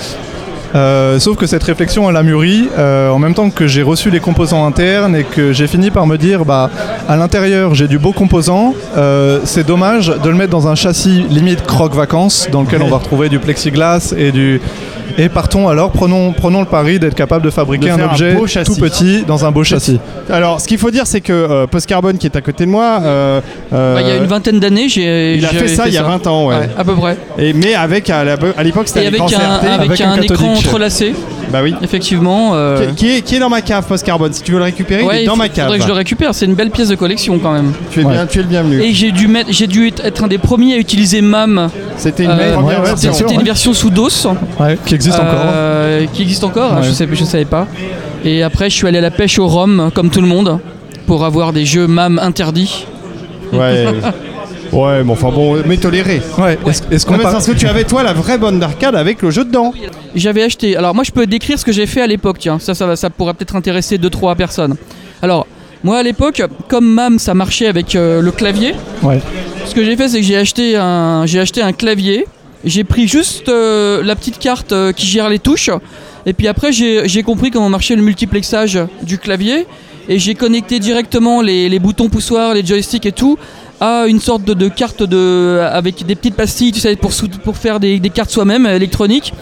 Speaker 5: Euh, sauf que cette réflexion elle a mûri euh, en même temps que j'ai reçu les composants internes et que j'ai fini par me dire bah à l'intérieur j'ai du beau composant euh, c'est dommage de le mettre dans un châssis limite croque vacances dans lequel on va retrouver du plexiglas et du et partons alors prenons prenons le pari d'être capable de fabriquer
Speaker 1: De
Speaker 5: un
Speaker 1: faire un
Speaker 5: objet
Speaker 1: beau
Speaker 5: tout
Speaker 1: châssis.
Speaker 5: petit dans un beau châssis.
Speaker 1: Alors ce qu'il faut dire c'est que euh, Post Carbone qui est à côté de moi. euh, euh,
Speaker 17: Bah, il y a une vingtaine d'années, j'ai.
Speaker 1: il a
Speaker 17: j'avais
Speaker 1: fait ça il y a 20 ans, ouais.
Speaker 17: à peu près.
Speaker 1: Et mais avec à la- à l'époque c'était
Speaker 17: Et avec
Speaker 1: écran
Speaker 17: un,
Speaker 1: CRT.
Speaker 17: avec un écran entrelacé.
Speaker 1: Bah oui.
Speaker 17: Effectivement. euh,
Speaker 1: Qui, qui est, qui est dans ma cave, Post Carbone. Si tu veux le récupérer, il
Speaker 17: Ouais,
Speaker 1: est dans
Speaker 17: faut-
Speaker 1: ma cave.
Speaker 17: faudrait que je le récupère, c'est une belle pièce de collection quand même.
Speaker 1: Tu es bien- tu es le bienvenu.
Speaker 17: Et j'ai dû, mettre, j'ai dû être- être un des premiers à utiliser MAM.
Speaker 1: C'était
Speaker 5: une première version.
Speaker 17: Euh, C'était, c'était une
Speaker 5: Ouais.
Speaker 17: version sous DOS.
Speaker 5: qui existe
Speaker 17: encore. Qui existe encore, hein,
Speaker 5: Ouais.
Speaker 17: je sais, je savais pas. Et après, je suis allé à la pêche au ROM, comme tout le monde, pour avoir des jeux MAM interdits.
Speaker 1: Ouais. Ouais, mais enfin bon, mais toléré.
Speaker 5: Ouais. Est-ce
Speaker 1: est-ce qu'on
Speaker 5: qu'on
Speaker 1: mais
Speaker 5: par-
Speaker 1: parce que tu avais toi la vraie bonne d'arcade avec le jeu dedans.
Speaker 17: J'avais acheté. Alors moi, je peux décrire ce que j'ai fait à l'époque. Tiens, ça, ça, va- ça pourra peut-être intéresser deux trois personnes. Alors moi, à l'époque, comme MAM, ça marchait avec euh, le clavier.
Speaker 5: Ouais.
Speaker 17: Ce que j'ai fait, c'est que j'ai acheté un, j'ai acheté un clavier. J'ai pris juste euh, la petite carte euh, qui gère les touches. Et puis après, j'ai j'ai compris comment marchait le multiplexage du clavier. Et j'ai connecté directement les, les boutons poussoirs, les joysticks et tout à une sorte de, de carte de, avec des petites pastilles, tu sais, pour, sou- pour faire des, des cartes soi-même euh, électroniques.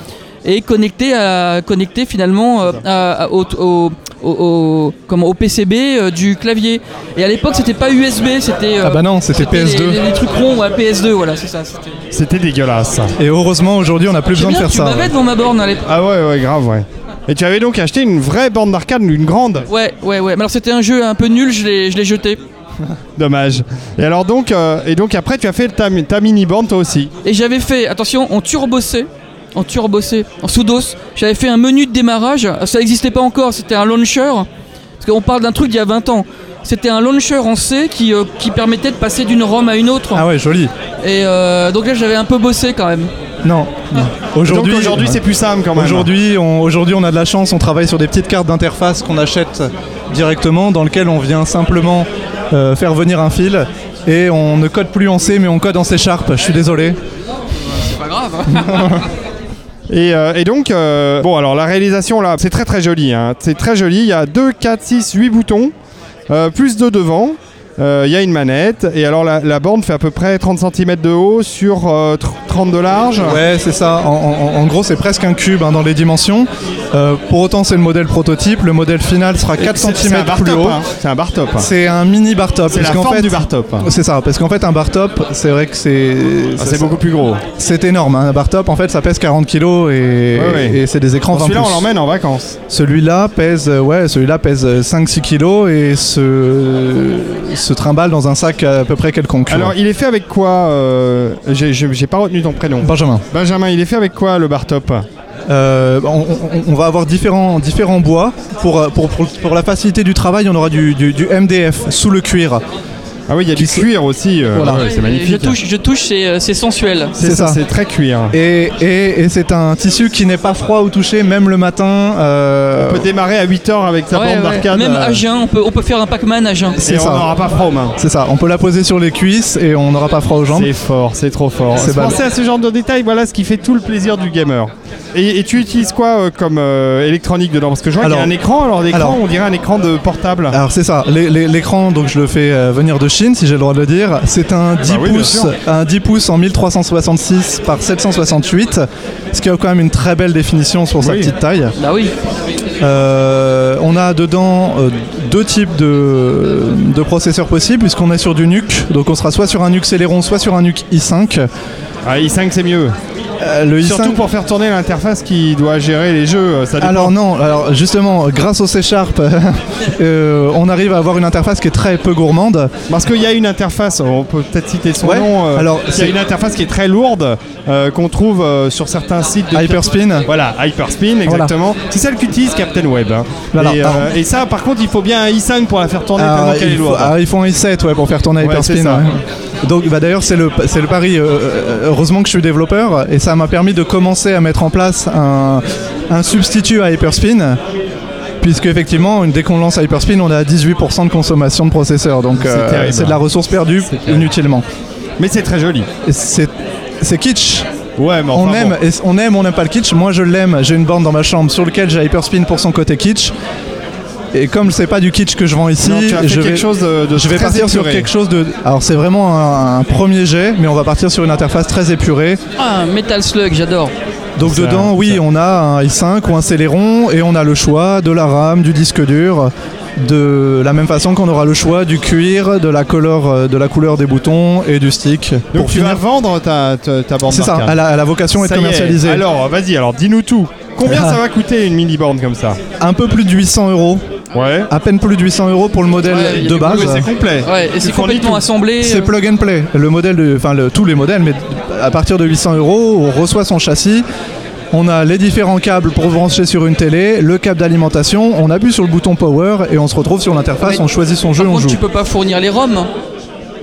Speaker 17: Et connecté, à, connecté finalement euh, à- à- au, au- au- au- comment, au PCB euh, du clavier. Et à l'époque, c'était pas USB, c'était. euh,
Speaker 5: Ah bah non, c'était
Speaker 17: les-
Speaker 5: PS2.
Speaker 17: les- les trucs ronds, ouais, PS2, voilà, c'est ça. c'était-
Speaker 1: C'était dégueulasse.
Speaker 5: Et heureusement aujourd'hui on n'a plus
Speaker 17: J'ai
Speaker 5: besoin de
Speaker 17: bien,
Speaker 5: faire
Speaker 17: tu
Speaker 5: ça.
Speaker 17: m'avais devant ma borne à l'époque.
Speaker 1: Ah ouais, ouais, grave, ouais. Et tu avais donc acheté une vraie borne d'arcade, une grande.
Speaker 17: Ouais, ouais, ouais. Mais alors c'était un jeu un peu nul, je l'ai je l'ai jeté.
Speaker 1: Dommage. Et alors donc, euh, et donc après tu as fait ta, ta mini borne toi aussi.
Speaker 17: Et j'avais fait, attention, en turbo C, en turbo C, en sous-dos, j'avais fait un menu de démarrage. Ça n'existait pas encore, c'était un launcher. Parce qu'on parle d'un truc d'il y a 20 ans. C'était un launcher en C qui, euh, qui permettait de passer d'une ROM à une autre.
Speaker 5: Ah ouais, joli.
Speaker 17: Et euh, donc là, j'avais un peu bossé quand même. Ah,
Speaker 5: Non. Aujourd'hui, euh,
Speaker 1: Donc aujourd'hui, c'est plus simple, quand même.
Speaker 5: Aujourd'hui, on, aujourd'hui, on a de la chance. On travaille sur des petites cartes d'interface qu'on achète directement, dans lesquelles on vient simplement euh, faire venir un fil et on ne code plus en C, mais on code en C Sharp. Je suis désolé.
Speaker 17: C'est pas grave.
Speaker 1: Et, euh, et donc, euh, bon, alors la réalisation là, c'est très très joli. hein. C'est très joli. Il y a 2, 4, 6, 8 boutons, euh, plus 2 devant. Euh, Il y a une manette. Et alors la, la borne fait à peu près 30 cm de haut sur euh, tr- 30 de large.
Speaker 5: Ouais, c'est ça. En, en- en gros, c'est presque un cube hein, dans les dimensions. Euh, pour autant, c'est le modèle prototype. Le modèle final sera 4
Speaker 1: c'est- c'est
Speaker 5: cm
Speaker 1: un bar
Speaker 5: plus
Speaker 1: top,
Speaker 5: haut.
Speaker 1: hein. C'est un bar top.
Speaker 5: C'est un mini bar top.
Speaker 1: C'est la
Speaker 5: parce qu'en
Speaker 1: forme
Speaker 5: fait-
Speaker 1: du bar top.
Speaker 5: C'est ça, parce qu'en fait, un bar top, c'est vrai que c'est.
Speaker 1: Ah,
Speaker 5: ça-
Speaker 1: c'est
Speaker 5: ça-
Speaker 1: beaucoup plus gros.
Speaker 5: C'est énorme. hein. Un bar top, en fait, ça pèse 40 kilos et,
Speaker 1: Ouais, ouais.
Speaker 5: et c'est des écrans
Speaker 1: Bon,
Speaker 5: 20
Speaker 1: Celui-là, on
Speaker 5: pouces.
Speaker 1: l'emmène en vacances.
Speaker 5: Celui-là pèse, euh, ouais, celui-là pèse 5-6 kilos et se, se trimballe dans un sac à peu près quelconque.
Speaker 1: Alors,
Speaker 5: ouais.
Speaker 1: il est fait avec quoi euh, j'ai- J'ai j'ai pas retenu ton prénom.
Speaker 5: Benjamin.
Speaker 1: Benjamin, il est fait avec quoi le bar top
Speaker 5: Euh, on, on- on va avoir différents, différents bois. Pour, euh, pour, pour- pour la facilité du travail, on aura du, du- du MDF sous le cuir.
Speaker 1: Ah oui, il y a du cuir aussi. euh,
Speaker 17: Je touche, je touche c'est euh, c'est sensuel.
Speaker 1: très cuir.
Speaker 5: Et, et- et c'est un tissu qui n'est pas froid au toucher, même le matin. euh,
Speaker 1: On peut démarrer à 8h avec sa
Speaker 17: Ouais,
Speaker 1: borne
Speaker 17: ouais.
Speaker 1: d'arcade.
Speaker 17: Même
Speaker 5: euh,
Speaker 17: à jeun, on peut, on peut faire un Pac-Man à jeun.
Speaker 5: C'est ça. C'est ça. On peut la poser sur les cuisses et on n'aura pas froid aux jambes.
Speaker 1: C'est fort, c'est trop fort.
Speaker 5: Ah, C'est ballot.
Speaker 1: Pensez à ce genre de détails, voilà ce qui fait tout le plaisir du gamer. Et, et tu utilises quoi euh, comme euh, électronique dedans Parce que je vois qu'il y a
Speaker 5: Alors-
Speaker 1: un écran, alors l'écran,
Speaker 5: alors-
Speaker 1: on dirait un écran de portable.
Speaker 5: Alors c'est ça, L'é- l'é- l'écran, donc je le fais euh, venir de Chine, si j'ai le droit de le dire. C'est un 10
Speaker 1: Bah oui, bien
Speaker 5: pouces,
Speaker 1: sûr.
Speaker 5: un 10 pouces en 1366 par 768, ce qui a quand même une très belle définition sur sa
Speaker 17: Oui.
Speaker 5: petite taille.
Speaker 17: Bah oui.
Speaker 5: Euh, on a dedans euh, deux types de, de processeurs possibles, puisqu'on est sur du NUC, donc on sera soit sur un NUC Celeron, soit sur un NUC i5.
Speaker 1: Ah, i5 c'est mieux.
Speaker 5: Euh, le i5
Speaker 1: Surtout pour faire tourner l'interface qui doit gérer les jeux, euh, ça dépend.
Speaker 5: alors non, alors justement, grâce au C Sharp, euh, on arrive à avoir une interface qui est très peu gourmande.
Speaker 1: Parce qu'il y a une interface, on peut peut-être citer son
Speaker 5: Ouais,
Speaker 1: nom. euh,
Speaker 5: alors,
Speaker 1: il y a
Speaker 5: c'est-
Speaker 1: une interface qui est très lourde euh, qu'on trouve euh, sur certains sites. De
Speaker 5: Hyperspin.
Speaker 1: Voilà, Hyperspin, exactement. C'est celle qu'utilise Captain Web. hein.
Speaker 5: Voilà.
Speaker 1: Et,
Speaker 5: Ah.
Speaker 1: et ça, par contre, il faut bien un i5 pour la faire tourner
Speaker 5: Ah,
Speaker 1: tellement qu'elle est
Speaker 5: il faut,
Speaker 1: lourde. hein.
Speaker 5: ah, ils font un i7 ouais, pour faire tourner
Speaker 1: Ouais,
Speaker 5: Hyperspin.
Speaker 1: c'est ça.
Speaker 5: ouais. Donc bah, d'ailleurs c'est le, c'est le pari. euh, euh, heureusement que je suis développeur et ça m'a permis de commencer à mettre en place un, un substitut à Hyperspin. Puisque effectivement, une- dès qu'on lance Hyperspin, on a 18% de consommation de processeur. Donc euh,
Speaker 1: terrible.
Speaker 5: c'est de la ressource perdue inutilement.
Speaker 1: Mais c'est très joli.
Speaker 5: C'est c'est kitsch.
Speaker 1: Ouais, mais enfin
Speaker 5: on aime,
Speaker 1: bon.
Speaker 5: et- on aime, on n'aime pas le kitsch. Moi, je l'aime. J'ai une borne dans ma chambre sur laquelle j'ai Hyperspin pour son côté kitsch. Et comme c'est pas du kitsch que je vends ici,
Speaker 1: Non, tu as fait
Speaker 5: je
Speaker 1: quelque
Speaker 5: vais,
Speaker 1: chose de- de
Speaker 5: je vais
Speaker 1: très
Speaker 5: partir sur
Speaker 1: épuré.
Speaker 5: quelque chose de. Alors c'est vraiment un, un premier jet, mais on va partir sur une interface très épurée.
Speaker 17: Ah, Metal Slug, j'adore.
Speaker 5: Donc
Speaker 17: Ça,
Speaker 5: dedans, oui, on a un i5 ou un Celeron et on a le choix de la RAM, du disque dur. De la même façon qu'on aura le choix du cuir, de la, color, de la couleur des boutons et du stick.
Speaker 1: Donc
Speaker 5: Pour
Speaker 1: tu vas vendre ta, ta, ta borne
Speaker 5: C'est ça,
Speaker 1: d'arcade.
Speaker 5: elle a- elle a vocation à être
Speaker 1: Ça y est.
Speaker 5: commercialisée.
Speaker 1: Alors, vas-y, alors dis-nous tout. Combien
Speaker 5: Ah.
Speaker 1: ça va coûter une mini borne comme ça
Speaker 5: un peu plus de 800 euros.
Speaker 1: Ouais.
Speaker 5: À peine plus de 800 euros pour le modèle
Speaker 1: Ouais, il y a
Speaker 5: de
Speaker 1: du
Speaker 5: base.
Speaker 1: coup, c'est complet. euh, Ouais, et Tu c'est fournis complètement tout. assemblé,
Speaker 5: C'est
Speaker 1: euh.
Speaker 5: plug and play. Le modèle, de- enfin le- tous les modèles, mais à partir de 800 euros, on reçoit son châssis. On a les différents câbles pour brancher sur une télé, le câble d'alimentation, on appuie sur le bouton power et on se retrouve sur l'interface,
Speaker 17: Mais-
Speaker 5: on choisit son
Speaker 17: Par
Speaker 5: jeu, on
Speaker 17: contre,
Speaker 5: joue.
Speaker 17: tu peux pas fournir les ROM.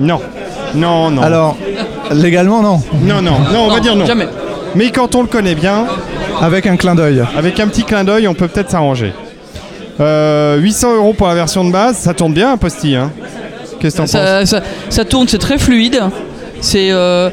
Speaker 1: Non. Non, non.
Speaker 5: Alors, légalement, non.
Speaker 1: Non, non, non, on va dire non. Mais quand on le connaît bien.
Speaker 5: Avec un clin d'œil.
Speaker 1: Avec un petit clin d'œil, on peut peut-être s'arranger. Euh, 800 euros pour la version de base, ça tourne bien, un postille. Hein Qu'est-ce que t'en penses
Speaker 17: Ça, ça- ça tourne, c'est très fluide. C'est euh,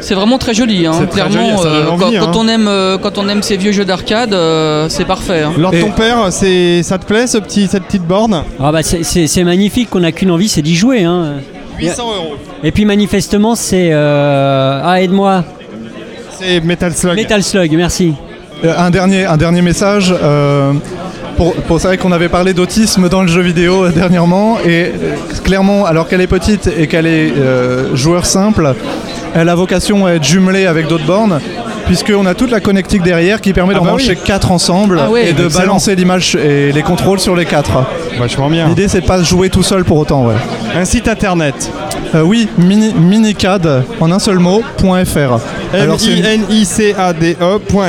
Speaker 17: c'est vraiment très joli. hein.
Speaker 1: C'est très
Speaker 17: Clairement,
Speaker 1: joli, ça donne
Speaker 17: quand,
Speaker 1: envie,
Speaker 17: quand
Speaker 1: hein.
Speaker 17: on aime, euh, quand on aime ces vieux jeux d'arcade, euh, c'est parfait. hein.
Speaker 1: Lors de ton père, Ah, c'est ça te plaît ce petit, cette petite borne
Speaker 2: Ah bah c'est- c'est c'est magnifique, on n'a qu'une envie, c'est d'y jouer. Hein.
Speaker 1: 800 euros.
Speaker 2: Et puis manifestement, c'est. euh, Ah, aide-moi.
Speaker 1: C'est Metal Slug.
Speaker 2: Metal Slug, merci.
Speaker 5: Euh, Un dernier, un dernier message. euh, pour, pour, c'est vrai qu'on avait parlé d'autisme dans le jeu vidéo euh, dernièrement, et euh, clairement, alors qu'elle est petite et qu'elle est euh, joueur simple, elle a vocation à être jumelée avec d'autres bornes, puisqu'on a toute la connectique derrière qui permet Ah d'en bah brancher oui. quatre ensemble Ah ouais. et de Excellent. balancer l'image et les contrôles sur les quatre.
Speaker 1: Vachement bien.
Speaker 5: L'idée, c'est de pas jouer tout seul pour autant. Ouais. Euh,
Speaker 1: Un site internet
Speaker 5: Oui, mini, minicad, en un seul mot, point .fr.
Speaker 1: m
Speaker 5: Alors, c'est
Speaker 1: i
Speaker 5: une-
Speaker 1: n i c a d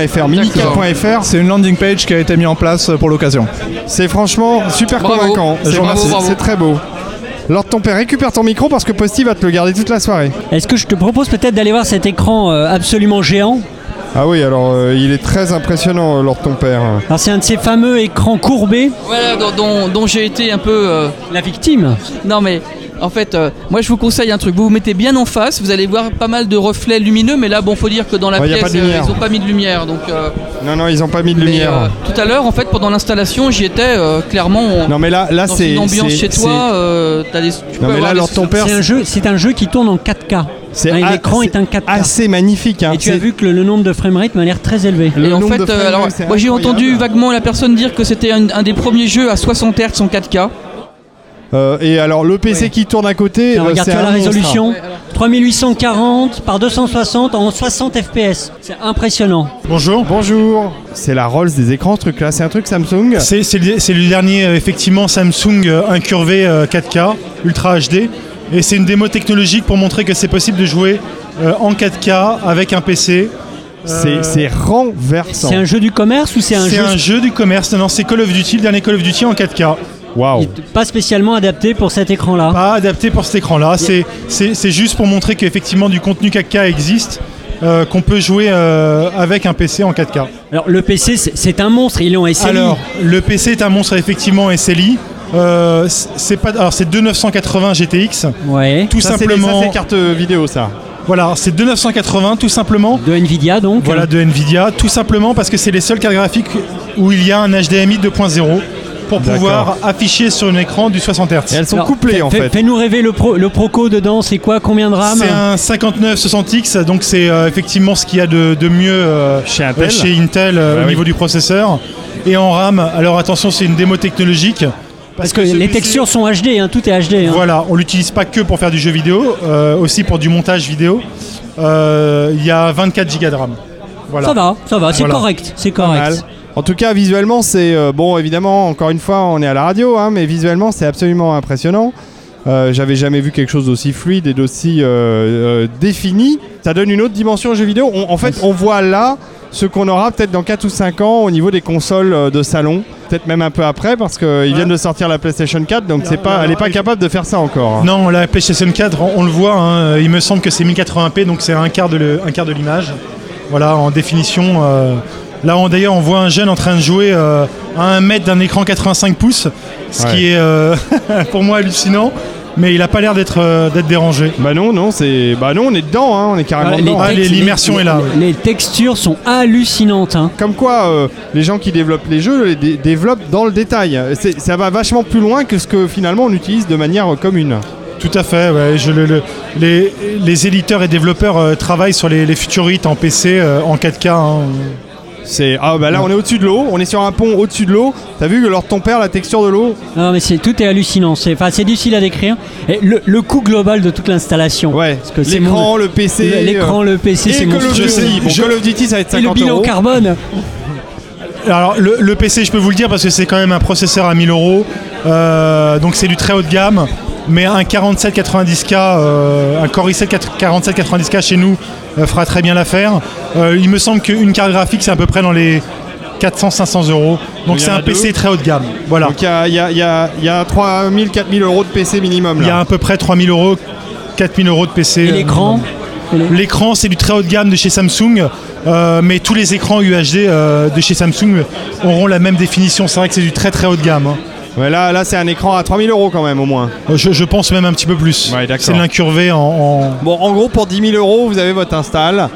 Speaker 1: efr minicap.fr.
Speaker 5: C'est une landing page qui a été mise en place pour l'occasion.
Speaker 1: C'est franchement super
Speaker 5: Bravo.
Speaker 1: convaincant.
Speaker 5: Je
Speaker 1: C'est-
Speaker 5: vous remercie.
Speaker 1: c'est- C'est très beau. Lors de ton père, récupère ton micro parce que Posty va te le garder toute la soirée.
Speaker 2: Est-ce que je te propose peut-être d'aller voir cet écran euh, absolument géant
Speaker 1: Ah oui, alors euh, il est très impressionnant, euh, Lord ton père.
Speaker 2: Alors c'est un de ces fameux écrans courbés.
Speaker 17: Voilà, dont, dont- dont j'ai été un peu. euh,
Speaker 2: La victime
Speaker 17: Non, mais en fait, euh, moi je vous conseille un truc. Vous vous mettez bien en face, vous allez voir pas mal de reflets lumineux, mais là, bon, faut dire que dans la
Speaker 1: Ouais, y a pas
Speaker 17: pièce,
Speaker 1: de
Speaker 17: euh,
Speaker 1: lumière.
Speaker 17: ils ont pas mis de lumière. Donc, euh,
Speaker 1: Non, non, ils ont pas mis de
Speaker 17: mais,
Speaker 1: lumière.
Speaker 17: euh, tout à l'heure, en fait, pendant l'installation, j'y étais euh, clairement. on-
Speaker 1: Non, mais là- là,
Speaker 17: dans
Speaker 1: c'est-
Speaker 17: une ambiance
Speaker 1: c'est-
Speaker 17: chez toi.
Speaker 1: c'est-
Speaker 17: euh, t'as des- tu peux avoir des-
Speaker 2: c'est un jeu, c'est un jeu qui tourne en 4K.
Speaker 1: C'est
Speaker 2: Hein,
Speaker 1: a-
Speaker 2: l'écran est,
Speaker 1: c'est
Speaker 2: un 4K.
Speaker 1: Assez magnifique. hein.
Speaker 2: Et tu as
Speaker 1: C'est-
Speaker 2: vu que le, le nombre de framerate m'a l'air très élevé.
Speaker 17: Et en fait, euh, alors, moi j'ai entendu vaguement la personne dire que c'était un, un des premiers jeux à 60 Hz en 4K.
Speaker 1: Euh, et alors le PC qui tourne à côté.
Speaker 2: Tiens,
Speaker 1: euh,
Speaker 2: regarde
Speaker 1: c'est
Speaker 2: tu as
Speaker 1: un
Speaker 2: la
Speaker 1: monstre.
Speaker 2: résolution 3840 par 260 en 60 fps. C'est impressionnant.
Speaker 1: Bonjour. Bonjour. C'est la Rolls des écrans, ce truc-là. C'est un truc Samsung.
Speaker 4: C'est c'est le, c'est le dernier, euh, effectivement, Samsung euh, incurvé euh, 4K, Ultra HD. Et c'est une démo technologique pour montrer que c'est possible de jouer euh, en 4K avec un Euh, PC.
Speaker 1: C'est- c'est renversant.
Speaker 2: C'est un jeu du commerce ou c'est un
Speaker 4: C'est
Speaker 2: jeu-
Speaker 4: un jeu du commerce. Non, non, c'est Call of Duty, le dernier Call of Duty en 4K.
Speaker 1: Waouh.
Speaker 2: Pas spécialement adapté pour cet écran-là.
Speaker 4: Pas adapté pour cet écran-là. C'est- C'est c'est juste pour montrer qu'effectivement du contenu 4K existe, euh, qu'on peut jouer euh, avec un PC en 4K.
Speaker 2: Alors le PC c'est- c'est un monstre, ils l'ont essayé.
Speaker 4: Alors, le PC est un monstre effectivement SLI. Euh, c'est pas alors c'est 2980 GTX.
Speaker 2: Ouais.
Speaker 4: Tout
Speaker 1: Ça, c'est les-
Speaker 4: simplement.
Speaker 1: ça, c'est carte euh, vidéo ça.
Speaker 4: Voilà, c'est 2980 tout simplement.
Speaker 2: De Nvidia donc.
Speaker 4: Voilà de Nvidia tout simplement parce que c'est les seules cartes graphiques où il y a un HDMI 2.0 pour
Speaker 1: D'accord.
Speaker 4: pouvoir afficher sur un écran du 60 Hz.
Speaker 2: Alors, fais- fais- Fais-nous rêver le, pro, le proco dedans, c'est quoi Combien de RAM
Speaker 4: C'est un 5960X, donc c'est euh, effectivement ce qu'il y a de, de mieux euh, chez
Speaker 1: Intel.
Speaker 4: chez Intel, euh,
Speaker 1: Bah
Speaker 4: au
Speaker 1: oui.
Speaker 4: niveau du processeur. Et en RAM, alors attention, c'est une démo technologique.
Speaker 2: Parce que les textures sont HD, hein, tout est HD. hein.
Speaker 4: Voilà, on l'utilise pas que pour faire du jeu vidéo, euh, aussi pour du montage vidéo. Euh, Il y a 24 Go de RAM. Voilà.
Speaker 2: Ça va, ça va, c'est
Speaker 4: Voilà.
Speaker 2: correct, c'est correct.
Speaker 1: En tout cas, visuellement, c'est euh, bon. Évidemment, encore une fois, on est à la radio, hein, mais visuellement, c'est absolument impressionnant. Euh, J'avais jamais vu quelque chose d'aussi fluide et d'aussi euh, euh, défini. Ça donne une autre dimension au jeu vidéo. On- en fait, on voit là ce qu'on aura peut-être dans 4 ou 5 ans au niveau des consoles euh, de salon, peut-être même un peu après, parce qu'ils viennent de sortir la PlayStation 4, donc c'est pas, elle n'est pas capable de faire ça encore. hein.
Speaker 4: Non, la PlayStation 4, on, on le voit, hein, il me semble que c'est 1080p, donc c'est un quart de le- un quart de l'image. Voilà, en définition. euh, là, on- d'ailleurs, on voit un jeune en train de jouer euh, à un mètre d'un écran 85 pouces, ce qui est euh, pour moi hallucinant. Mais il a pas l'air d'être euh, d'être dérangé.
Speaker 1: Bah non, non, c'est bah non, on est dedans, hein, on est carrément
Speaker 4: Ah, les
Speaker 1: dedans.
Speaker 4: tex- Ah, les- l'immersion
Speaker 1: les-
Speaker 4: est là, ouais.
Speaker 2: Les textures sont hallucinantes. hein.
Speaker 1: Comme quoi, euh, les gens qui développent les jeux les dé- développent dans le détail. C'est- Ça va vachement plus loin que ce que finalement on utilise de manière euh, commune.
Speaker 4: Tout à fait, ouais, je le- le- les, les éditeurs et développeurs euh, travaillent sur les, les futurs hits en PC euh, en 4K. hein.
Speaker 1: C'est ah bah là on est au-dessus de l'eau, on est sur un pont au-dessus de l'eau. T'as vu que lors de ton père la texture de l'eau
Speaker 2: Non, mais c'est tout est hallucinant. C'est enfin, c'est difficile à décrire. Et le, le coût global de toute l'installation. Ouais.
Speaker 1: L'écran, le PC,
Speaker 2: L'écran,
Speaker 1: euh,
Speaker 2: le PC,
Speaker 1: et
Speaker 2: c'est
Speaker 1: Call of
Speaker 2: monstrueux.
Speaker 1: Duty. Bon, Call of Duty, ça va être
Speaker 2: Et le
Speaker 1: 50
Speaker 2: bilan
Speaker 1: euros.
Speaker 2: carbone.
Speaker 4: Alors le, le PC, je peux vous le dire parce que c'est quand même un processeur à 1000 euros, Euh, donc c'est du très haut de gamme. Mais un 4790K, euh, un Core i7 4- 4790K chez nous euh, fera très bien l'affaire. Euh, il me semble qu'une carte graphique, c'est à peu près dans les 400-500 euros.
Speaker 1: Il
Speaker 4: Donc
Speaker 1: y
Speaker 4: c'est
Speaker 1: en a
Speaker 4: un PC
Speaker 1: deux.
Speaker 4: très haut de gamme. Voilà.
Speaker 1: Donc il y a, il y a, il y a- il y a 3000, 4000 euros de PC minimum.
Speaker 4: Il y a à peu près 3000 euros 4000 euros de PC.
Speaker 2: Et
Speaker 4: euh,
Speaker 2: l'écran
Speaker 4: minimum. L'écran, c'est du très haut de gamme de chez Samsung, euh, mais tous les écrans UHD euh, de chez Samsung auront la même définition. C'est vrai que c'est du très très haut de gamme. hein.
Speaker 1: là, là c'est un écran à 3000 ah, euros quand même au moins.
Speaker 4: Euh, Je, je pense même un petit peu plus. c'est de l'incurvé en. en-
Speaker 1: Bon, en gros, pour 10 000 euros, vous avez votre install.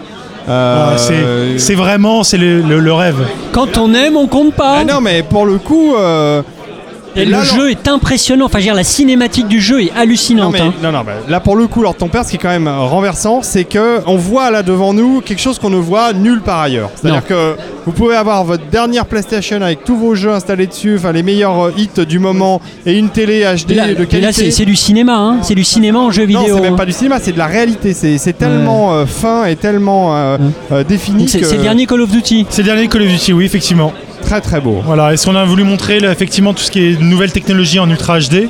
Speaker 1: Euh,
Speaker 4: Ouais, c'est- c'est vraiment c'est le, le- le rêve.
Speaker 2: Quand on aime, on compte pas.
Speaker 1: Ah non, mais pour le coup. euh,
Speaker 2: Et
Speaker 1: là,
Speaker 2: le
Speaker 1: non.
Speaker 2: jeu est impressionnant. Enfin, je veux dire, la cinématique du jeu est
Speaker 1: Non,
Speaker 2: hallucinante.
Speaker 1: mais-
Speaker 2: hein.
Speaker 1: non, non, bah, là pour le coup, alors ton père, ce qui est quand même euh, renversant, c'est que on voit là devant nous quelque chose qu'on ne voit nulle part ailleurs.
Speaker 2: Non.
Speaker 1: C'est-à-dire que vous pouvez avoir votre dernière PlayStation avec tous vos jeux installés dessus, enfin les meilleurs euh, hits du moment et une télé HD
Speaker 2: Et là,
Speaker 1: de
Speaker 2: et là,
Speaker 1: qualité.
Speaker 2: c'est c'est du cinéma. hein. C'est du cinéma en jeu vidéo.
Speaker 1: Non, c'est
Speaker 2: hein.
Speaker 1: même pas du cinéma, c'est de la réalité. C'est c'est tellement euh, fin et tellement euh, euh, défini.
Speaker 2: Hein. Donc, c'est-
Speaker 1: que-
Speaker 2: c'est le dernier Call of Duty.
Speaker 4: C'est le dernier Call of Duty, oui, effectivement.
Speaker 1: Très très beau.
Speaker 4: Voilà, et ce qu'on a voulu montrer, là, effectivement, tout ce qui est nouvelles technologies en Ultra HD.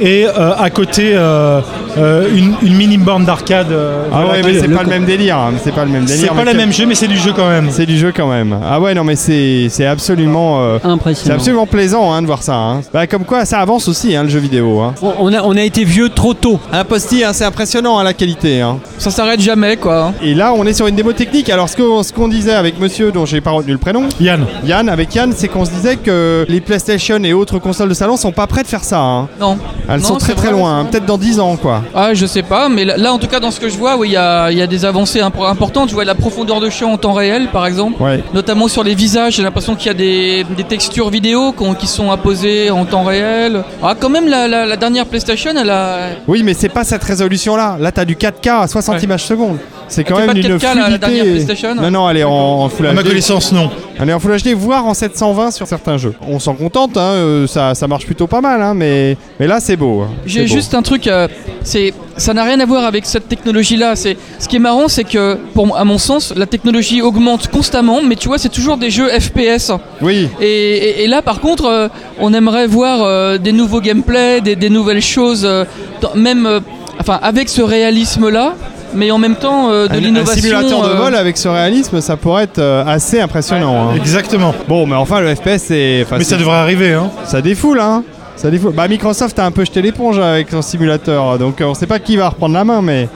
Speaker 4: Et euh, à côté, euh, euh, une, une mini borne d'arcade. euh,
Speaker 1: Ah
Speaker 4: voilà,
Speaker 1: ouais,
Speaker 4: qui-
Speaker 1: mais c'est pas le même délire. hein, C'est pas le même délire.
Speaker 4: C'est pas
Speaker 1: mais
Speaker 4: le même jeu, mais c'est du jeu quand même.
Speaker 1: C'est du jeu quand même. Ah ouais, non, mais c'est c'est absolument. euh, C'est absolument plaisant hein, de voir ça. hein. Bah, comme quoi, ça avance aussi, hein, le jeu vidéo. hein.
Speaker 2: On a, on a été vieux trop tôt.
Speaker 1: Un posti, hein, c'est impressionnant à la qualité. hein.
Speaker 17: Ça s'arrête jamais, quoi. hein.
Speaker 1: Et là, on est sur une démo technique. Alors, ce qu'on ce qu'on disait avec monsieur, dont j'ai pas retenu le prénom,
Speaker 4: Yann.
Speaker 1: Yann, avec Yann, c'est qu'on se disait que les PlayStation et autres consoles de salon sont pas prêtes de faire ça. hein.
Speaker 17: Non.
Speaker 1: Elles
Speaker 17: Non,
Speaker 1: sont très
Speaker 17: c'est
Speaker 1: très
Speaker 17: vrai,
Speaker 1: loin, hein, peut-être dans 10 ans, quoi.
Speaker 17: Ah, je sais pas, mais là, là, en tout cas, dans ce que je vois, oui, il y a, il y a des avancées imp- importantes. Je vois la profondeur de champ en temps réel, par exemple.
Speaker 1: Ouais.
Speaker 17: Notamment sur les visages, j'ai l'impression qu'il y a des, des textures vidéo qu'on- qui sont apposées en temps réel. Ah, quand même, la, la- la dernière PlayStation, elle a.
Speaker 1: Oui, mais c'est pas cette résolution-là. Là, t'as du 4K à 60 images secondes. C'est quand
Speaker 17: Elle
Speaker 1: même
Speaker 17: fait Ah, pas de
Speaker 1: une
Speaker 17: 4K,
Speaker 1: fluidité.
Speaker 17: la- la dernière PlayStation
Speaker 1: non, non, elle est en, en Full
Speaker 4: À ma
Speaker 1: HD.
Speaker 4: connaissance, non.
Speaker 1: Elle est en Full HD, voire en 720 sur certains jeux. On s'en contente, hein, euh, ça, ça marche plutôt pas mal, hein, mais, mais là, c'est beau. hein.
Speaker 17: J'ai
Speaker 1: C'est beau.
Speaker 17: juste un truc, euh, c'est ça n'a rien à voir avec cette technologie-là. C'est ce qui est marrant, c'est que pour à mon sens, la technologie augmente constamment, mais tu vois, c'est toujours des jeux FPS.
Speaker 1: Oui.
Speaker 17: Et, et- et là, par contre, euh, on aimerait voir euh, des nouveaux gameplays, des, des nouvelles choses, euh, dans- même, euh, enfin, avec ce réalisme-là, mais en même temps euh, de
Speaker 1: Un-
Speaker 17: l'innovation.
Speaker 1: Un simulateur de
Speaker 17: euh,
Speaker 1: vol avec ce réalisme, ça pourrait être euh, assez impressionnant. hein.
Speaker 4: Exactement.
Speaker 1: Bon, mais enfin, le FPS, c'est. enfin,
Speaker 4: Mais ça
Speaker 1: c'est-
Speaker 4: devrait arriver, hein.
Speaker 1: Ça défoule, hein. Ça défoule. Bah, Microsoft a un peu jeté l'éponge avec son simulateur, donc euh, on sait pas qui va reprendre la main, mais.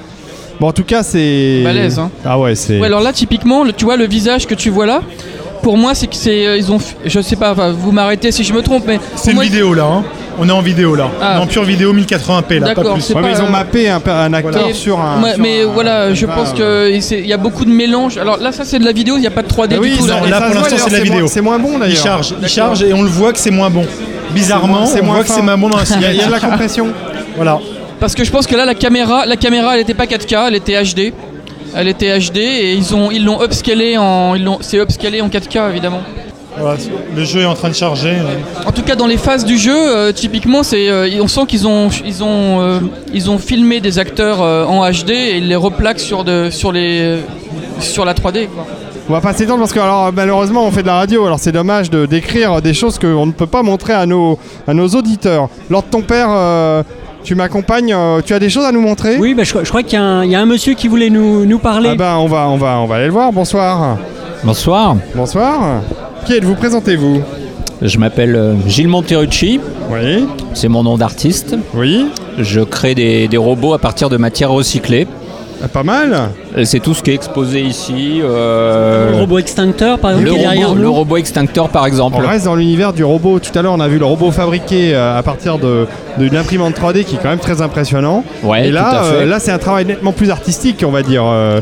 Speaker 1: Bon, en tout cas, c'est.
Speaker 17: Balèze, hein.
Speaker 1: Ah ouais, c'est.
Speaker 17: Ouais, alors là, typiquement, le- tu vois le visage que tu vois là. Pour moi, c'est que c'est euh, ils ont, f- je sais pas, enfin, vous m'arrêtez si je me trompe, mais
Speaker 4: C'est une vidéo là, hein. on est en vidéo là.
Speaker 17: Ah.
Speaker 4: On est en pure vidéo 1080p là, pas
Speaker 17: D'accord,
Speaker 4: plus.
Speaker 17: c'est Ouais, pas, mais ils ont euh,
Speaker 1: mappé un, acteur
Speaker 17: Et- ouais, mais voilà, je pense qu'il y a beaucoup de mélange. Alors là, ça c'est de la vidéo, il n'y a pas de 3D
Speaker 4: Ah oui,
Speaker 17: du tout.
Speaker 4: non, là pour l'instant c'est de la vidéo. Il charge, il charge et on le voit que c'est moins bon. Bizarrement,
Speaker 1: C'est moins- c'est
Speaker 4: on
Speaker 1: moins
Speaker 4: voit que
Speaker 1: fin.
Speaker 4: c'est moins bon dans la
Speaker 1: Il y a- il y a de la
Speaker 4: cinématique.
Speaker 1: compression.
Speaker 4: Voilà.
Speaker 17: Parce que je pense que là, la caméra, la caméra, elle n'était pas 4K, elle était HD. Elle était HD et ils ont, ils l'ont upscalé en, ils l'ont, c'est upscalé en 4K évidemment.
Speaker 4: Voilà, le jeu est en train de charger.
Speaker 17: En tout cas, dans les phases du jeu, euh, typiquement, c'est, euh, on sent qu'ils ont, ils ont, euh, ils ont filmé des acteurs euh, en HD et ils les replaquent sur de, sur les, sur la 3D. Quoi.
Speaker 1: On va passer temps parce que alors malheureusement on fait de la radio alors c'est dommage de décrire des choses qu'on ne peut pas montrer à nos, à nos auditeurs. Lors de ton père, euh, tu m'accompagnes, euh, tu as des choses à nous montrer
Speaker 2: Oui, bah, je, crois- je crois qu'il y, a un- il y a un monsieur qui voulait nous, nous parler.
Speaker 1: Ah bah on va, on, va, on va aller le voir, bonsoir.
Speaker 7: Bonsoir.
Speaker 1: Bonsoir. Qui êtes-vous Présentez-vous.
Speaker 7: Je m'appelle euh, Gilles Monterucci.
Speaker 1: Oui.
Speaker 7: C'est mon nom d'artiste.
Speaker 1: Oui.
Speaker 7: Je crée des, des robots à partir de matières recyclées.
Speaker 1: Ah, pas mal.
Speaker 7: C'est tout ce qui est exposé ici. euh,
Speaker 2: Le robot extincteur, par exemple,
Speaker 7: le
Speaker 2: qui est derrière
Speaker 7: robot-
Speaker 2: nous.
Speaker 7: le robot extincteur, par exemple.
Speaker 1: On reste dans l'univers du robot. Tout à l'heure on a vu le robot fabriqué euh, à partir de, de l'imprimante 3D qui est quand même très impressionnant.
Speaker 7: Ouais,
Speaker 1: Et là,
Speaker 7: tout à fait.
Speaker 1: euh, là c'est un travail nettement plus artistique on va dire. euh,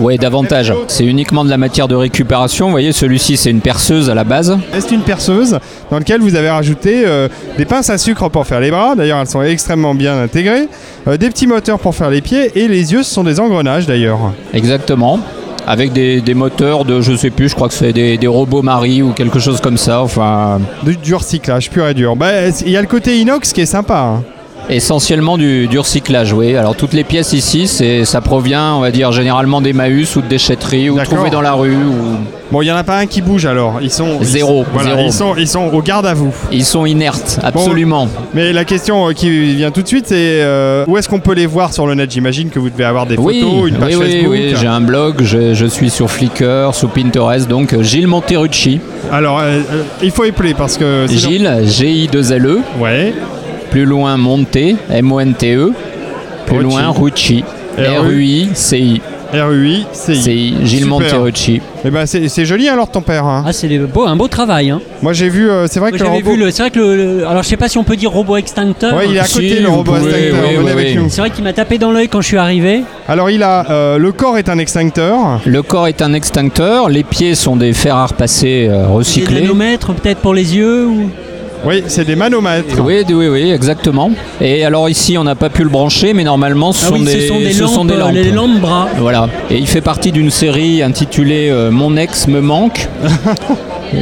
Speaker 7: Ouais, davantage. C'est uniquement de la matière de récupération. Vous voyez, celui-ci, c'est une perceuse à la base.
Speaker 1: C'est une perceuse dans laquelle vous avez rajouté euh, des pinces à sucre pour faire les bras, d'ailleurs elles sont extrêmement bien intégrées, euh, des petits moteurs pour faire les pieds et les yeux ce sont des engrenages d'ailleurs.
Speaker 7: Exactement. Avec des, des moteurs de, je sais plus, je crois que c'est des, des robots Marie ou quelque chose comme ça. Enfin,
Speaker 1: Du, du recyclage pur et dur. Bah, Il y a le côté inox qui est sympa. hein.
Speaker 7: Essentiellement du, du recyclage, oui. Alors toutes les pièces ici, c'est, ça provient, on va dire, généralement d'Emmaüs ou de déchetteries ou
Speaker 1: D'accord.
Speaker 7: trouvées dans la rue. Ou...
Speaker 1: Bon, il n'y en a pas un qui bouge alors. Ils sont
Speaker 7: zéro.
Speaker 1: ils- voilà,
Speaker 7: zéro.
Speaker 1: ils sont- ils sont au garde à vous.
Speaker 7: Ils sont inertes, absolument.
Speaker 1: Mais la question euh, qui vient tout de suite c'est euh, où est-ce qu'on peut les voir sur le net J'imagine que vous devez avoir des
Speaker 7: oui,
Speaker 1: photos, une page
Speaker 7: oui, oui,
Speaker 1: Facebook.
Speaker 7: oui, j'ai un blog, je, je suis sur Flickr, sur Pinterest, donc euh, Gilles Monterucci.
Speaker 1: Alors, euh, il faut épeler parce que...
Speaker 7: Gilles, E. Gilles, G-I-2-L-E.
Speaker 1: Ouais.
Speaker 7: E. Plus loin, Monté, M-O-N-T-E. plus loin, Rucci. R-U-I-C-I.
Speaker 1: R-U-I-C-I.
Speaker 7: Gilles
Speaker 1: Super.
Speaker 7: Monterucci.
Speaker 1: Eh ben, c'est c'est joli alors ton père. hein.
Speaker 2: Ah, c'est des beaux- un beau travail. hein.
Speaker 1: Moi j'ai vu, euh, c'est vrai
Speaker 2: Moi,
Speaker 1: que le
Speaker 2: j'avais
Speaker 1: robot.
Speaker 2: vu le- C'est vrai que le, le- Alors, je sais pas si on peut dire robot extincteur.
Speaker 1: Ouais, il est à côté le robot extincteur. venez avec nous.
Speaker 2: C'est vrai qu'il m'a tapé dans l'œil quand je suis arrivé.
Speaker 1: Alors il a euh, le corps est un extincteur.
Speaker 7: Le corps est un extincteur, les pieds sont des fers à repasser euh,
Speaker 2: Des
Speaker 7: recyclés.
Speaker 2: nanomètres peut-être pour les yeux ou...
Speaker 1: Oui, c'est des manomètres.
Speaker 7: Oui, oui, oui, exactement. Et alors ici, on n'a pas pu le brancher, mais normalement, ce
Speaker 2: Ah
Speaker 7: sont,
Speaker 2: oui,
Speaker 7: des,
Speaker 2: ce sont des
Speaker 7: sont des
Speaker 2: lampes, euh,
Speaker 7: lampes.
Speaker 2: les lampes bras.
Speaker 7: Voilà. Et il fait partie d'une série intitulée euh, Mon ex me manque.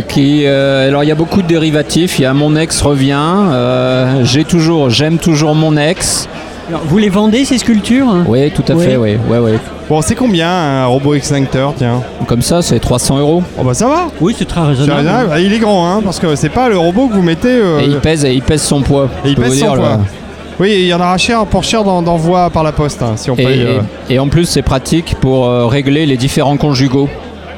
Speaker 7: qui, euh, alors il y a beaucoup de dérivatifs. Il y a Mon ex revient. euh, J'ai toujours, j'aime toujours mon ex.
Speaker 2: Alors, vous les vendez ces sculptures
Speaker 7: Oui, tout à
Speaker 1: Oui.
Speaker 7: fait. Oui, oui, oui.
Speaker 1: Bon, c'est combien un robot extincteur, tiens
Speaker 7: Comme ça, c'est 300 euros.
Speaker 1: Oh bah ça va.
Speaker 2: Oui, c'est très
Speaker 1: C'est raisonnable. Ah, Il est grand, hein, parce que c'est pas le robot que vous mettez. euh,
Speaker 7: Et il pèse, et il pèse son poids.
Speaker 1: Et il
Speaker 7: je peux
Speaker 1: pèse
Speaker 7: vous
Speaker 1: son
Speaker 7: dire,
Speaker 1: poids.
Speaker 7: là.
Speaker 1: Oui, il y en aura cher pour cher d'en- d'envoi par la poste, hein, si on
Speaker 7: Et,
Speaker 1: paye. euh.
Speaker 7: et- et en plus, c'est pratique pour euh, régler les différents conjugaux.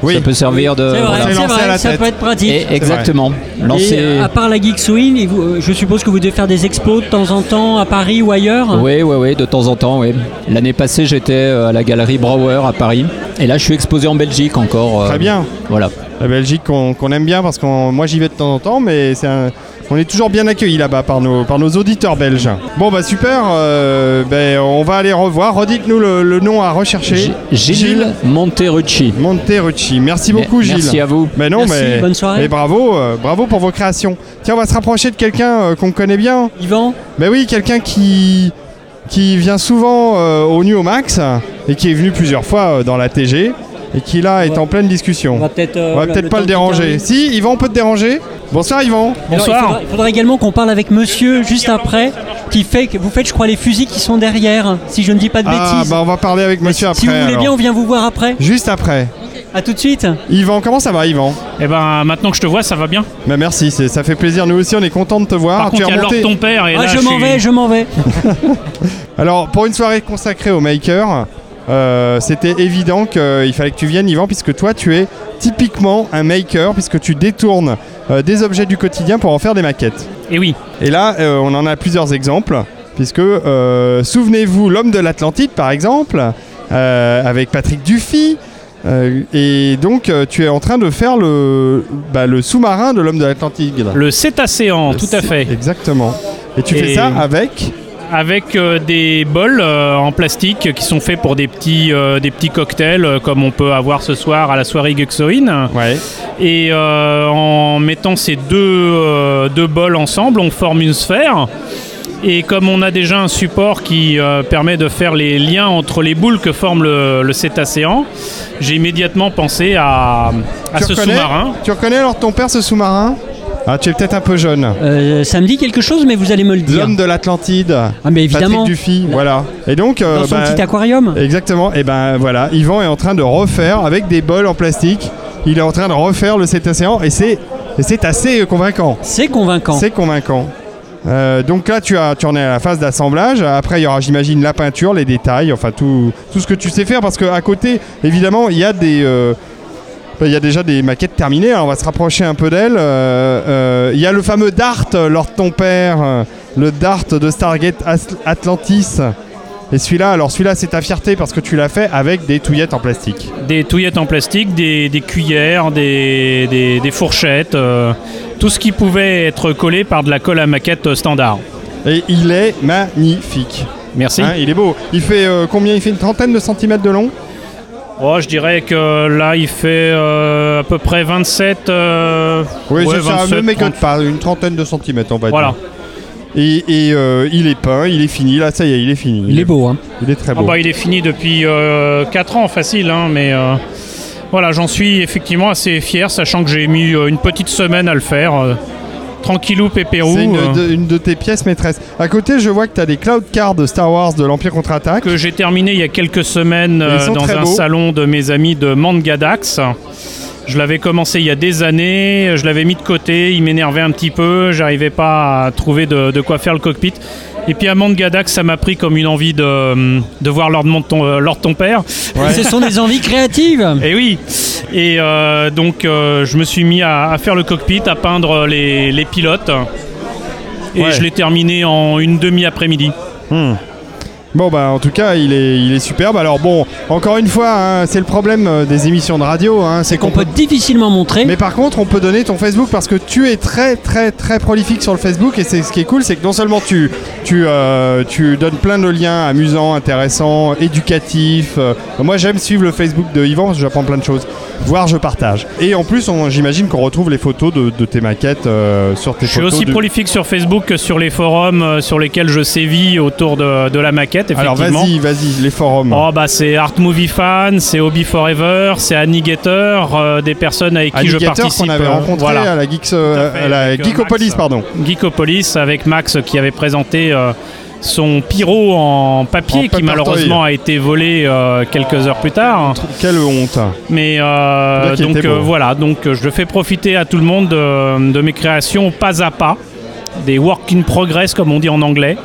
Speaker 7: Ça peut servir de.
Speaker 2: C'est vrai,
Speaker 7: Euh, voilà.
Speaker 2: c'est vrai, ça peut être pratique.
Speaker 7: Et- exactement. Lancer-
Speaker 2: Et, euh, à part la Geekswin, et vous- euh, je suppose que vous devez faire des expos de temps en temps à Paris ou ailleurs.
Speaker 7: Oui, oui, oui, de temps en temps, oui. L'année passée, j'étais euh, à la galerie Brouwer à Paris. Et là, je suis exposé en Belgique encore. euh,
Speaker 1: Très bien.
Speaker 7: Voilà.
Speaker 1: La Belgique qu'on qu'on aime bien parce que moi j'y vais de temps en temps, mais c'est un- on est toujours bien accueillis là-bas par nos, par nos auditeurs belges. Bon bah super, euh, ben, on va aller revoir. Redites-nous le, le nom à rechercher.
Speaker 7: Gilles Monterucci.
Speaker 1: Monterucci. Merci beaucoup
Speaker 7: Merci
Speaker 1: Gilles.
Speaker 7: à vous.
Speaker 1: Ben non,
Speaker 7: Merci,
Speaker 1: mais,
Speaker 7: bonne soirée.
Speaker 1: mais bravo, euh, bravo pour vos créations. Tiens, on va se rapprocher de quelqu'un euh, qu'on connaît bien.
Speaker 2: Yvan
Speaker 1: Ben oui, quelqu'un qui, qui vient souvent euh, au Nu au Max et qui est venu plusieurs fois euh, dans la TG et qui là est en pleine discussion.
Speaker 2: On va peut-être euh,
Speaker 1: On va
Speaker 2: le-
Speaker 1: peut-être
Speaker 2: le
Speaker 1: pas
Speaker 2: temps
Speaker 1: le
Speaker 2: qu'il
Speaker 1: déranger.
Speaker 2: termine.
Speaker 1: Si, Yvan, on peut te déranger Bonsoir Yvan.
Speaker 2: Alors, il faudra- il faudra également qu'on parle avec monsieur juste après, qui fait que vous faites, je crois, les fusils qui sont derrière, si je ne dis pas de
Speaker 1: Ah,
Speaker 2: bêtises.
Speaker 1: bah on va parler avec monsieur après.
Speaker 2: si vous voulez
Speaker 1: alors.
Speaker 2: bien, on vient vous voir après.
Speaker 1: Juste après.
Speaker 2: À tout de suite.
Speaker 1: Yvan, comment ça va Yvan
Speaker 6: Eh ben maintenant que je te vois, ça va bien.
Speaker 1: Bah merci, c'est- ça fait plaisir. Nous aussi, on est content de te voir.
Speaker 6: Par
Speaker 1: tu
Speaker 6: contre, il
Speaker 1: es
Speaker 6: y a l'or de
Speaker 1: remonté-
Speaker 6: ton père et
Speaker 2: Ah,
Speaker 6: là,
Speaker 2: je m'en
Speaker 6: suis-
Speaker 2: vais, je m'en vais.
Speaker 1: Alors, pour une soirée consacrée au maker, euh, c'était évident qu'il fallait que tu viennes, Yvan, puisque toi, tu es typiquement un maker, puisque tu détournes euh, des objets du quotidien pour en faire des maquettes.
Speaker 6: Et Eh oui.
Speaker 1: Et là, euh, on en a plusieurs exemples, puisque euh, souvenez-vous, l'homme de l'Atlantide, par exemple, euh, avec Patrick Dufy. euh, et donc, euh, tu es en train de faire le, bah, le sous-marin de l'homme de l'Atlantide.
Speaker 6: Le cétacéan, tout à fait.
Speaker 1: Exactement. Et tu fais
Speaker 6: Et-
Speaker 1: ça avec
Speaker 6: Avec euh, des bols euh, en plastique qui sont faits pour des petits, euh, des petits cocktails euh, comme on peut avoir ce soir à la soirée Guxoin. Et euh, en mettant ces deux, euh, deux bols ensemble, on forme une sphère. Et comme on a déjà un support qui euh, permet de faire les liens entre les boules que forme le, le cétacéan, j'ai immédiatement pensé à, à
Speaker 1: Tu
Speaker 6: Ah, ce
Speaker 1: reconnais-
Speaker 6: sous-marin.
Speaker 1: Tu reconnais alors ton père, ce sous-marin Ah, tu es peut-être un peu jeune.
Speaker 2: Euh, ça me dit quelque chose, mais vous allez me le dire.
Speaker 1: L'homme de l'Atlantide.
Speaker 2: Ah, mais évidemment.
Speaker 1: Patrick Dufy, voilà. Et donc. euh,
Speaker 2: Dans son
Speaker 1: bah,
Speaker 2: petit aquarium.
Speaker 1: Exactement. Et ben voilà, Yvan est en train de refaire avec des bols en plastique. Il est en train de refaire le cétacéan et c'est et c'est assez euh, convaincant.
Speaker 2: C'est convaincant.
Speaker 1: C'est convaincant. Euh, donc là, tu, as, tu en es à la phase d'assemblage. Après, il y aura, j'imagine, la peinture, les détails, enfin tout, tout ce que tu sais faire. Parce qu'à côté, évidemment, il y a des. euh, ben, il y a déjà des maquettes terminées, alors on va se rapprocher un peu d'elles. Euh, euh, il y a le fameux Dart, euh, Lord ton père, euh, le Dart de Stargate As- Atlantis. Et celui-là, alors celui-là, c'est ta fierté parce que tu l'as fait avec des touillettes en plastique.
Speaker 6: Des touillettes en plastique, des, des cuillères, des, des- des fourchettes, euh, tout ce qui pouvait être collé par de la colle à maquette euh, standard.
Speaker 1: Et il est magnifique.
Speaker 6: Merci.
Speaker 1: Hein, il est beau. Il fait euh, combien Il fait une trentaine de centimètres de long
Speaker 6: Oh, je dirais que là, il fait euh, à peu près 27. euh,
Speaker 1: Oui,
Speaker 6: ouais,
Speaker 1: c'est ça,
Speaker 6: 27,
Speaker 1: ne m'écoute
Speaker 6: 30.
Speaker 1: pas, une trentaine de centimètres, on va
Speaker 6: Voilà.
Speaker 1: dire. Et, et, euh, il est peint, il est fini, là, ça y est, il est fini. Il,
Speaker 2: est beau, hein
Speaker 1: Il est très
Speaker 6: Ah
Speaker 1: beau.
Speaker 6: bah, il est fini depuis 4 ans, facile, hein, mais euh, voilà, j'en suis effectivement assez fier, sachant que j'ai mis euh, une petite semaine à le faire. euh, tranquillou, pépérou.
Speaker 1: C'est une,
Speaker 6: euh,
Speaker 1: de- une de tes pièces maîtresses. À côté, je vois que tu as des cloud cards de Star Wars de l'Empire contre-attaque.
Speaker 6: que j'ai terminé il y a quelques semaines
Speaker 1: Ils
Speaker 6: euh,
Speaker 1: sont
Speaker 6: dans
Speaker 1: très
Speaker 6: un
Speaker 1: beaux.
Speaker 6: salon de mes amis de Mangadax. Je l'avais commencé il y a des années, je l'avais mis de côté, il m'énervait un petit peu, j'arrivais pas à trouver de, de quoi faire le cockpit. Et puis à Mangadax, ça m'a pris comme une envie de, de voir Lord, Mon- ton, euh, Lord ton père.
Speaker 2: Ce sont des envies créatives.
Speaker 6: Et oui. Et euh, donc euh, je me suis mis à, à faire le cockpit, à peindre les, les pilotes. Et
Speaker 1: Ouais.
Speaker 6: je l'ai terminé en une demi-après-midi.
Speaker 1: Hmm. Bon bah en tout cas il est, il est superbe. Alors bon, encore une fois, hein, c'est le problème euh, des émissions de radio, hein, c'est qu'on peut
Speaker 2: difficilement montrer.
Speaker 1: Mais par contre on peut donner ton Facebook parce que tu es très très très prolifique sur le Facebook et c'est ce qui est cool, c'est que non seulement tu, tu, euh, tu donnes plein de liens amusants, intéressants, éducatifs. euh, moi j'aime suivre le Facebook de Yvan parce que j'apprends plein de choses. Voire je partage. Et en plus on- j'imagine qu'on retrouve les photos de, de tes maquettes euh, sur tes
Speaker 6: Je suis
Speaker 1: photos.
Speaker 6: aussi
Speaker 1: du-
Speaker 6: prolifique sur Facebook que sur les forums euh, sur lesquels je sévis autour de, de la maquette.
Speaker 1: Alors
Speaker 6: effectivement.
Speaker 1: vas-y, vas-y, les forums.
Speaker 6: Oh bah c'est Art Movie Fan, c'est Hobby Forever, c'est Annigator, euh, des personnes avec qui je
Speaker 1: Alligator
Speaker 6: participe.
Speaker 1: qu'on avait
Speaker 6: euh,
Speaker 1: rencontré
Speaker 6: voilà.
Speaker 1: à la, Geeks, euh, à la
Speaker 6: avec, euh,
Speaker 1: Geekopolis,
Speaker 6: Max.
Speaker 1: pardon.
Speaker 6: Geekopolis avec Max qui avait présenté euh, son pyro en
Speaker 1: En
Speaker 6: papier qui
Speaker 1: papertoy.
Speaker 6: malheureusement a été volé euh, quelques heures plus tard.
Speaker 1: Quelle honte
Speaker 6: Mais
Speaker 1: C'est
Speaker 6: euh,
Speaker 1: vrai qu'il
Speaker 6: donc
Speaker 1: était beau.
Speaker 6: euh, voilà, donc euh, je fais profiter à tout le monde de, de mes créations pas à pas, des work in progress comme on dit en anglais.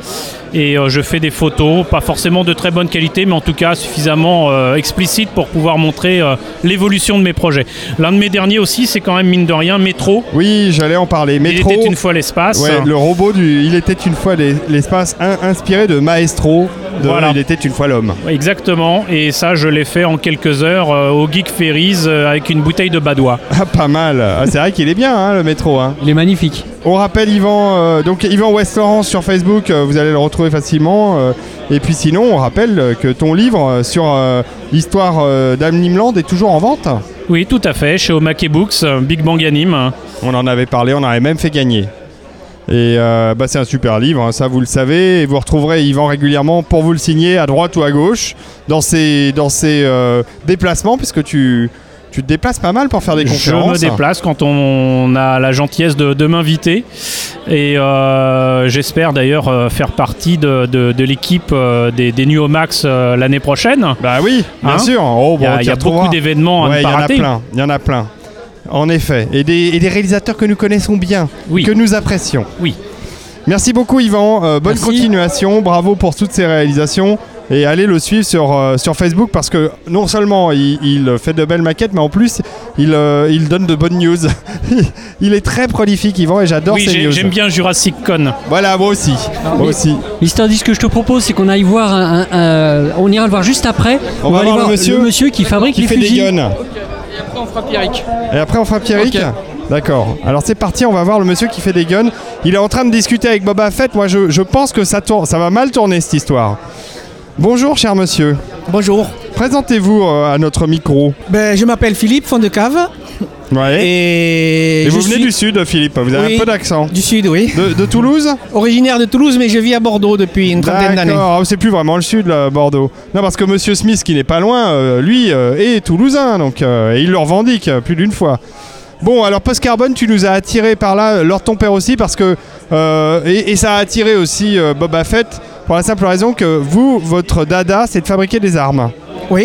Speaker 6: Et euh, je fais des photos, pas forcément de très bonne qualité, mais en tout cas suffisamment euh, explicites pour pouvoir montrer euh, l'évolution de mes projets. L'un de mes derniers aussi, c'est quand même mine de rien Métro.
Speaker 1: Oui, j'allais en parler. Métro.
Speaker 6: Il était une fois l'espace.
Speaker 1: Ouais, le robot du Il était une fois l'es- l'espace un- inspiré de Maestro de
Speaker 6: Voilà.
Speaker 1: Il était une fois l'homme.
Speaker 6: Exactement, et ça je l'ai fait en quelques heures euh, au Geek Ferries euh, avec une bouteille de badois.
Speaker 1: Ah, pas mal. Ah, c'est vrai qu'il est bien, hein, le métro.
Speaker 2: Il est magnifique.
Speaker 1: On rappelle Yvan, euh, donc Yvan West Laurent sur Facebook, euh, vous allez le retrouver facilement. euh, et puis sinon, on rappelle euh, que ton livre euh, sur euh, l'histoire euh, d'Anne Limland est toujours en vente.
Speaker 6: Oui, tout à fait, chez Omake Books, euh, Big Bang Anime.
Speaker 1: On en avait parlé, on en avait même fait gagner. Et euh, bah, c'est un super livre, hein, ça vous le savez, et vous retrouverez Yvan régulièrement pour vous le signer à droite ou à gauche dans ses, dans ses euh, déplacements, puisque tu, tu te déplaces pas mal pour faire des
Speaker 6: Je
Speaker 1: conférences.
Speaker 6: me déplace quand on a la gentillesse de, de m'inviter. Et euh, j'espère d'ailleurs euh, faire partie de, de- de l'équipe euh, des, des New Max euh, l'année prochaine.
Speaker 1: Bah oui, Bien sûr, Oh,
Speaker 6: Hein Il
Speaker 1: bon,
Speaker 6: y a,
Speaker 1: tu
Speaker 6: il y a
Speaker 1: retrouveras.
Speaker 6: beaucoup d'événements à
Speaker 1: Ouais,
Speaker 6: ne pas
Speaker 1: il y en a
Speaker 6: rater.
Speaker 1: plein, Il y en a plein, en effet. Et des, et des réalisateurs que nous connaissons bien, que nous apprécions.
Speaker 6: Oui.
Speaker 1: Merci beaucoup Yvan, Euh, bonne continuation, bravo pour toutes ces réalisations. Et allez le suivre sur, euh, sur Facebook parce que non seulement il, il fait de belles maquettes, mais en plus il, euh, il donne de bonnes news. il est très prolifique Yvan et j'adore
Speaker 6: Oui,
Speaker 1: ses
Speaker 6: j'ai-
Speaker 1: news.
Speaker 6: j'aime bien Jurassic Con.
Speaker 1: Voilà, moi aussi.
Speaker 2: Ah,
Speaker 1: Moi aussi.
Speaker 2: Mister Dis, ce que je te propose, c'est qu'on aille voir. un- un- un- on ira le voir juste après.
Speaker 1: On va
Speaker 2: aller
Speaker 1: voir le monsieur
Speaker 2: qui fabrique
Speaker 1: qui
Speaker 2: les
Speaker 1: fait des
Speaker 2: fusils.
Speaker 1: guns.
Speaker 16: Après, on fera Pierrick.
Speaker 1: Et après, on fera Pierrick
Speaker 16: Ok.
Speaker 1: D'accord. Alors c'est parti, on va voir le monsieur qui fait des guns. Il est en train de discuter avec Boba Fett. Moi, je, je pense que ça, tourne, ça va mal tourner cette histoire. Bonjour, cher monsieur.
Speaker 22: Bonjour.
Speaker 1: Présentez-vous euh, à notre micro.
Speaker 22: Ben, je m'appelle Philippe Fondecave.
Speaker 1: Ouais.
Speaker 22: Et,
Speaker 1: Et vous
Speaker 22: je
Speaker 1: venez
Speaker 22: suis-
Speaker 1: du sud, Philippe. Vous avez
Speaker 22: Oui,
Speaker 1: un peu d'accent.
Speaker 22: Du sud, oui.
Speaker 1: De, de Toulouse
Speaker 22: Originaire de Toulouse, mais je vis à Bordeaux depuis une trentaine d'années.
Speaker 1: D'accord. Ah, C'est plus vraiment le sud, là, Bordeaux. Non, parce que monsieur Smith, qui n'est pas loin, euh, lui, euh, est toulousain. Donc, euh, et il le revendique euh, plus d'une fois. Bon, alors Post Carbone, tu nous as attiré par là, euh, Lord ton père aussi, parce que euh, et, et ça a attiré aussi euh, Boba Fett pour la simple raison que vous, votre dada, c'est de fabriquer des armes.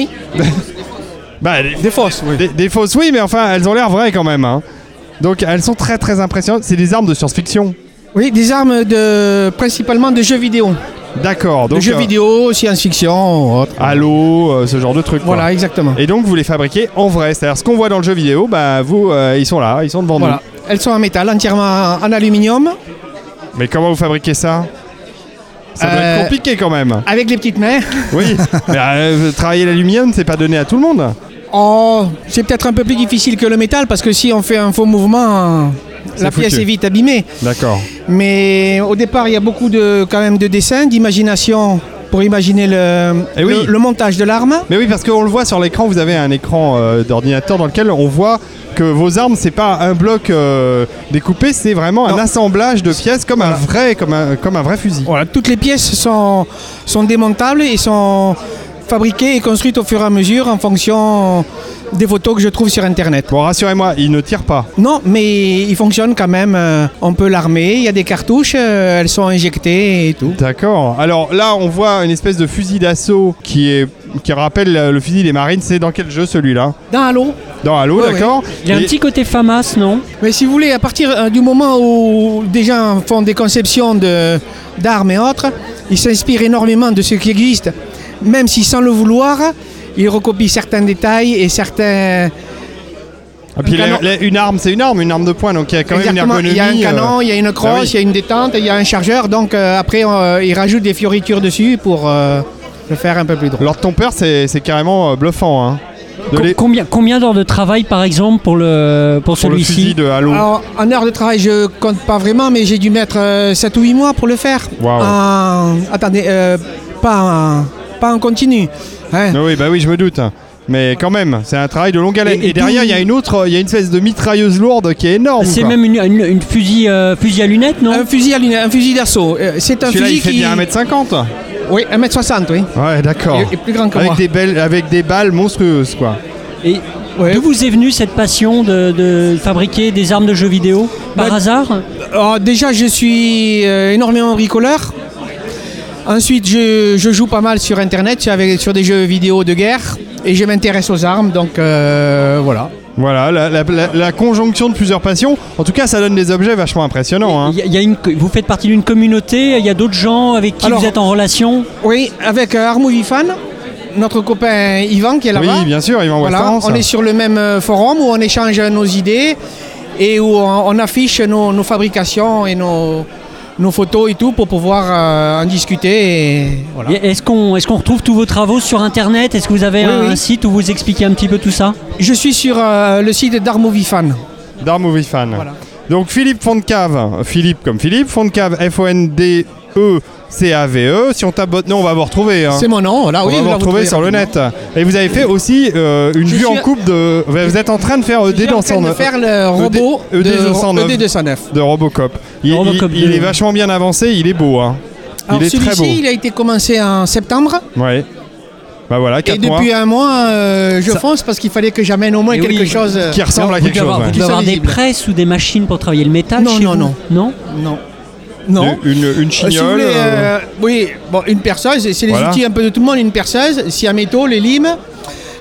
Speaker 1: Bah,
Speaker 22: Oui.
Speaker 1: des fausses, oui. Des, des fausses, oui, mais enfin, elles ont l'air vraies quand même. hein. Donc, elles sont très très impressionnantes. C'est des armes de science-fiction.
Speaker 22: Oui, des armes de Euh, principalement de jeux vidéo.
Speaker 1: D'accord.
Speaker 22: De
Speaker 1: donc,
Speaker 22: jeux
Speaker 1: euh,
Speaker 22: vidéo, science-fiction, autre.
Speaker 1: Halo, euh, ce genre de truc.
Speaker 22: Voilà, exactement.
Speaker 1: Et donc vous les fabriquez en vrai, c'est-à-dire ce qu'on voit dans le jeu vidéo, bah vous, euh, ils sont là, ils sont devant
Speaker 22: Voilà. Elles sont en métal, entièrement en aluminium,
Speaker 1: nous. Mais comment vous fabriquez ça Ça doit
Speaker 22: Euh,
Speaker 1: être compliqué quand même.
Speaker 22: avec les petites mains.
Speaker 1: Oui, mais euh, travailler l'aluminium, c'est pas donné à tout le monde.
Speaker 22: Oh, c'est peut-être un peu plus difficile que le métal parce que si on fait un faux mouvement, la
Speaker 1: C'est foutu.
Speaker 22: pièce est vite abîmée.
Speaker 1: D'accord.
Speaker 22: Mais au départ, il y a beaucoup de quand même de dessins, d'imagination pour imaginer le,
Speaker 1: Eh oui.
Speaker 22: le, le montage de l'arme.
Speaker 1: Mais oui, parce qu'on le voit sur l'écran, vous avez un écran euh, d'ordinateur dans lequel on voit que vos armes, c'est pas un bloc euh, découpé, c'est vraiment un assemblage de pièces comme un vrai, comme un, comme un vrai fusil.
Speaker 22: Voilà, toutes les pièces sont, sont démontables et sont fabriquées et construites au fur et à mesure en fonction des photos que je trouve sur Internet.
Speaker 1: Bon, rassurez-moi, il ne tire pas.
Speaker 22: Non, mais il fonctionne quand même. euh, on peut l'armer, il y a des cartouches, euh, elles sont injectées et tout.
Speaker 1: D'accord. Alors là, on voit une espèce de fusil d'assaut qui est qui rappelle euh, le fusil des marines. C'est dans quel jeu celui-là
Speaker 22: Dans Halo.
Speaker 1: Dans Halo,
Speaker 22: Ouais,
Speaker 1: d'accord.
Speaker 22: ouais.
Speaker 1: Et-
Speaker 2: côté FAMAS, non
Speaker 22: Mais si vous voulez, à partir euh, du moment où des gens font des conceptions de- d'armes et autres, ils s'inspirent énormément de ce qui existe. Même si sans le vouloir, ils recopient certains détails et certains...
Speaker 1: Ah, puis
Speaker 22: Un
Speaker 1: la-
Speaker 22: canon.
Speaker 1: la- une arme, c'est une arme, une arme de poing, donc il y a quand
Speaker 22: Exactement,
Speaker 1: même une
Speaker 22: il y a un
Speaker 1: ergonomie.
Speaker 22: canon,
Speaker 1: euh,
Speaker 22: il y a une
Speaker 1: bah
Speaker 22: crosse,
Speaker 1: oui.
Speaker 22: il y a une détente, il y a un chargeur. Donc euh, après, on- euh, ils rajoutent des fioritures dessus pour... euh, le faire un peu plus drôle.
Speaker 1: Alors ton père, c'est c'est carrément euh, bluffant. Hein. De
Speaker 2: Com-
Speaker 1: les-
Speaker 2: Combien, combien d'heures de travail par exemple pour, le, pour
Speaker 1: Pour le
Speaker 2: celui-ci
Speaker 1: fusil de Halo.
Speaker 22: Alors, en heure de travail, je compte pas vraiment, mais j'ai dû mettre 7 ou 8 mois pour le faire.
Speaker 1: Waouh.
Speaker 22: En- Attendez, euh, pas, en, pas en continu. hein.
Speaker 1: Ah oui, bah oui, je me doute. Mais quand même, c'est un travail de longue haleine.
Speaker 22: Et-
Speaker 1: Et,
Speaker 22: et
Speaker 1: derrière,
Speaker 22: d'où-
Speaker 1: il y a une
Speaker 22: euh,
Speaker 1: autre, il y a une espèce de mitrailleuse lourde qui est énorme.
Speaker 2: C'est
Speaker 1: quoi.
Speaker 2: même une, une- une fusil, euh, fusil à lunettes, non
Speaker 22: Un fusil à lunettes, un fusil d'assaut. Euh, C'est un
Speaker 1: Celui-là,
Speaker 22: fusil
Speaker 1: il fait
Speaker 22: qui.
Speaker 1: bien 1m50.
Speaker 22: Oui, 1m60, oui.
Speaker 1: Ouais, d'accord.
Speaker 22: Il est plus grand que
Speaker 1: avec
Speaker 22: moi.
Speaker 1: Des belles, avec des balles monstrueuses, quoi.
Speaker 2: Et d'où vous est venue cette passion de, de fabriquer des armes de jeux vidéo Par
Speaker 22: Bah,
Speaker 2: hasard
Speaker 22: alors, Déjà, je suis euh, énormément bricoleur. Ensuite, je, je joue pas mal sur Internet, sur, avec, sur des jeux vidéo de guerre, et je m'intéresse aux armes, donc euh, voilà.
Speaker 1: Voilà, la, la- la- la conjonction de plusieurs passions. En tout cas, ça donne des objets vachement impressionnants. hein.
Speaker 2: Il y a- il y a une co- vous faites partie d'une communauté, il y a d'autres gens avec qui
Speaker 22: Alors-
Speaker 2: vous êtes en relation
Speaker 22: Oui, avec euh, Armou Vifan, notre copain Yvan qui est là-bas.
Speaker 1: Oui, bien sûr, Yvan
Speaker 22: Voilà,
Speaker 1: Westance.
Speaker 22: On est sur le même euh, forum où on échange nos idées et où on, on affiche nos, nos fabrications et nos, nos photos et tout pour pouvoir euh, en discuter. et voilà.
Speaker 2: Et Est-ce qu'on est qu'on retrouve tous vos travaux sur Internet Est-ce que vous avez
Speaker 22: Oui,
Speaker 2: un,
Speaker 22: oui.
Speaker 2: un site où vous expliquez un petit peu tout ça
Speaker 22: Je suis sur euh, le site d'Armou Vifan.
Speaker 1: D'art Movie Fan. Donc Philippe Fontcave, Philippe comme Philippe, Fontcave, E F-O-N-D-E-C-A-V-E. E. Si on tape votre nom, on va vous retrouver. hein.
Speaker 22: C'est mon nom, là,
Speaker 1: on
Speaker 22: oui,
Speaker 1: va
Speaker 22: vous
Speaker 1: vous
Speaker 22: la
Speaker 1: retrouver
Speaker 22: retrouvez
Speaker 1: sur le net. Et vous avez fait aussi euh, une vue en
Speaker 22: suis-
Speaker 1: coupe de. Vous êtes en train de faire euh, ED
Speaker 22: suis en
Speaker 1: dans
Speaker 22: train de faire le
Speaker 1: E
Speaker 22: robot de- E ED209.
Speaker 1: De Robocop. Il, il-
Speaker 22: Robocop
Speaker 1: il
Speaker 22: de-
Speaker 1: est vachement bien avancé, il est beau. hein.
Speaker 22: Alors,
Speaker 1: il est très beau.
Speaker 22: Celui-ci, il a été commencé en septembre.
Speaker 1: Ouais. Bah voilà,
Speaker 22: Et
Speaker 1: quatre mois.
Speaker 22: depuis un mois, euh, je fonce parce qu'il fallait que j'amène au moins
Speaker 2: Et
Speaker 22: quelque
Speaker 2: Eh oui.
Speaker 22: chose euh,
Speaker 2: Alors, vous devez avoir- Vous devez avoir des
Speaker 22: visible.
Speaker 2: presses ou des machines pour travailler le métal
Speaker 22: Non,
Speaker 2: chez
Speaker 22: non,
Speaker 2: vous
Speaker 22: non.
Speaker 2: Non
Speaker 22: Non. Non.
Speaker 1: Une, une- une
Speaker 22: Euh, si vous
Speaker 1: chignole.
Speaker 22: voulez,
Speaker 1: euh,
Speaker 22: euh, oui, bon, une perceuse, c'est c'est les
Speaker 1: Voilà.
Speaker 22: outils un peu de tout le monde, une perceuse, scie à métaux, les limes.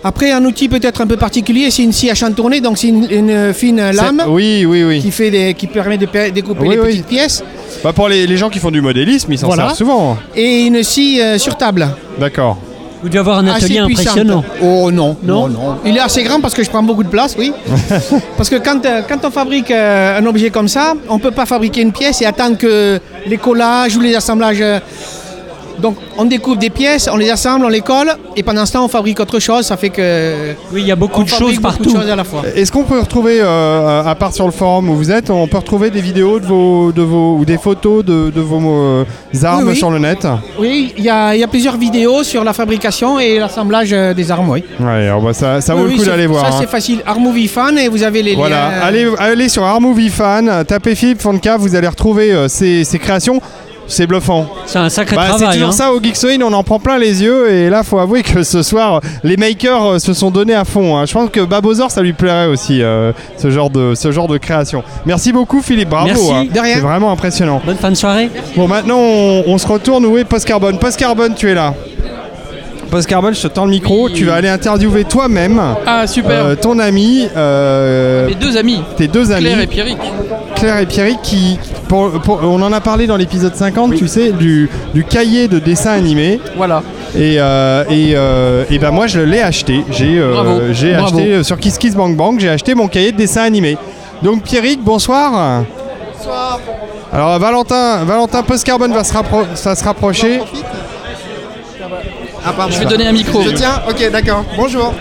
Speaker 22: Après, un outil peut-être un peu particulier, c'est une scie à chantourner, donc c'est une, une fine lame
Speaker 1: c'est- Oui, oui, oui.
Speaker 22: qui, fait des- qui permet de pe- découper
Speaker 1: Oui,
Speaker 22: les
Speaker 1: oui.
Speaker 22: petites pièces.
Speaker 1: Bah pour les, les gens qui font du modélisme, ils s'en
Speaker 22: Voilà.
Speaker 1: servent souvent. hein.
Speaker 22: Et une scie euh, sur table.
Speaker 1: D'accord.
Speaker 2: Vous devez avoir un
Speaker 22: Assez
Speaker 2: atelier
Speaker 22: puissante.
Speaker 2: impressionnant.
Speaker 22: Oh non,
Speaker 2: Non
Speaker 22: non, non. Il est assez grand parce que je prends beaucoup de place, oui. parce que quand, euh, quand on fabrique euh, un objet comme ça, on ne peut pas fabriquer une pièce et attendre que les collages ou les assemblages. euh, donc on découpe des pièces, on les assemble, on les colle et pendant ce temps on fabrique autre chose. Ça fait que.
Speaker 2: Oui, il y a beaucoup
Speaker 22: de choses partout. Beaucoup de choses à la fois.
Speaker 1: Est-ce qu'on peut retrouver, euh, à part sur le forum où vous êtes, on peut retrouver des vidéos de vos, de vos, ou des photos de, de vos euh, armes
Speaker 22: Oui, oui.
Speaker 1: sur le net
Speaker 22: Oui, il y, a il y a plusieurs vidéos sur la fabrication et l'assemblage euh, des armes, oui.
Speaker 1: Ouais, alors, bah, ça, ça vaut
Speaker 22: Oui,
Speaker 1: le
Speaker 22: oui,
Speaker 1: coup
Speaker 22: c'est-
Speaker 1: d'aller voir.
Speaker 22: Ça
Speaker 1: hein.
Speaker 22: c'est euh. facile. Armovie fan et vous avez les
Speaker 1: Voilà,
Speaker 22: liens.
Speaker 1: allez, allez sur Armovie Fan, tapez Philippe Fonca, vous allez retrouver euh, ses, ses créations. C'est bluffant.
Speaker 2: C'est un sacré
Speaker 1: Bah, C'est
Speaker 2: travail.
Speaker 1: toujours
Speaker 2: hein.
Speaker 1: ça au Geeksoin, on en prend plein les yeux. Et là, faut avouer que ce soir, les makers euh, se sont donnés à fond. hein. Je pense que Babozor, ça lui plairait aussi, euh, ce, genre de, ce genre de création. Merci beaucoup, Philippe. Bravo.
Speaker 2: Merci.
Speaker 1: hein.
Speaker 2: De rien.
Speaker 1: C'est vraiment impressionnant.
Speaker 2: Bonne fin de soirée.
Speaker 1: Bon, maintenant, on, on se retourne. Où est Post Carbone Post Carbone, tu es là. Post Carbone, je te tends le micro. Tu vas aller interviewer toi-même.
Speaker 17: Ah, super.
Speaker 1: euh, ton ami. euh,
Speaker 17: Mes deux amis.
Speaker 1: Tes deux amis.
Speaker 17: Claire et Pierrick.
Speaker 1: Claire et Pierrick qui, pour- pour- on en a parlé dans l'épisode 50, tu sais, du, du cahier de dessin animé.
Speaker 17: Voilà.
Speaker 1: Et, euh, et, euh, et ben moi je l'ai acheté. J'ai euh,
Speaker 17: Bravo.
Speaker 1: j'ai
Speaker 17: Bravo.
Speaker 1: acheté euh, sur KissKissBankBank, j'ai acheté mon cahier de dessin animé. Donc Pierrick, bonsoir.
Speaker 10: Bonsoir.
Speaker 1: Alors Valentin, Valentin Postcarbone va se, rappro- ça se rapprocher.
Speaker 10: Je
Speaker 1: vais donner un micro.
Speaker 10: Ah, Je tiens, ok, d'accord. Bonjour.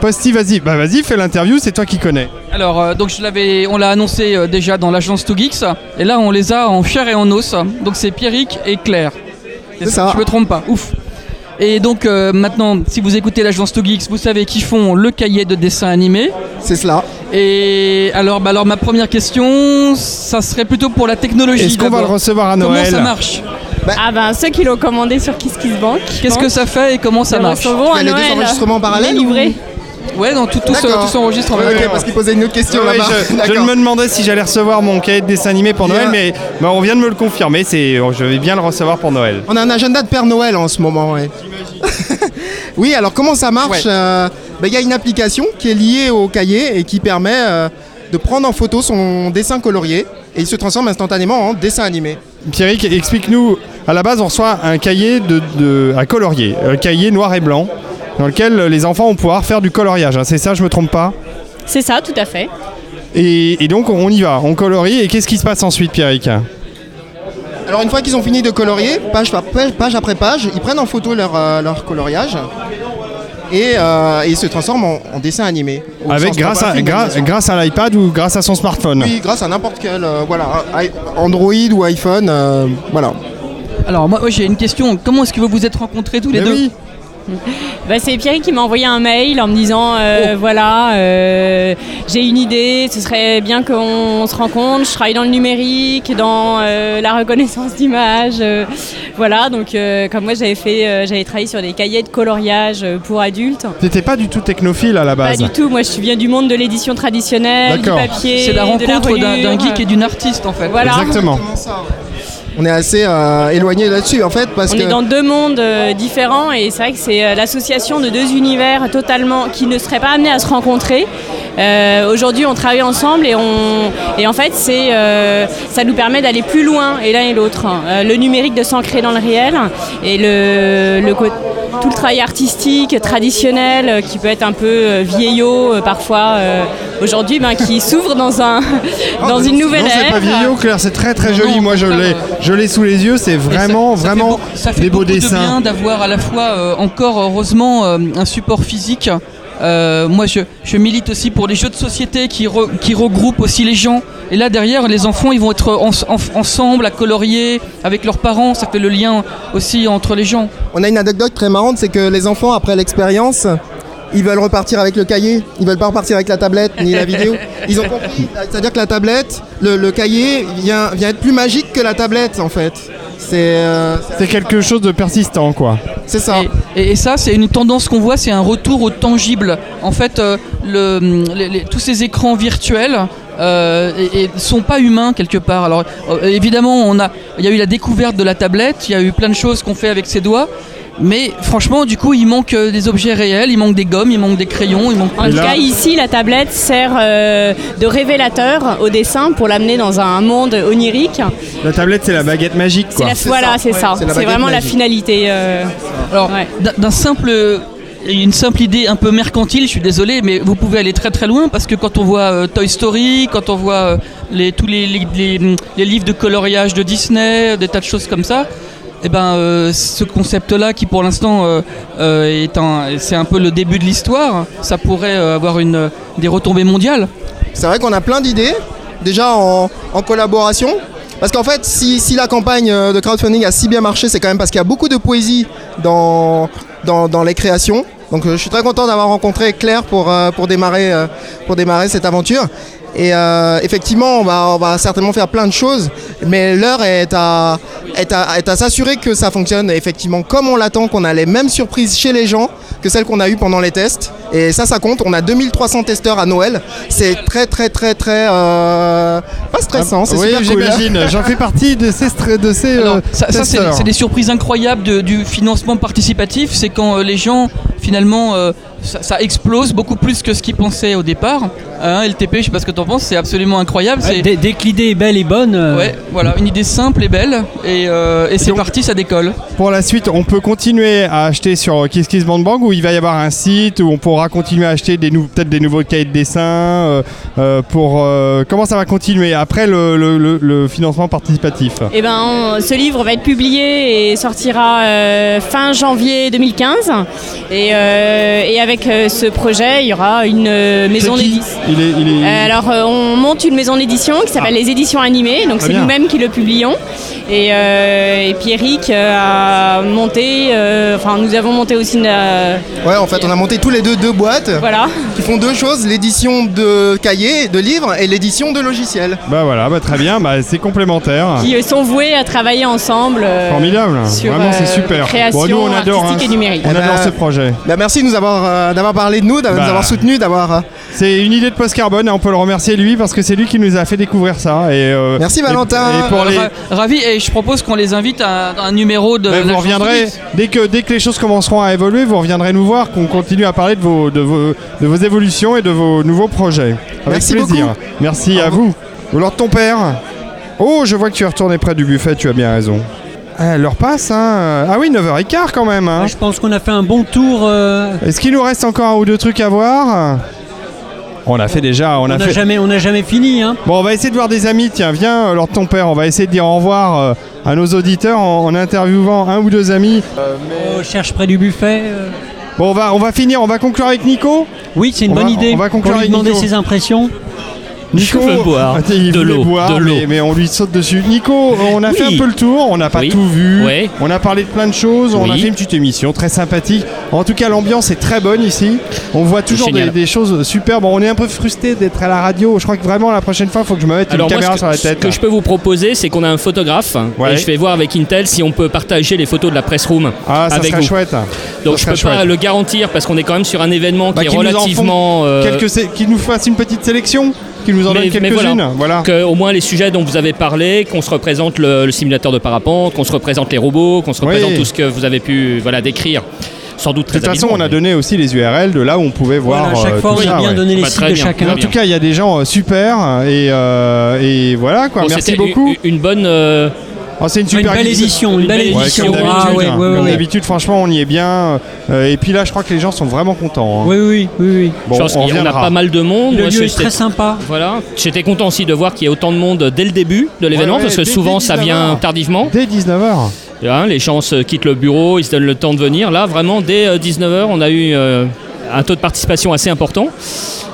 Speaker 1: Posty, vas-y, bah vas-y, fais l'interview, c'est toi qui connais.
Speaker 17: Alors, euh, donc je l'avais, on l'a annoncé euh, déjà dans l'agence 2Geeks, et là on les a en chair et en os. Donc c'est Pierrick et Claire. C'est ça. Je me trompe pas, ouf. Et donc euh, maintenant, si vous écoutez l'agence 2Geeks, vous savez qu'ils font le cahier de dessin animé.
Speaker 10: C'est cela.
Speaker 17: Et alors, bah, alors ma première question, ça serait plutôt pour la technologie.
Speaker 1: Est-ce qu'on va
Speaker 17: d'abord.
Speaker 1: le recevoir à Noël Bah,
Speaker 17: Comment ça marche
Speaker 10: Ah ben ceux qui l'ont commandé sur KissKissBank.
Speaker 17: Qu'est-ce que ça fait et comment ça
Speaker 10: Nous
Speaker 17: marche
Speaker 10: recevons à Les deux Noël. enregistrements en parallèle On est livrés.
Speaker 17: Ouais, non, tout, tout, se-
Speaker 10: D'accord.
Speaker 17: tout s'enregistre en
Speaker 10: Ouais,
Speaker 17: même
Speaker 10: ok,
Speaker 17: temps.
Speaker 10: parce qu'il posait une autre question
Speaker 1: Ouais,
Speaker 10: là-bas.
Speaker 1: je, je
Speaker 10: D'accord.
Speaker 1: me demandais si j'allais recevoir mon cahier de dessin animé pour Noël,
Speaker 10: Bien.
Speaker 1: mais bah, on vient de me le confirmer, c'est, je vais bien le recevoir pour Noël.
Speaker 10: On a un agenda de Père Noël en ce moment, ouais. oui, alors comment ça marche Euh, bah, Il y a une application qui est liée au cahier et qui permet euh, de prendre en photo son dessin colorié et il se transforme instantanément en dessin animé.
Speaker 1: Pierrick, explique-nous, à la base on reçoit un cahier de, de- à colorier, un cahier noir et blanc, dans lequel les enfants vont pouvoir faire du coloriage, hein, c'est ça, je me trompe pas
Speaker 10: C'est ça, tout à fait.
Speaker 1: et, et donc on y va, on colorie, et qu'est-ce qui se passe ensuite Pierrick
Speaker 10: Alors une fois qu'ils ont fini de colorier, page, par page, page après page, ils prennent en photo leur, euh, leur coloriage et, euh, et ils se transforment en, en dessin animé. Au
Speaker 1: Avec
Speaker 10: sens
Speaker 1: grâce à,
Speaker 10: propre,
Speaker 1: gra-
Speaker 10: film,
Speaker 1: grâce à l'iPad ou grâce à son smartphone.
Speaker 10: Oui, grâce à n'importe quel, euh, voilà, i- Android ou iPhone, euh, voilà.
Speaker 17: Alors moi, moi, j'ai une question. Comment est-ce que vous vous êtes rencontrés tous les
Speaker 10: Mais
Speaker 17: deux
Speaker 10: oui.
Speaker 23: Bah, c'est Pierre qui m'a envoyé un mail en me disant
Speaker 1: Oh.
Speaker 23: euh, voilà euh, j'ai une idée, ce serait bien qu'on se rencontre. Je travaille dans le numérique, dans euh, la reconnaissance d'images, euh, voilà. Donc euh, comme moi j'avais fait, euh, j'avais travaillé sur des cahiers de coloriage euh, pour adultes.
Speaker 1: T'étais pas du tout technophile à la
Speaker 23: Pas
Speaker 1: base.
Speaker 23: du tout. Moi je viens du monde de l'édition traditionnelle, du
Speaker 1: D'accord.
Speaker 23: papier,
Speaker 17: C'est la
Speaker 23: de
Speaker 17: rencontre d'un-
Speaker 23: reliure.
Speaker 17: d'un geek et d'une artiste en fait.
Speaker 23: Voilà. Exactement.
Speaker 10: On est assez euh, éloigné là-dessus en fait parce
Speaker 23: on
Speaker 10: que
Speaker 23: est dans deux mondes euh, différents et c'est vrai que c'est euh, l'association de deux univers totalement qui ne seraient pas amenés à se rencontrer. Euh, Aujourd'hui, on travaille ensemble et, on, et en fait, c'est euh, ça nous permet d'aller plus loin et l'un et l'autre. Euh, le numérique de s'ancrer dans le réel et le, le co- tout le travail artistique traditionnel euh, qui peut être un peu euh, vieillot euh, parfois euh, aujourd'hui, ben, qui s'ouvre dans un dans une nouvelle
Speaker 1: Bah non,
Speaker 23: ère.
Speaker 1: c'est pas vieillot, Claire, c'est très très joli. Moi, je l'ai, je l'ai sous les yeux. C'est vraiment, vraiment
Speaker 17: Ça fait
Speaker 1: des beaux
Speaker 17: beaucoup de
Speaker 1: dessins.
Speaker 17: bien d'avoir à la fois euh, encore heureusement euh, un support physique. Euh, moi, je, je milite aussi pour les jeux de société qui, re- qui regroupent aussi les gens. Et là, derrière, les enfants, ils vont être en- en- ensemble à colorier avec leurs parents. Ça fait le lien aussi entre les gens.
Speaker 10: on a une anecdote très marrante, c'est que les enfants après l'expérience, ils veulent repartir avec le cahier, ils veulent pas repartir avec la tablette ni la vidéo. Ils ont compris, c'est-à-dire que la tablette, le, le cahier vient, vient être plus magique que la tablette en fait. C'est euh,
Speaker 1: C'est quelque chose de persistant, quoi.
Speaker 10: C'est ça.
Speaker 17: Et, et- et ça, c'est une tendance qu'on voit, c'est un retour au tangible. En fait, euh, le- les- les- tous ces écrans virtuels euh, et, et sont pas humains quelque part. Alors euh, évidemment, on a, il y a eu la découverte de la tablette, il y a eu plein de choses qu'on fait avec ses doigts. Mais franchement, du coup, il manque euh, des objets réels, il manque des gommes, il manque des crayons, il manque.
Speaker 23: En tout cas, ici, la tablette sert euh, de révélateur au dessin pour l'amener dans un monde onirique.
Speaker 1: La tablette, c'est la baguette magique,
Speaker 23: C'est
Speaker 1: quoi.
Speaker 23: la, voilà, c'est ça. C'est vraiment la finalité. euh,
Speaker 17: Alors, d'un- d'un simple. Une simple idée un peu mercantile, je suis désolé, mais vous pouvez aller très très loin parce que quand on voit euh, Toy Story, quand on voit euh, les, tous les, les- les- les livres de coloriage de Disney, des tas de choses comme ça, et ben, euh, ce concept-là qui pour l'instant euh, euh, est un- c'est un peu le début de l'histoire, ça pourrait euh, avoir une, des retombées mondiales.
Speaker 10: C'est vrai qu'on a plein d'idées, déjà en, en collaboration. Parce qu'en fait, si, si la campagne euh, de crowdfunding a si bien marché, c'est quand même parce qu'il y a beaucoup de poésie dans, dans, dans les créations. Donc euh, je suis très content d'avoir rencontré Claire pour, euh, pour, démarrer, euh, pour démarrer cette aventure. Et euh, effectivement, on va, on va certainement faire plein de choses, mais l'heure est à, est à, est à s'assurer que ça fonctionne effectivement comme on l'attend, qu'on a les mêmes surprises chez les gens que celles qu'on a eues pendant les tests. Et ça, ça compte. On a 2300 testeurs à Noël. C'est très, très, très, très. euh, pas stressant, c'est
Speaker 1: Ah, oui,
Speaker 10: super cool.
Speaker 1: j'imagine. J'en fais partie de ces, stre- de ces
Speaker 17: Alors,
Speaker 1: euh,
Speaker 17: Ah ça, ça, c'est
Speaker 1: testeurs.
Speaker 17: c'est des surprises incroyables de- du financement participatif. C'est quand euh, les gens, finalement, euh, ça, ça explose beaucoup plus que ce qu'ils pensaient au départ. Hein, LTP, je sais pas ce que t'en penses, c'est absolument incroyable.
Speaker 24: Ouais,
Speaker 17: c'est-
Speaker 24: dès, dès que l'idée est belle et bonne. euh,
Speaker 17: Ouais, voilà, une idée simple et belle. Et, euh, et c'est parti, ça décolle.
Speaker 1: Pour la suite, on peut continuer à acheter sur KissKissBandBang où il va y avoir un site où on pourra continuer à acheter des nou- peut-être des nouveaux cahiers de dessin. euh, euh, pour euh, comment ça va continuer après le, le- le- le financement participatif
Speaker 23: Eh ben, on- ce livre va être publié et sortira euh, fin janvier 2015. Et, euh, et avec euh, ce projet, il y aura une euh, maison
Speaker 1: C'est qui
Speaker 23: d'édition.
Speaker 1: Il est, il est-
Speaker 23: Euh, alors, euh, on monte une maison d'édition qui s'appelle Les Éditions Animées, donc
Speaker 1: Ah,
Speaker 23: c'est
Speaker 1: bien.
Speaker 23: nous-mêmes qui le publions. Et, euh, et puis Eric euh, a monté, euh, enfin nous avons monté aussi une, euh,
Speaker 10: Ouais, en fait, on a monté tous les deux deux boîtes
Speaker 23: Voilà.
Speaker 10: qui font deux choses l'édition de cahiers, de livres, et l'édition de logiciels.
Speaker 1: Bah voilà, bah très bien, bah c'est complémentaire.
Speaker 23: qui euh, sont voués à travailler ensemble. euh,
Speaker 1: Formidable,
Speaker 23: sur,
Speaker 1: vraiment c'est
Speaker 23: euh,
Speaker 1: super.
Speaker 23: création
Speaker 1: Bon, nous on adore,
Speaker 23: artistique
Speaker 1: hein.
Speaker 23: et numérique.
Speaker 1: on
Speaker 10: Eh
Speaker 1: adore
Speaker 10: ben,
Speaker 1: ce projet.
Speaker 10: Bah, merci de nous avoir, euh, d'avoir parlé de nous, d'avoir- de
Speaker 1: Bah.
Speaker 10: nous avoir soutenus, d'avoir. euh,
Speaker 1: C'est une idée de post carbone et on peut le remercier lui parce que c'est lui qui nous a fait découvrir ça. Et, euh, et- Et, pour les,
Speaker 17: Euh, Ra- Ravi, et je propose qu'on les invite à, à un numéro de.
Speaker 1: Ben,
Speaker 17: la
Speaker 1: vous reviendrez
Speaker 17: chanson
Speaker 1: dès que dès que les choses commenceront à évoluer, vous reviendrez nous voir, qu'on continue à parler de vos de vos, de vos évolutions et de vos nouveaux projets. Avec
Speaker 10: Merci
Speaker 1: plaisir.
Speaker 10: beaucoup.
Speaker 1: Merci à vous. Ou alors ton père. Oh, je vois que tu es retourné près du buffet. Tu as bien raison. Ah, L'heure passe, hein. Ah oui, 9h15 quand même. hein.
Speaker 24: Je pense qu'on a fait un bon tour. euh,
Speaker 1: Est-ce qu'il nous reste encore un ou deux trucs à voir On a fait déjà. On,
Speaker 2: On
Speaker 1: a
Speaker 2: n'a
Speaker 1: fait...
Speaker 2: jamais, on n'a jamais fini. Hein.
Speaker 1: Bon, on va essayer de voir des amis. Tiens, viens, euh, Lord ton père. On va essayer de dire au revoir euh, à nos auditeurs en, en interviewant un ou deux amis.
Speaker 2: On cherche près du buffet. euh.
Speaker 1: Bon, on va, on va finir. On va conclure avec Nico.
Speaker 2: Oui, c'est une
Speaker 1: On
Speaker 2: bonne
Speaker 1: va-
Speaker 2: idée.
Speaker 1: On va conclure
Speaker 2: Pour lui
Speaker 1: avec
Speaker 2: demander
Speaker 1: Nico.
Speaker 2: ses impressions.
Speaker 1: Nico,
Speaker 2: Je veux boire
Speaker 1: Attends, il
Speaker 2: de
Speaker 1: voulait
Speaker 2: l'eau,
Speaker 1: boire,
Speaker 2: de l'eau.
Speaker 1: Mais, mais on lui saute dessus. Nico, on a
Speaker 2: Oui.
Speaker 1: fait un peu le tour, on n'a pas
Speaker 2: Oui.
Speaker 1: tout vu.
Speaker 2: Ouais.
Speaker 1: On a parlé de plein de choses, on a
Speaker 2: Oui.
Speaker 1: fait une petite émission très sympathique. En tout cas, l'ambiance est très bonne ici. On voit toujours des,
Speaker 18: Génial.
Speaker 1: des choses superbes. On est un peu frustré d'être à la radio. Je crois que vraiment la prochaine fois, il faut que je me mette
Speaker 18: Alors
Speaker 1: une
Speaker 18: moi,
Speaker 1: caméra
Speaker 18: ce que,
Speaker 1: sur la
Speaker 18: ce
Speaker 1: tête.
Speaker 18: que
Speaker 1: là.
Speaker 18: je peux vous proposer, c'est qu'on a un photographe
Speaker 1: Ouais.
Speaker 18: et je vais voir avec Intel si on peut partager les photos de la press room
Speaker 1: Ah, ça
Speaker 18: avec
Speaker 1: serait
Speaker 18: vous.
Speaker 1: chouette.
Speaker 18: Donc
Speaker 1: Ça
Speaker 18: je peux
Speaker 1: serait
Speaker 18: pas
Speaker 1: chouette.
Speaker 18: le garantir parce qu'on est quand même sur un événement
Speaker 1: Bah,
Speaker 18: qui est
Speaker 1: qu'ils nous en font
Speaker 18: relativement. euh,
Speaker 1: quelques sé- qu'ils nous fassent une petite sélection, qu'ils nous en
Speaker 18: mais-
Speaker 1: donnent
Speaker 18: mais
Speaker 1: quelques-unes.
Speaker 18: voilà. Que, au moins les sujets dont vous avez parlé, qu'on se représente le, le simulateur de parapente, qu'on se représente les robots, qu'on se
Speaker 1: Oui.
Speaker 18: représente tout ce que vous avez pu voilà, décrire. Sans doute
Speaker 1: De
Speaker 18: très
Speaker 1: toute façon,
Speaker 18: habilement,
Speaker 1: on a donné aussi les URL de là où on pouvait voir.
Speaker 18: Voilà, à chaque
Speaker 1: euh,
Speaker 18: fois,
Speaker 1: tout
Speaker 18: on a
Speaker 1: ça,
Speaker 18: bien
Speaker 1: ouais.
Speaker 18: donné les Bah, sites très de bien, chacun.
Speaker 1: En
Speaker 18: très
Speaker 1: tout cas, il y a des gens euh, super et, euh, et voilà quoi.
Speaker 18: Bon,
Speaker 1: Merci
Speaker 18: c'était
Speaker 1: beaucoup.
Speaker 18: Une, une bonne. euh,
Speaker 1: Oh, c'est une
Speaker 18: une
Speaker 1: super
Speaker 18: belle édition, une belle
Speaker 1: Ouais,
Speaker 18: édition.
Speaker 1: comme
Speaker 18: Ah,
Speaker 1: d'habitude,
Speaker 18: ouais,
Speaker 1: hein.
Speaker 18: ouais, ouais,
Speaker 1: Comme
Speaker 18: ouais.
Speaker 1: d'habitude, franchement, on y est bien. Euh, et puis là, je crois que les gens sont vraiment contents. hein.
Speaker 2: Oui, oui, oui, oui.
Speaker 1: Bon,
Speaker 18: je pense
Speaker 1: on
Speaker 18: qu'il y en a
Speaker 1: reviendra.
Speaker 18: pas mal de monde.
Speaker 1: Le
Speaker 18: Moi,
Speaker 1: lieu est
Speaker 18: j'étais-
Speaker 1: très
Speaker 2: sympa.
Speaker 18: Voilà. J'étais content aussi de voir qu'il y a autant de monde dès le début de l'événement,
Speaker 1: Ouais, ouais,
Speaker 18: parce que
Speaker 1: dès-
Speaker 18: souvent
Speaker 1: dès
Speaker 18: ça
Speaker 1: 19
Speaker 18: vient
Speaker 1: heures.
Speaker 18: tardivement.
Speaker 1: Dès 19h.
Speaker 18: Hein, les gens se quittent le bureau, ils se donnent le temps de venir. Là, vraiment, dès 19h, on a eu euh, un taux de participation assez important.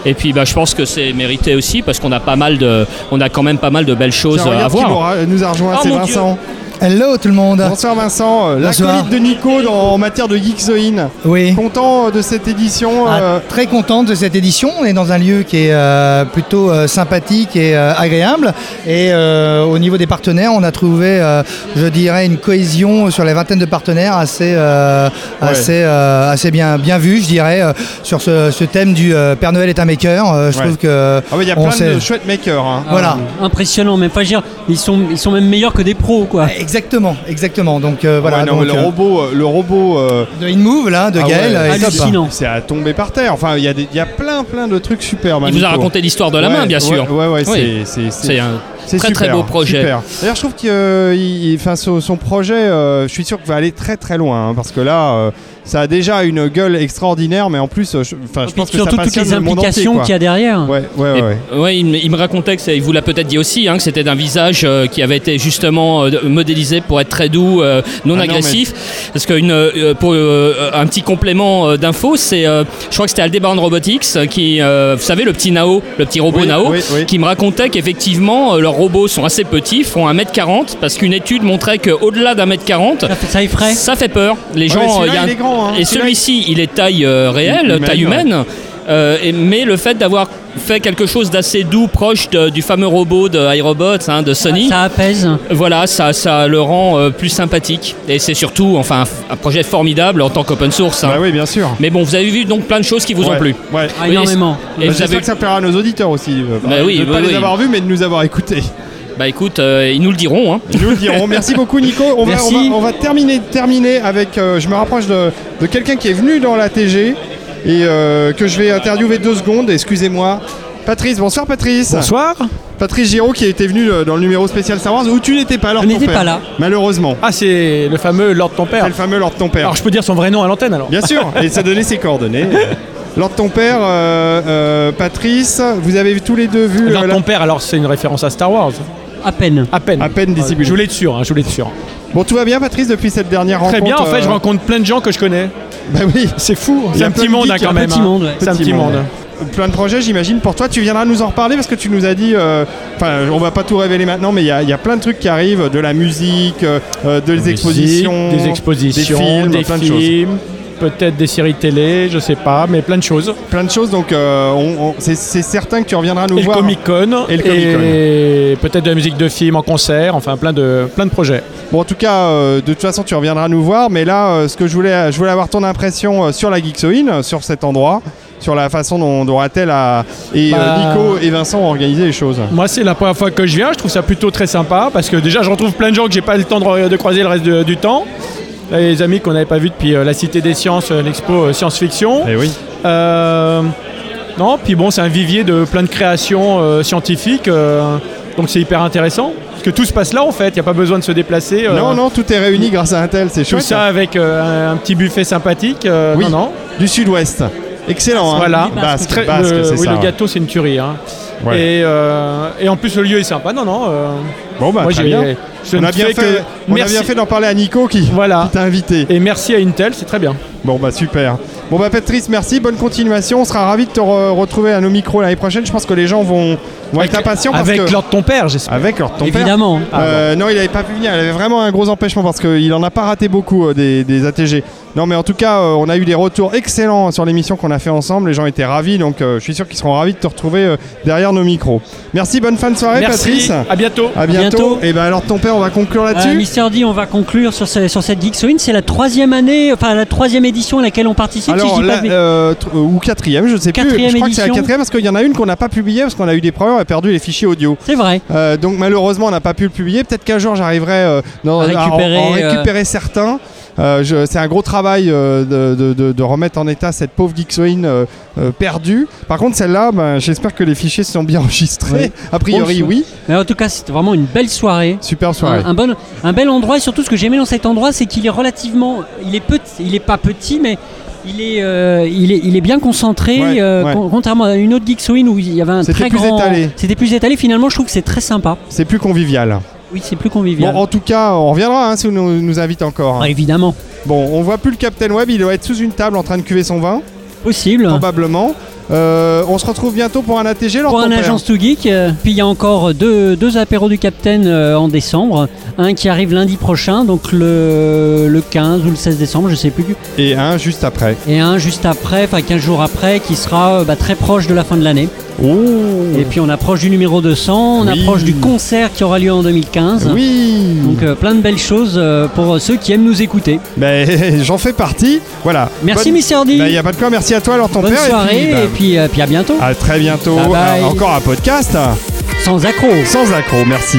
Speaker 18: Et puis, bah, je pense que c'est mérité aussi, parce qu'on a pas mal de, on a quand même pas mal de belles choses
Speaker 1: Tiens,
Speaker 18: euh, à
Speaker 1: regarde qui nous
Speaker 18: voir.
Speaker 1: ra- nous a rejoint,
Speaker 18: Oh,
Speaker 1: c'est
Speaker 18: mon
Speaker 1: Vincent.
Speaker 12: Hello tout le monde.
Speaker 1: Bonsoir Vincent, euh,
Speaker 12: Bonsoir.
Speaker 1: l'acolyte de Nico dans- en matière de Geekzoine.
Speaker 12: Oui.
Speaker 1: Content euh, de cette édition.
Speaker 12: Ah,
Speaker 1: euh,
Speaker 12: très contente de cette édition. On est dans un lieu qui est euh, plutôt euh, sympathique et euh, agréable. Et euh, au niveau des partenaires, on a trouvé, euh, je dirais, une cohésion sur les vingtaines de partenaires assez, euh,
Speaker 1: Ouais.
Speaker 12: assez, euh, assez bien, bien vue, je dirais, euh, sur ce, ce thème du euh, Père Noël est un maker. Euh, je
Speaker 1: Ouais.
Speaker 12: trouve que.
Speaker 1: Ah ouais, il y a
Speaker 12: on
Speaker 1: plein
Speaker 12: s'est-
Speaker 1: de chouettes makers. hein.
Speaker 12: Voilà.
Speaker 2: Ah, impressionnant, mais pas dire, ils sont, ils sont même meilleurs que des pros, quoi.
Speaker 12: Ah, Exactement, exactement. Donc euh, voilà.
Speaker 1: Ouais, non,
Speaker 12: donc,
Speaker 1: le
Speaker 12: euh,
Speaker 1: robot, euh, le robot euh,
Speaker 12: de InMove là, de
Speaker 1: ah
Speaker 12: Gaël, euh,
Speaker 1: ouais,
Speaker 12: est top.
Speaker 1: C'est à tomber par terre. Enfin, il y, a des- il y a plein, plein de trucs super.
Speaker 18: Il vous a raconté l'histoire de la main, bien sûr.
Speaker 1: Ouais, ouais, ouais,
Speaker 18: Oui.
Speaker 1: c'est- c'est
Speaker 18: C'est un
Speaker 1: c'est
Speaker 18: très, très
Speaker 1: super,
Speaker 18: beau projet.
Speaker 1: super. D'ailleurs, je trouve que euh, il- il- enfin, son, son projet, euh, je suis sûr qu'il va aller très très loin hein, parce que là, euh, ça a déjà une gueule extraordinaire, mais en plus, euh, je, enfin, je pense que ça
Speaker 2: surtout toutes
Speaker 1: passionne
Speaker 2: les
Speaker 1: le monde
Speaker 2: implications
Speaker 1: entier, quoi.
Speaker 2: qu'il y a derrière.
Speaker 1: Ouais, ouais, ouais. ouais.
Speaker 18: Oui, il, me- il me racontait que c'est- il vous l'a peut-être dit aussi, hein, que c'était un visage euh, qui avait été justement euh, modélisé pour être très doux, euh, non
Speaker 1: Ah non,
Speaker 18: agressif. Parce qu'une euh, pour euh, un petit complément euh, d'info, c'est, euh, je crois que c'était Aldebaran Robotics euh, qui, euh, vous savez, le petit Nao, le petit robot
Speaker 1: Oui,
Speaker 18: Nao,
Speaker 1: oui, oui.
Speaker 18: qui me racontait qu'effectivement euh, leurs robots sont assez petits, font 1m40, parce qu'une étude montrait qu'au-delà d'1m40,
Speaker 2: ça effraie,
Speaker 18: ça fait peur. Les
Speaker 1: Ouais, mais
Speaker 18: gens,
Speaker 1: celui-là,
Speaker 18: euh, y a
Speaker 1: il est grand, hein.
Speaker 18: et
Speaker 1: Celui-là,
Speaker 18: celui-ci, il est taille euh, réelle,
Speaker 1: Humaine,
Speaker 18: taille
Speaker 1: ouais.
Speaker 18: humaine. Euh, et- mais le fait d'avoir fait quelque chose d'assez doux, proche de- du fameux robot de iRobot, hein, de Sony,
Speaker 2: ça apaise.
Speaker 18: Voilà, ça, ça le rend euh, plus sympathique. Et c'est surtout, enfin, un f- un, projet formidable en tant qu'open source. hein.
Speaker 1: Bah oui, bien sûr.
Speaker 18: Mais bon, vous avez vu donc plein de choses qui vous ont
Speaker 1: Ouais,
Speaker 18: plu.
Speaker 1: ouais.
Speaker 2: Ah,
Speaker 18: Oui, Et, et
Speaker 1: Bah,
Speaker 18: vous
Speaker 1: J'espère
Speaker 18: avez
Speaker 1: que ça plaira à nos auditeurs aussi. euh,
Speaker 18: Bah oui,
Speaker 1: de
Speaker 18: oui,
Speaker 1: pas les
Speaker 18: oui.
Speaker 1: avoir vus, mais de nous avoir écoutés.
Speaker 18: Bah écoute, euh, ils nous le diront. hein.
Speaker 1: Ils nous le diront. Merci beaucoup Nico. On va,
Speaker 18: Merci.
Speaker 1: on va- on va terminer, terminer avec. euh, je me rapproche de, de quelqu'un qui est venu dans la TG et euh, que je vais interviewer deux secondes. Excusez-moi. Patrice, bonsoir Patrice.
Speaker 25: Bonsoir.
Speaker 1: Patrice Giraud qui était venu euh, dans le numéro spécial Star Wars où tu n'étais pas alors.
Speaker 25: Je n'étais pas là.
Speaker 1: Malheureusement.
Speaker 25: Ah, c'est le fameux Lord ton père.
Speaker 1: C'est le fameux Lord ton père.
Speaker 25: Alors je peux dire son vrai nom à l'antenne alors
Speaker 1: Bien sûr. Et ça donnait ses coordonnées. Lors de ton père, euh, euh, Patrice, vous avez tous les deux vu. euh,
Speaker 25: Lord
Speaker 1: la-
Speaker 25: ton père, alors c'est une référence à Star Wars.
Speaker 2: À peine.
Speaker 25: À peine.
Speaker 1: À peine dissimulé.
Speaker 25: Je voulais être sûr, hein, je voulais être sûr.
Speaker 1: Bon, tout va bien Patrice depuis cette dernière
Speaker 25: Très
Speaker 1: rencontre
Speaker 25: bien, en fait,
Speaker 1: euh,
Speaker 25: je rencontre plein de gens que je connais.
Speaker 1: Bah oui.
Speaker 25: C'est fou.
Speaker 1: Il y
Speaker 25: C'est
Speaker 1: a
Speaker 25: un
Speaker 1: plein
Speaker 25: petit
Speaker 1: de
Speaker 25: monde,
Speaker 1: geeks,
Speaker 25: hein,
Speaker 1: il y a
Speaker 25: quand même. hein. C'est un petit monde.
Speaker 1: Plein de projets, j'imagine, pour toi. Tu viendras nous en reparler parce que tu nous as dit. euh, Enfin, on va pas tout révéler maintenant, mais il y, a- il y a plein de trucs qui arrivent de la musique, euh, euh, de des expositions.
Speaker 25: Des expositions,
Speaker 1: Des films,
Speaker 25: des
Speaker 1: plein de choses.
Speaker 25: films, peut-être des séries télé, je sais pas, mais plein de choses.
Speaker 1: Plein de choses, donc euh, on- on- c'est c'est certain que tu reviendras nous
Speaker 25: Et le
Speaker 1: voir.
Speaker 25: Comic Con.
Speaker 1: Et le Comic-Con.
Speaker 25: peut-être de la musique de film en concert, enfin plein de, plein de projets.
Speaker 1: Bon, en tout cas, euh, de toute façon, tu reviendras nous voir. Mais là, euh, ce que je voulais, je voulais avoir ton impression euh, sur la Geeksoin, euh, sur cet endroit, sur la façon dont, dont Ratel a, et euh,
Speaker 25: Bah. Euh.
Speaker 1: Nico et Vincent ont organisé les choses.
Speaker 25: Moi, c'est la première fois que je viens. Je trouve ça plutôt très sympa parce que déjà, je retrouve plein de gens que j'ai pas le temps de, re- de croiser le reste de- du temps. Les amis qu'on n'avait pas vus depuis euh, la Cité des Sciences, euh, l'expo euh, science-fiction. Euh,
Speaker 1: oui.
Speaker 25: non, puis bon, c'est un vivier de plein de créations euh, scientifiques. euh, donc c'est hyper intéressant. Parce que tout se passe là en fait. Il n'y a pas besoin de se déplacer. euh,
Speaker 1: Non, non, tout est réuni grâce à Intel, c'est
Speaker 25: Tout
Speaker 1: chouette.
Speaker 25: ça avec euh, un, un petit buffet sympathique. euh,
Speaker 1: Oui,
Speaker 25: Non, non.
Speaker 1: Du sud-ouest. Excellent, hein.
Speaker 25: Voilà.
Speaker 1: Basque,
Speaker 25: Très-
Speaker 1: basque,
Speaker 25: le-
Speaker 1: c'est
Speaker 25: oui,
Speaker 1: ça,
Speaker 25: le
Speaker 1: ouais.
Speaker 25: gâteau, c'est une tuerie. hein.
Speaker 1: Ouais.
Speaker 25: Et, euh, et en plus, le lieu est sympa. Non, non. euh,
Speaker 1: Bon bah
Speaker 25: moi,
Speaker 1: très
Speaker 25: j'ai-
Speaker 1: bien.
Speaker 25: je
Speaker 1: on
Speaker 25: ne
Speaker 1: a bien
Speaker 25: fais
Speaker 1: fait,
Speaker 25: que-
Speaker 1: on a
Speaker 25: Merci.
Speaker 1: bien fait d'en parler à Nico qui, qui t'a invité.
Speaker 25: Et merci à Intel, c'est très bien.
Speaker 1: Bon bah super. Bon bah Patrice, merci, bonne continuation. On sera ravis de te re- retrouver à nos micros l'année prochaine. Je pense que les gens vont, vont être impatients parce
Speaker 25: avec
Speaker 1: que-
Speaker 25: l'ordre de ton père, j'espère.
Speaker 1: Avec l'ordre de ton père.
Speaker 25: Évidemment.
Speaker 1: Euh,
Speaker 2: Ah,
Speaker 1: Non, il avait pas pu venir. Il avait vraiment un gros empêchement parce qu'il en a pas raté beaucoup euh, des, des ATG. Non, mais en tout cas, euh, on a eu des retours excellents sur l'émission qu'on a fait ensemble. Les gens étaient ravis, donc euh, je suis sûr qu'ils seront ravis de te retrouver euh, derrière nos micros. Merci, bonne fin de soirée,
Speaker 25: Merci,
Speaker 1: Patrice.
Speaker 25: à bientôt.
Speaker 1: À bientôt.
Speaker 25: Bientôt.
Speaker 1: Et ben alors, ton père, on va conclure là-dessus.
Speaker 2: Euh, Mister D, on va conclure sur, ce- sur cette Geekswin. C'est la troisième année, enfin la troisième édition à laquelle on participe. si
Speaker 1: Alors,
Speaker 2: je dis
Speaker 1: la-
Speaker 2: pas de-
Speaker 1: euh, tr- euh, ou quatrième, je sais plus.
Speaker 2: Quatrième
Speaker 1: Je crois que c'est la
Speaker 2: édition.
Speaker 1: quatrième parce qu'il y en a une qu'on n'a pas publiée parce qu'on a eu des problèmes, on a perdu les fichiers audio. Euh,
Speaker 2: C'est vrai.
Speaker 1: donc malheureusement, on n'a pas pu le publier. Peut-être qu'un jour, j'arriverai euh, dans-
Speaker 2: À
Speaker 1: à en-
Speaker 2: récupérer,
Speaker 1: en
Speaker 2: euh,
Speaker 1: récupérer certains. Euh, je- c'est un gros travail euh, de, de- de- de remettre en état cette pauvre Geekswin euh, euh, perdue. Par contre, celle-là, ben, j'espère que les fichiers se sont bien enregistrés.
Speaker 2: Ouais.
Speaker 1: A
Speaker 2: Oh, On
Speaker 1: priori,
Speaker 2: le sou-
Speaker 1: oui.
Speaker 2: Mais en tout cas, c'était vraiment une belle soirée.
Speaker 1: Super soirée.
Speaker 2: Un, un bon, un bel endroit. Et surtout, ce que j'ai aimé dans cet endroit, c'est qu'il est relativement. Il est petit. Il est pas petit, mais. Il est, euh, il, est, il est bien concentré,
Speaker 1: Ouais,
Speaker 2: euh,
Speaker 1: ouais.
Speaker 2: con- contrairement à une autre Geekswin où il y avait un
Speaker 1: C'était
Speaker 2: très
Speaker 1: plus
Speaker 2: grand...
Speaker 1: étalé.
Speaker 2: C'était plus étalé. Finalement, je trouve que c'est très sympa.
Speaker 1: C'est plus convivial.
Speaker 2: Oui, c'est plus convivial. Ah,
Speaker 1: Bon, en tout cas, on reviendra hein, si on nous, nous invite encore. hein.
Speaker 2: évidemment.
Speaker 1: Bon, on voit plus le Captain Web, il doit être sous une table en train de cuver son vin.
Speaker 2: Possible.
Speaker 1: Probablement. Euh, on se retrouve bientôt pour un ATG. Laure
Speaker 2: pour un
Speaker 1: Tempère.
Speaker 2: agence to geek. euh, Puis il y a encore deux, deux apéros du Captain euh, en décembre. Un qui arrive lundi prochain, donc le, le 15 ou le 16 décembre, je sais plus.
Speaker 1: Et un juste après.
Speaker 2: Et un juste après, enfin 15 jours après, qui sera euh, bah, très proche de la fin de l'année. Et puis on approche du numéro 200, on
Speaker 1: Oh. Oui.
Speaker 2: approche du concert qui aura lieu en 2015.
Speaker 1: Oui.
Speaker 2: Donc euh, plein de belles choses euh, pour ceux qui aiment nous écouter.
Speaker 1: Ben, j'en fais partie. Voilà.
Speaker 2: Merci, Miss Hardy.
Speaker 1: Il n'y Ben, a pas de quoi. Merci à toi, Laure Tempère. et
Speaker 2: Bonne
Speaker 1: puis,
Speaker 2: soirée
Speaker 1: bah,
Speaker 2: et puis, euh, puis à bientôt.
Speaker 1: À très bientôt.
Speaker 2: Bye bye.
Speaker 1: Encore un podcast.
Speaker 2: Sans accro.
Speaker 1: Sans accro, merci.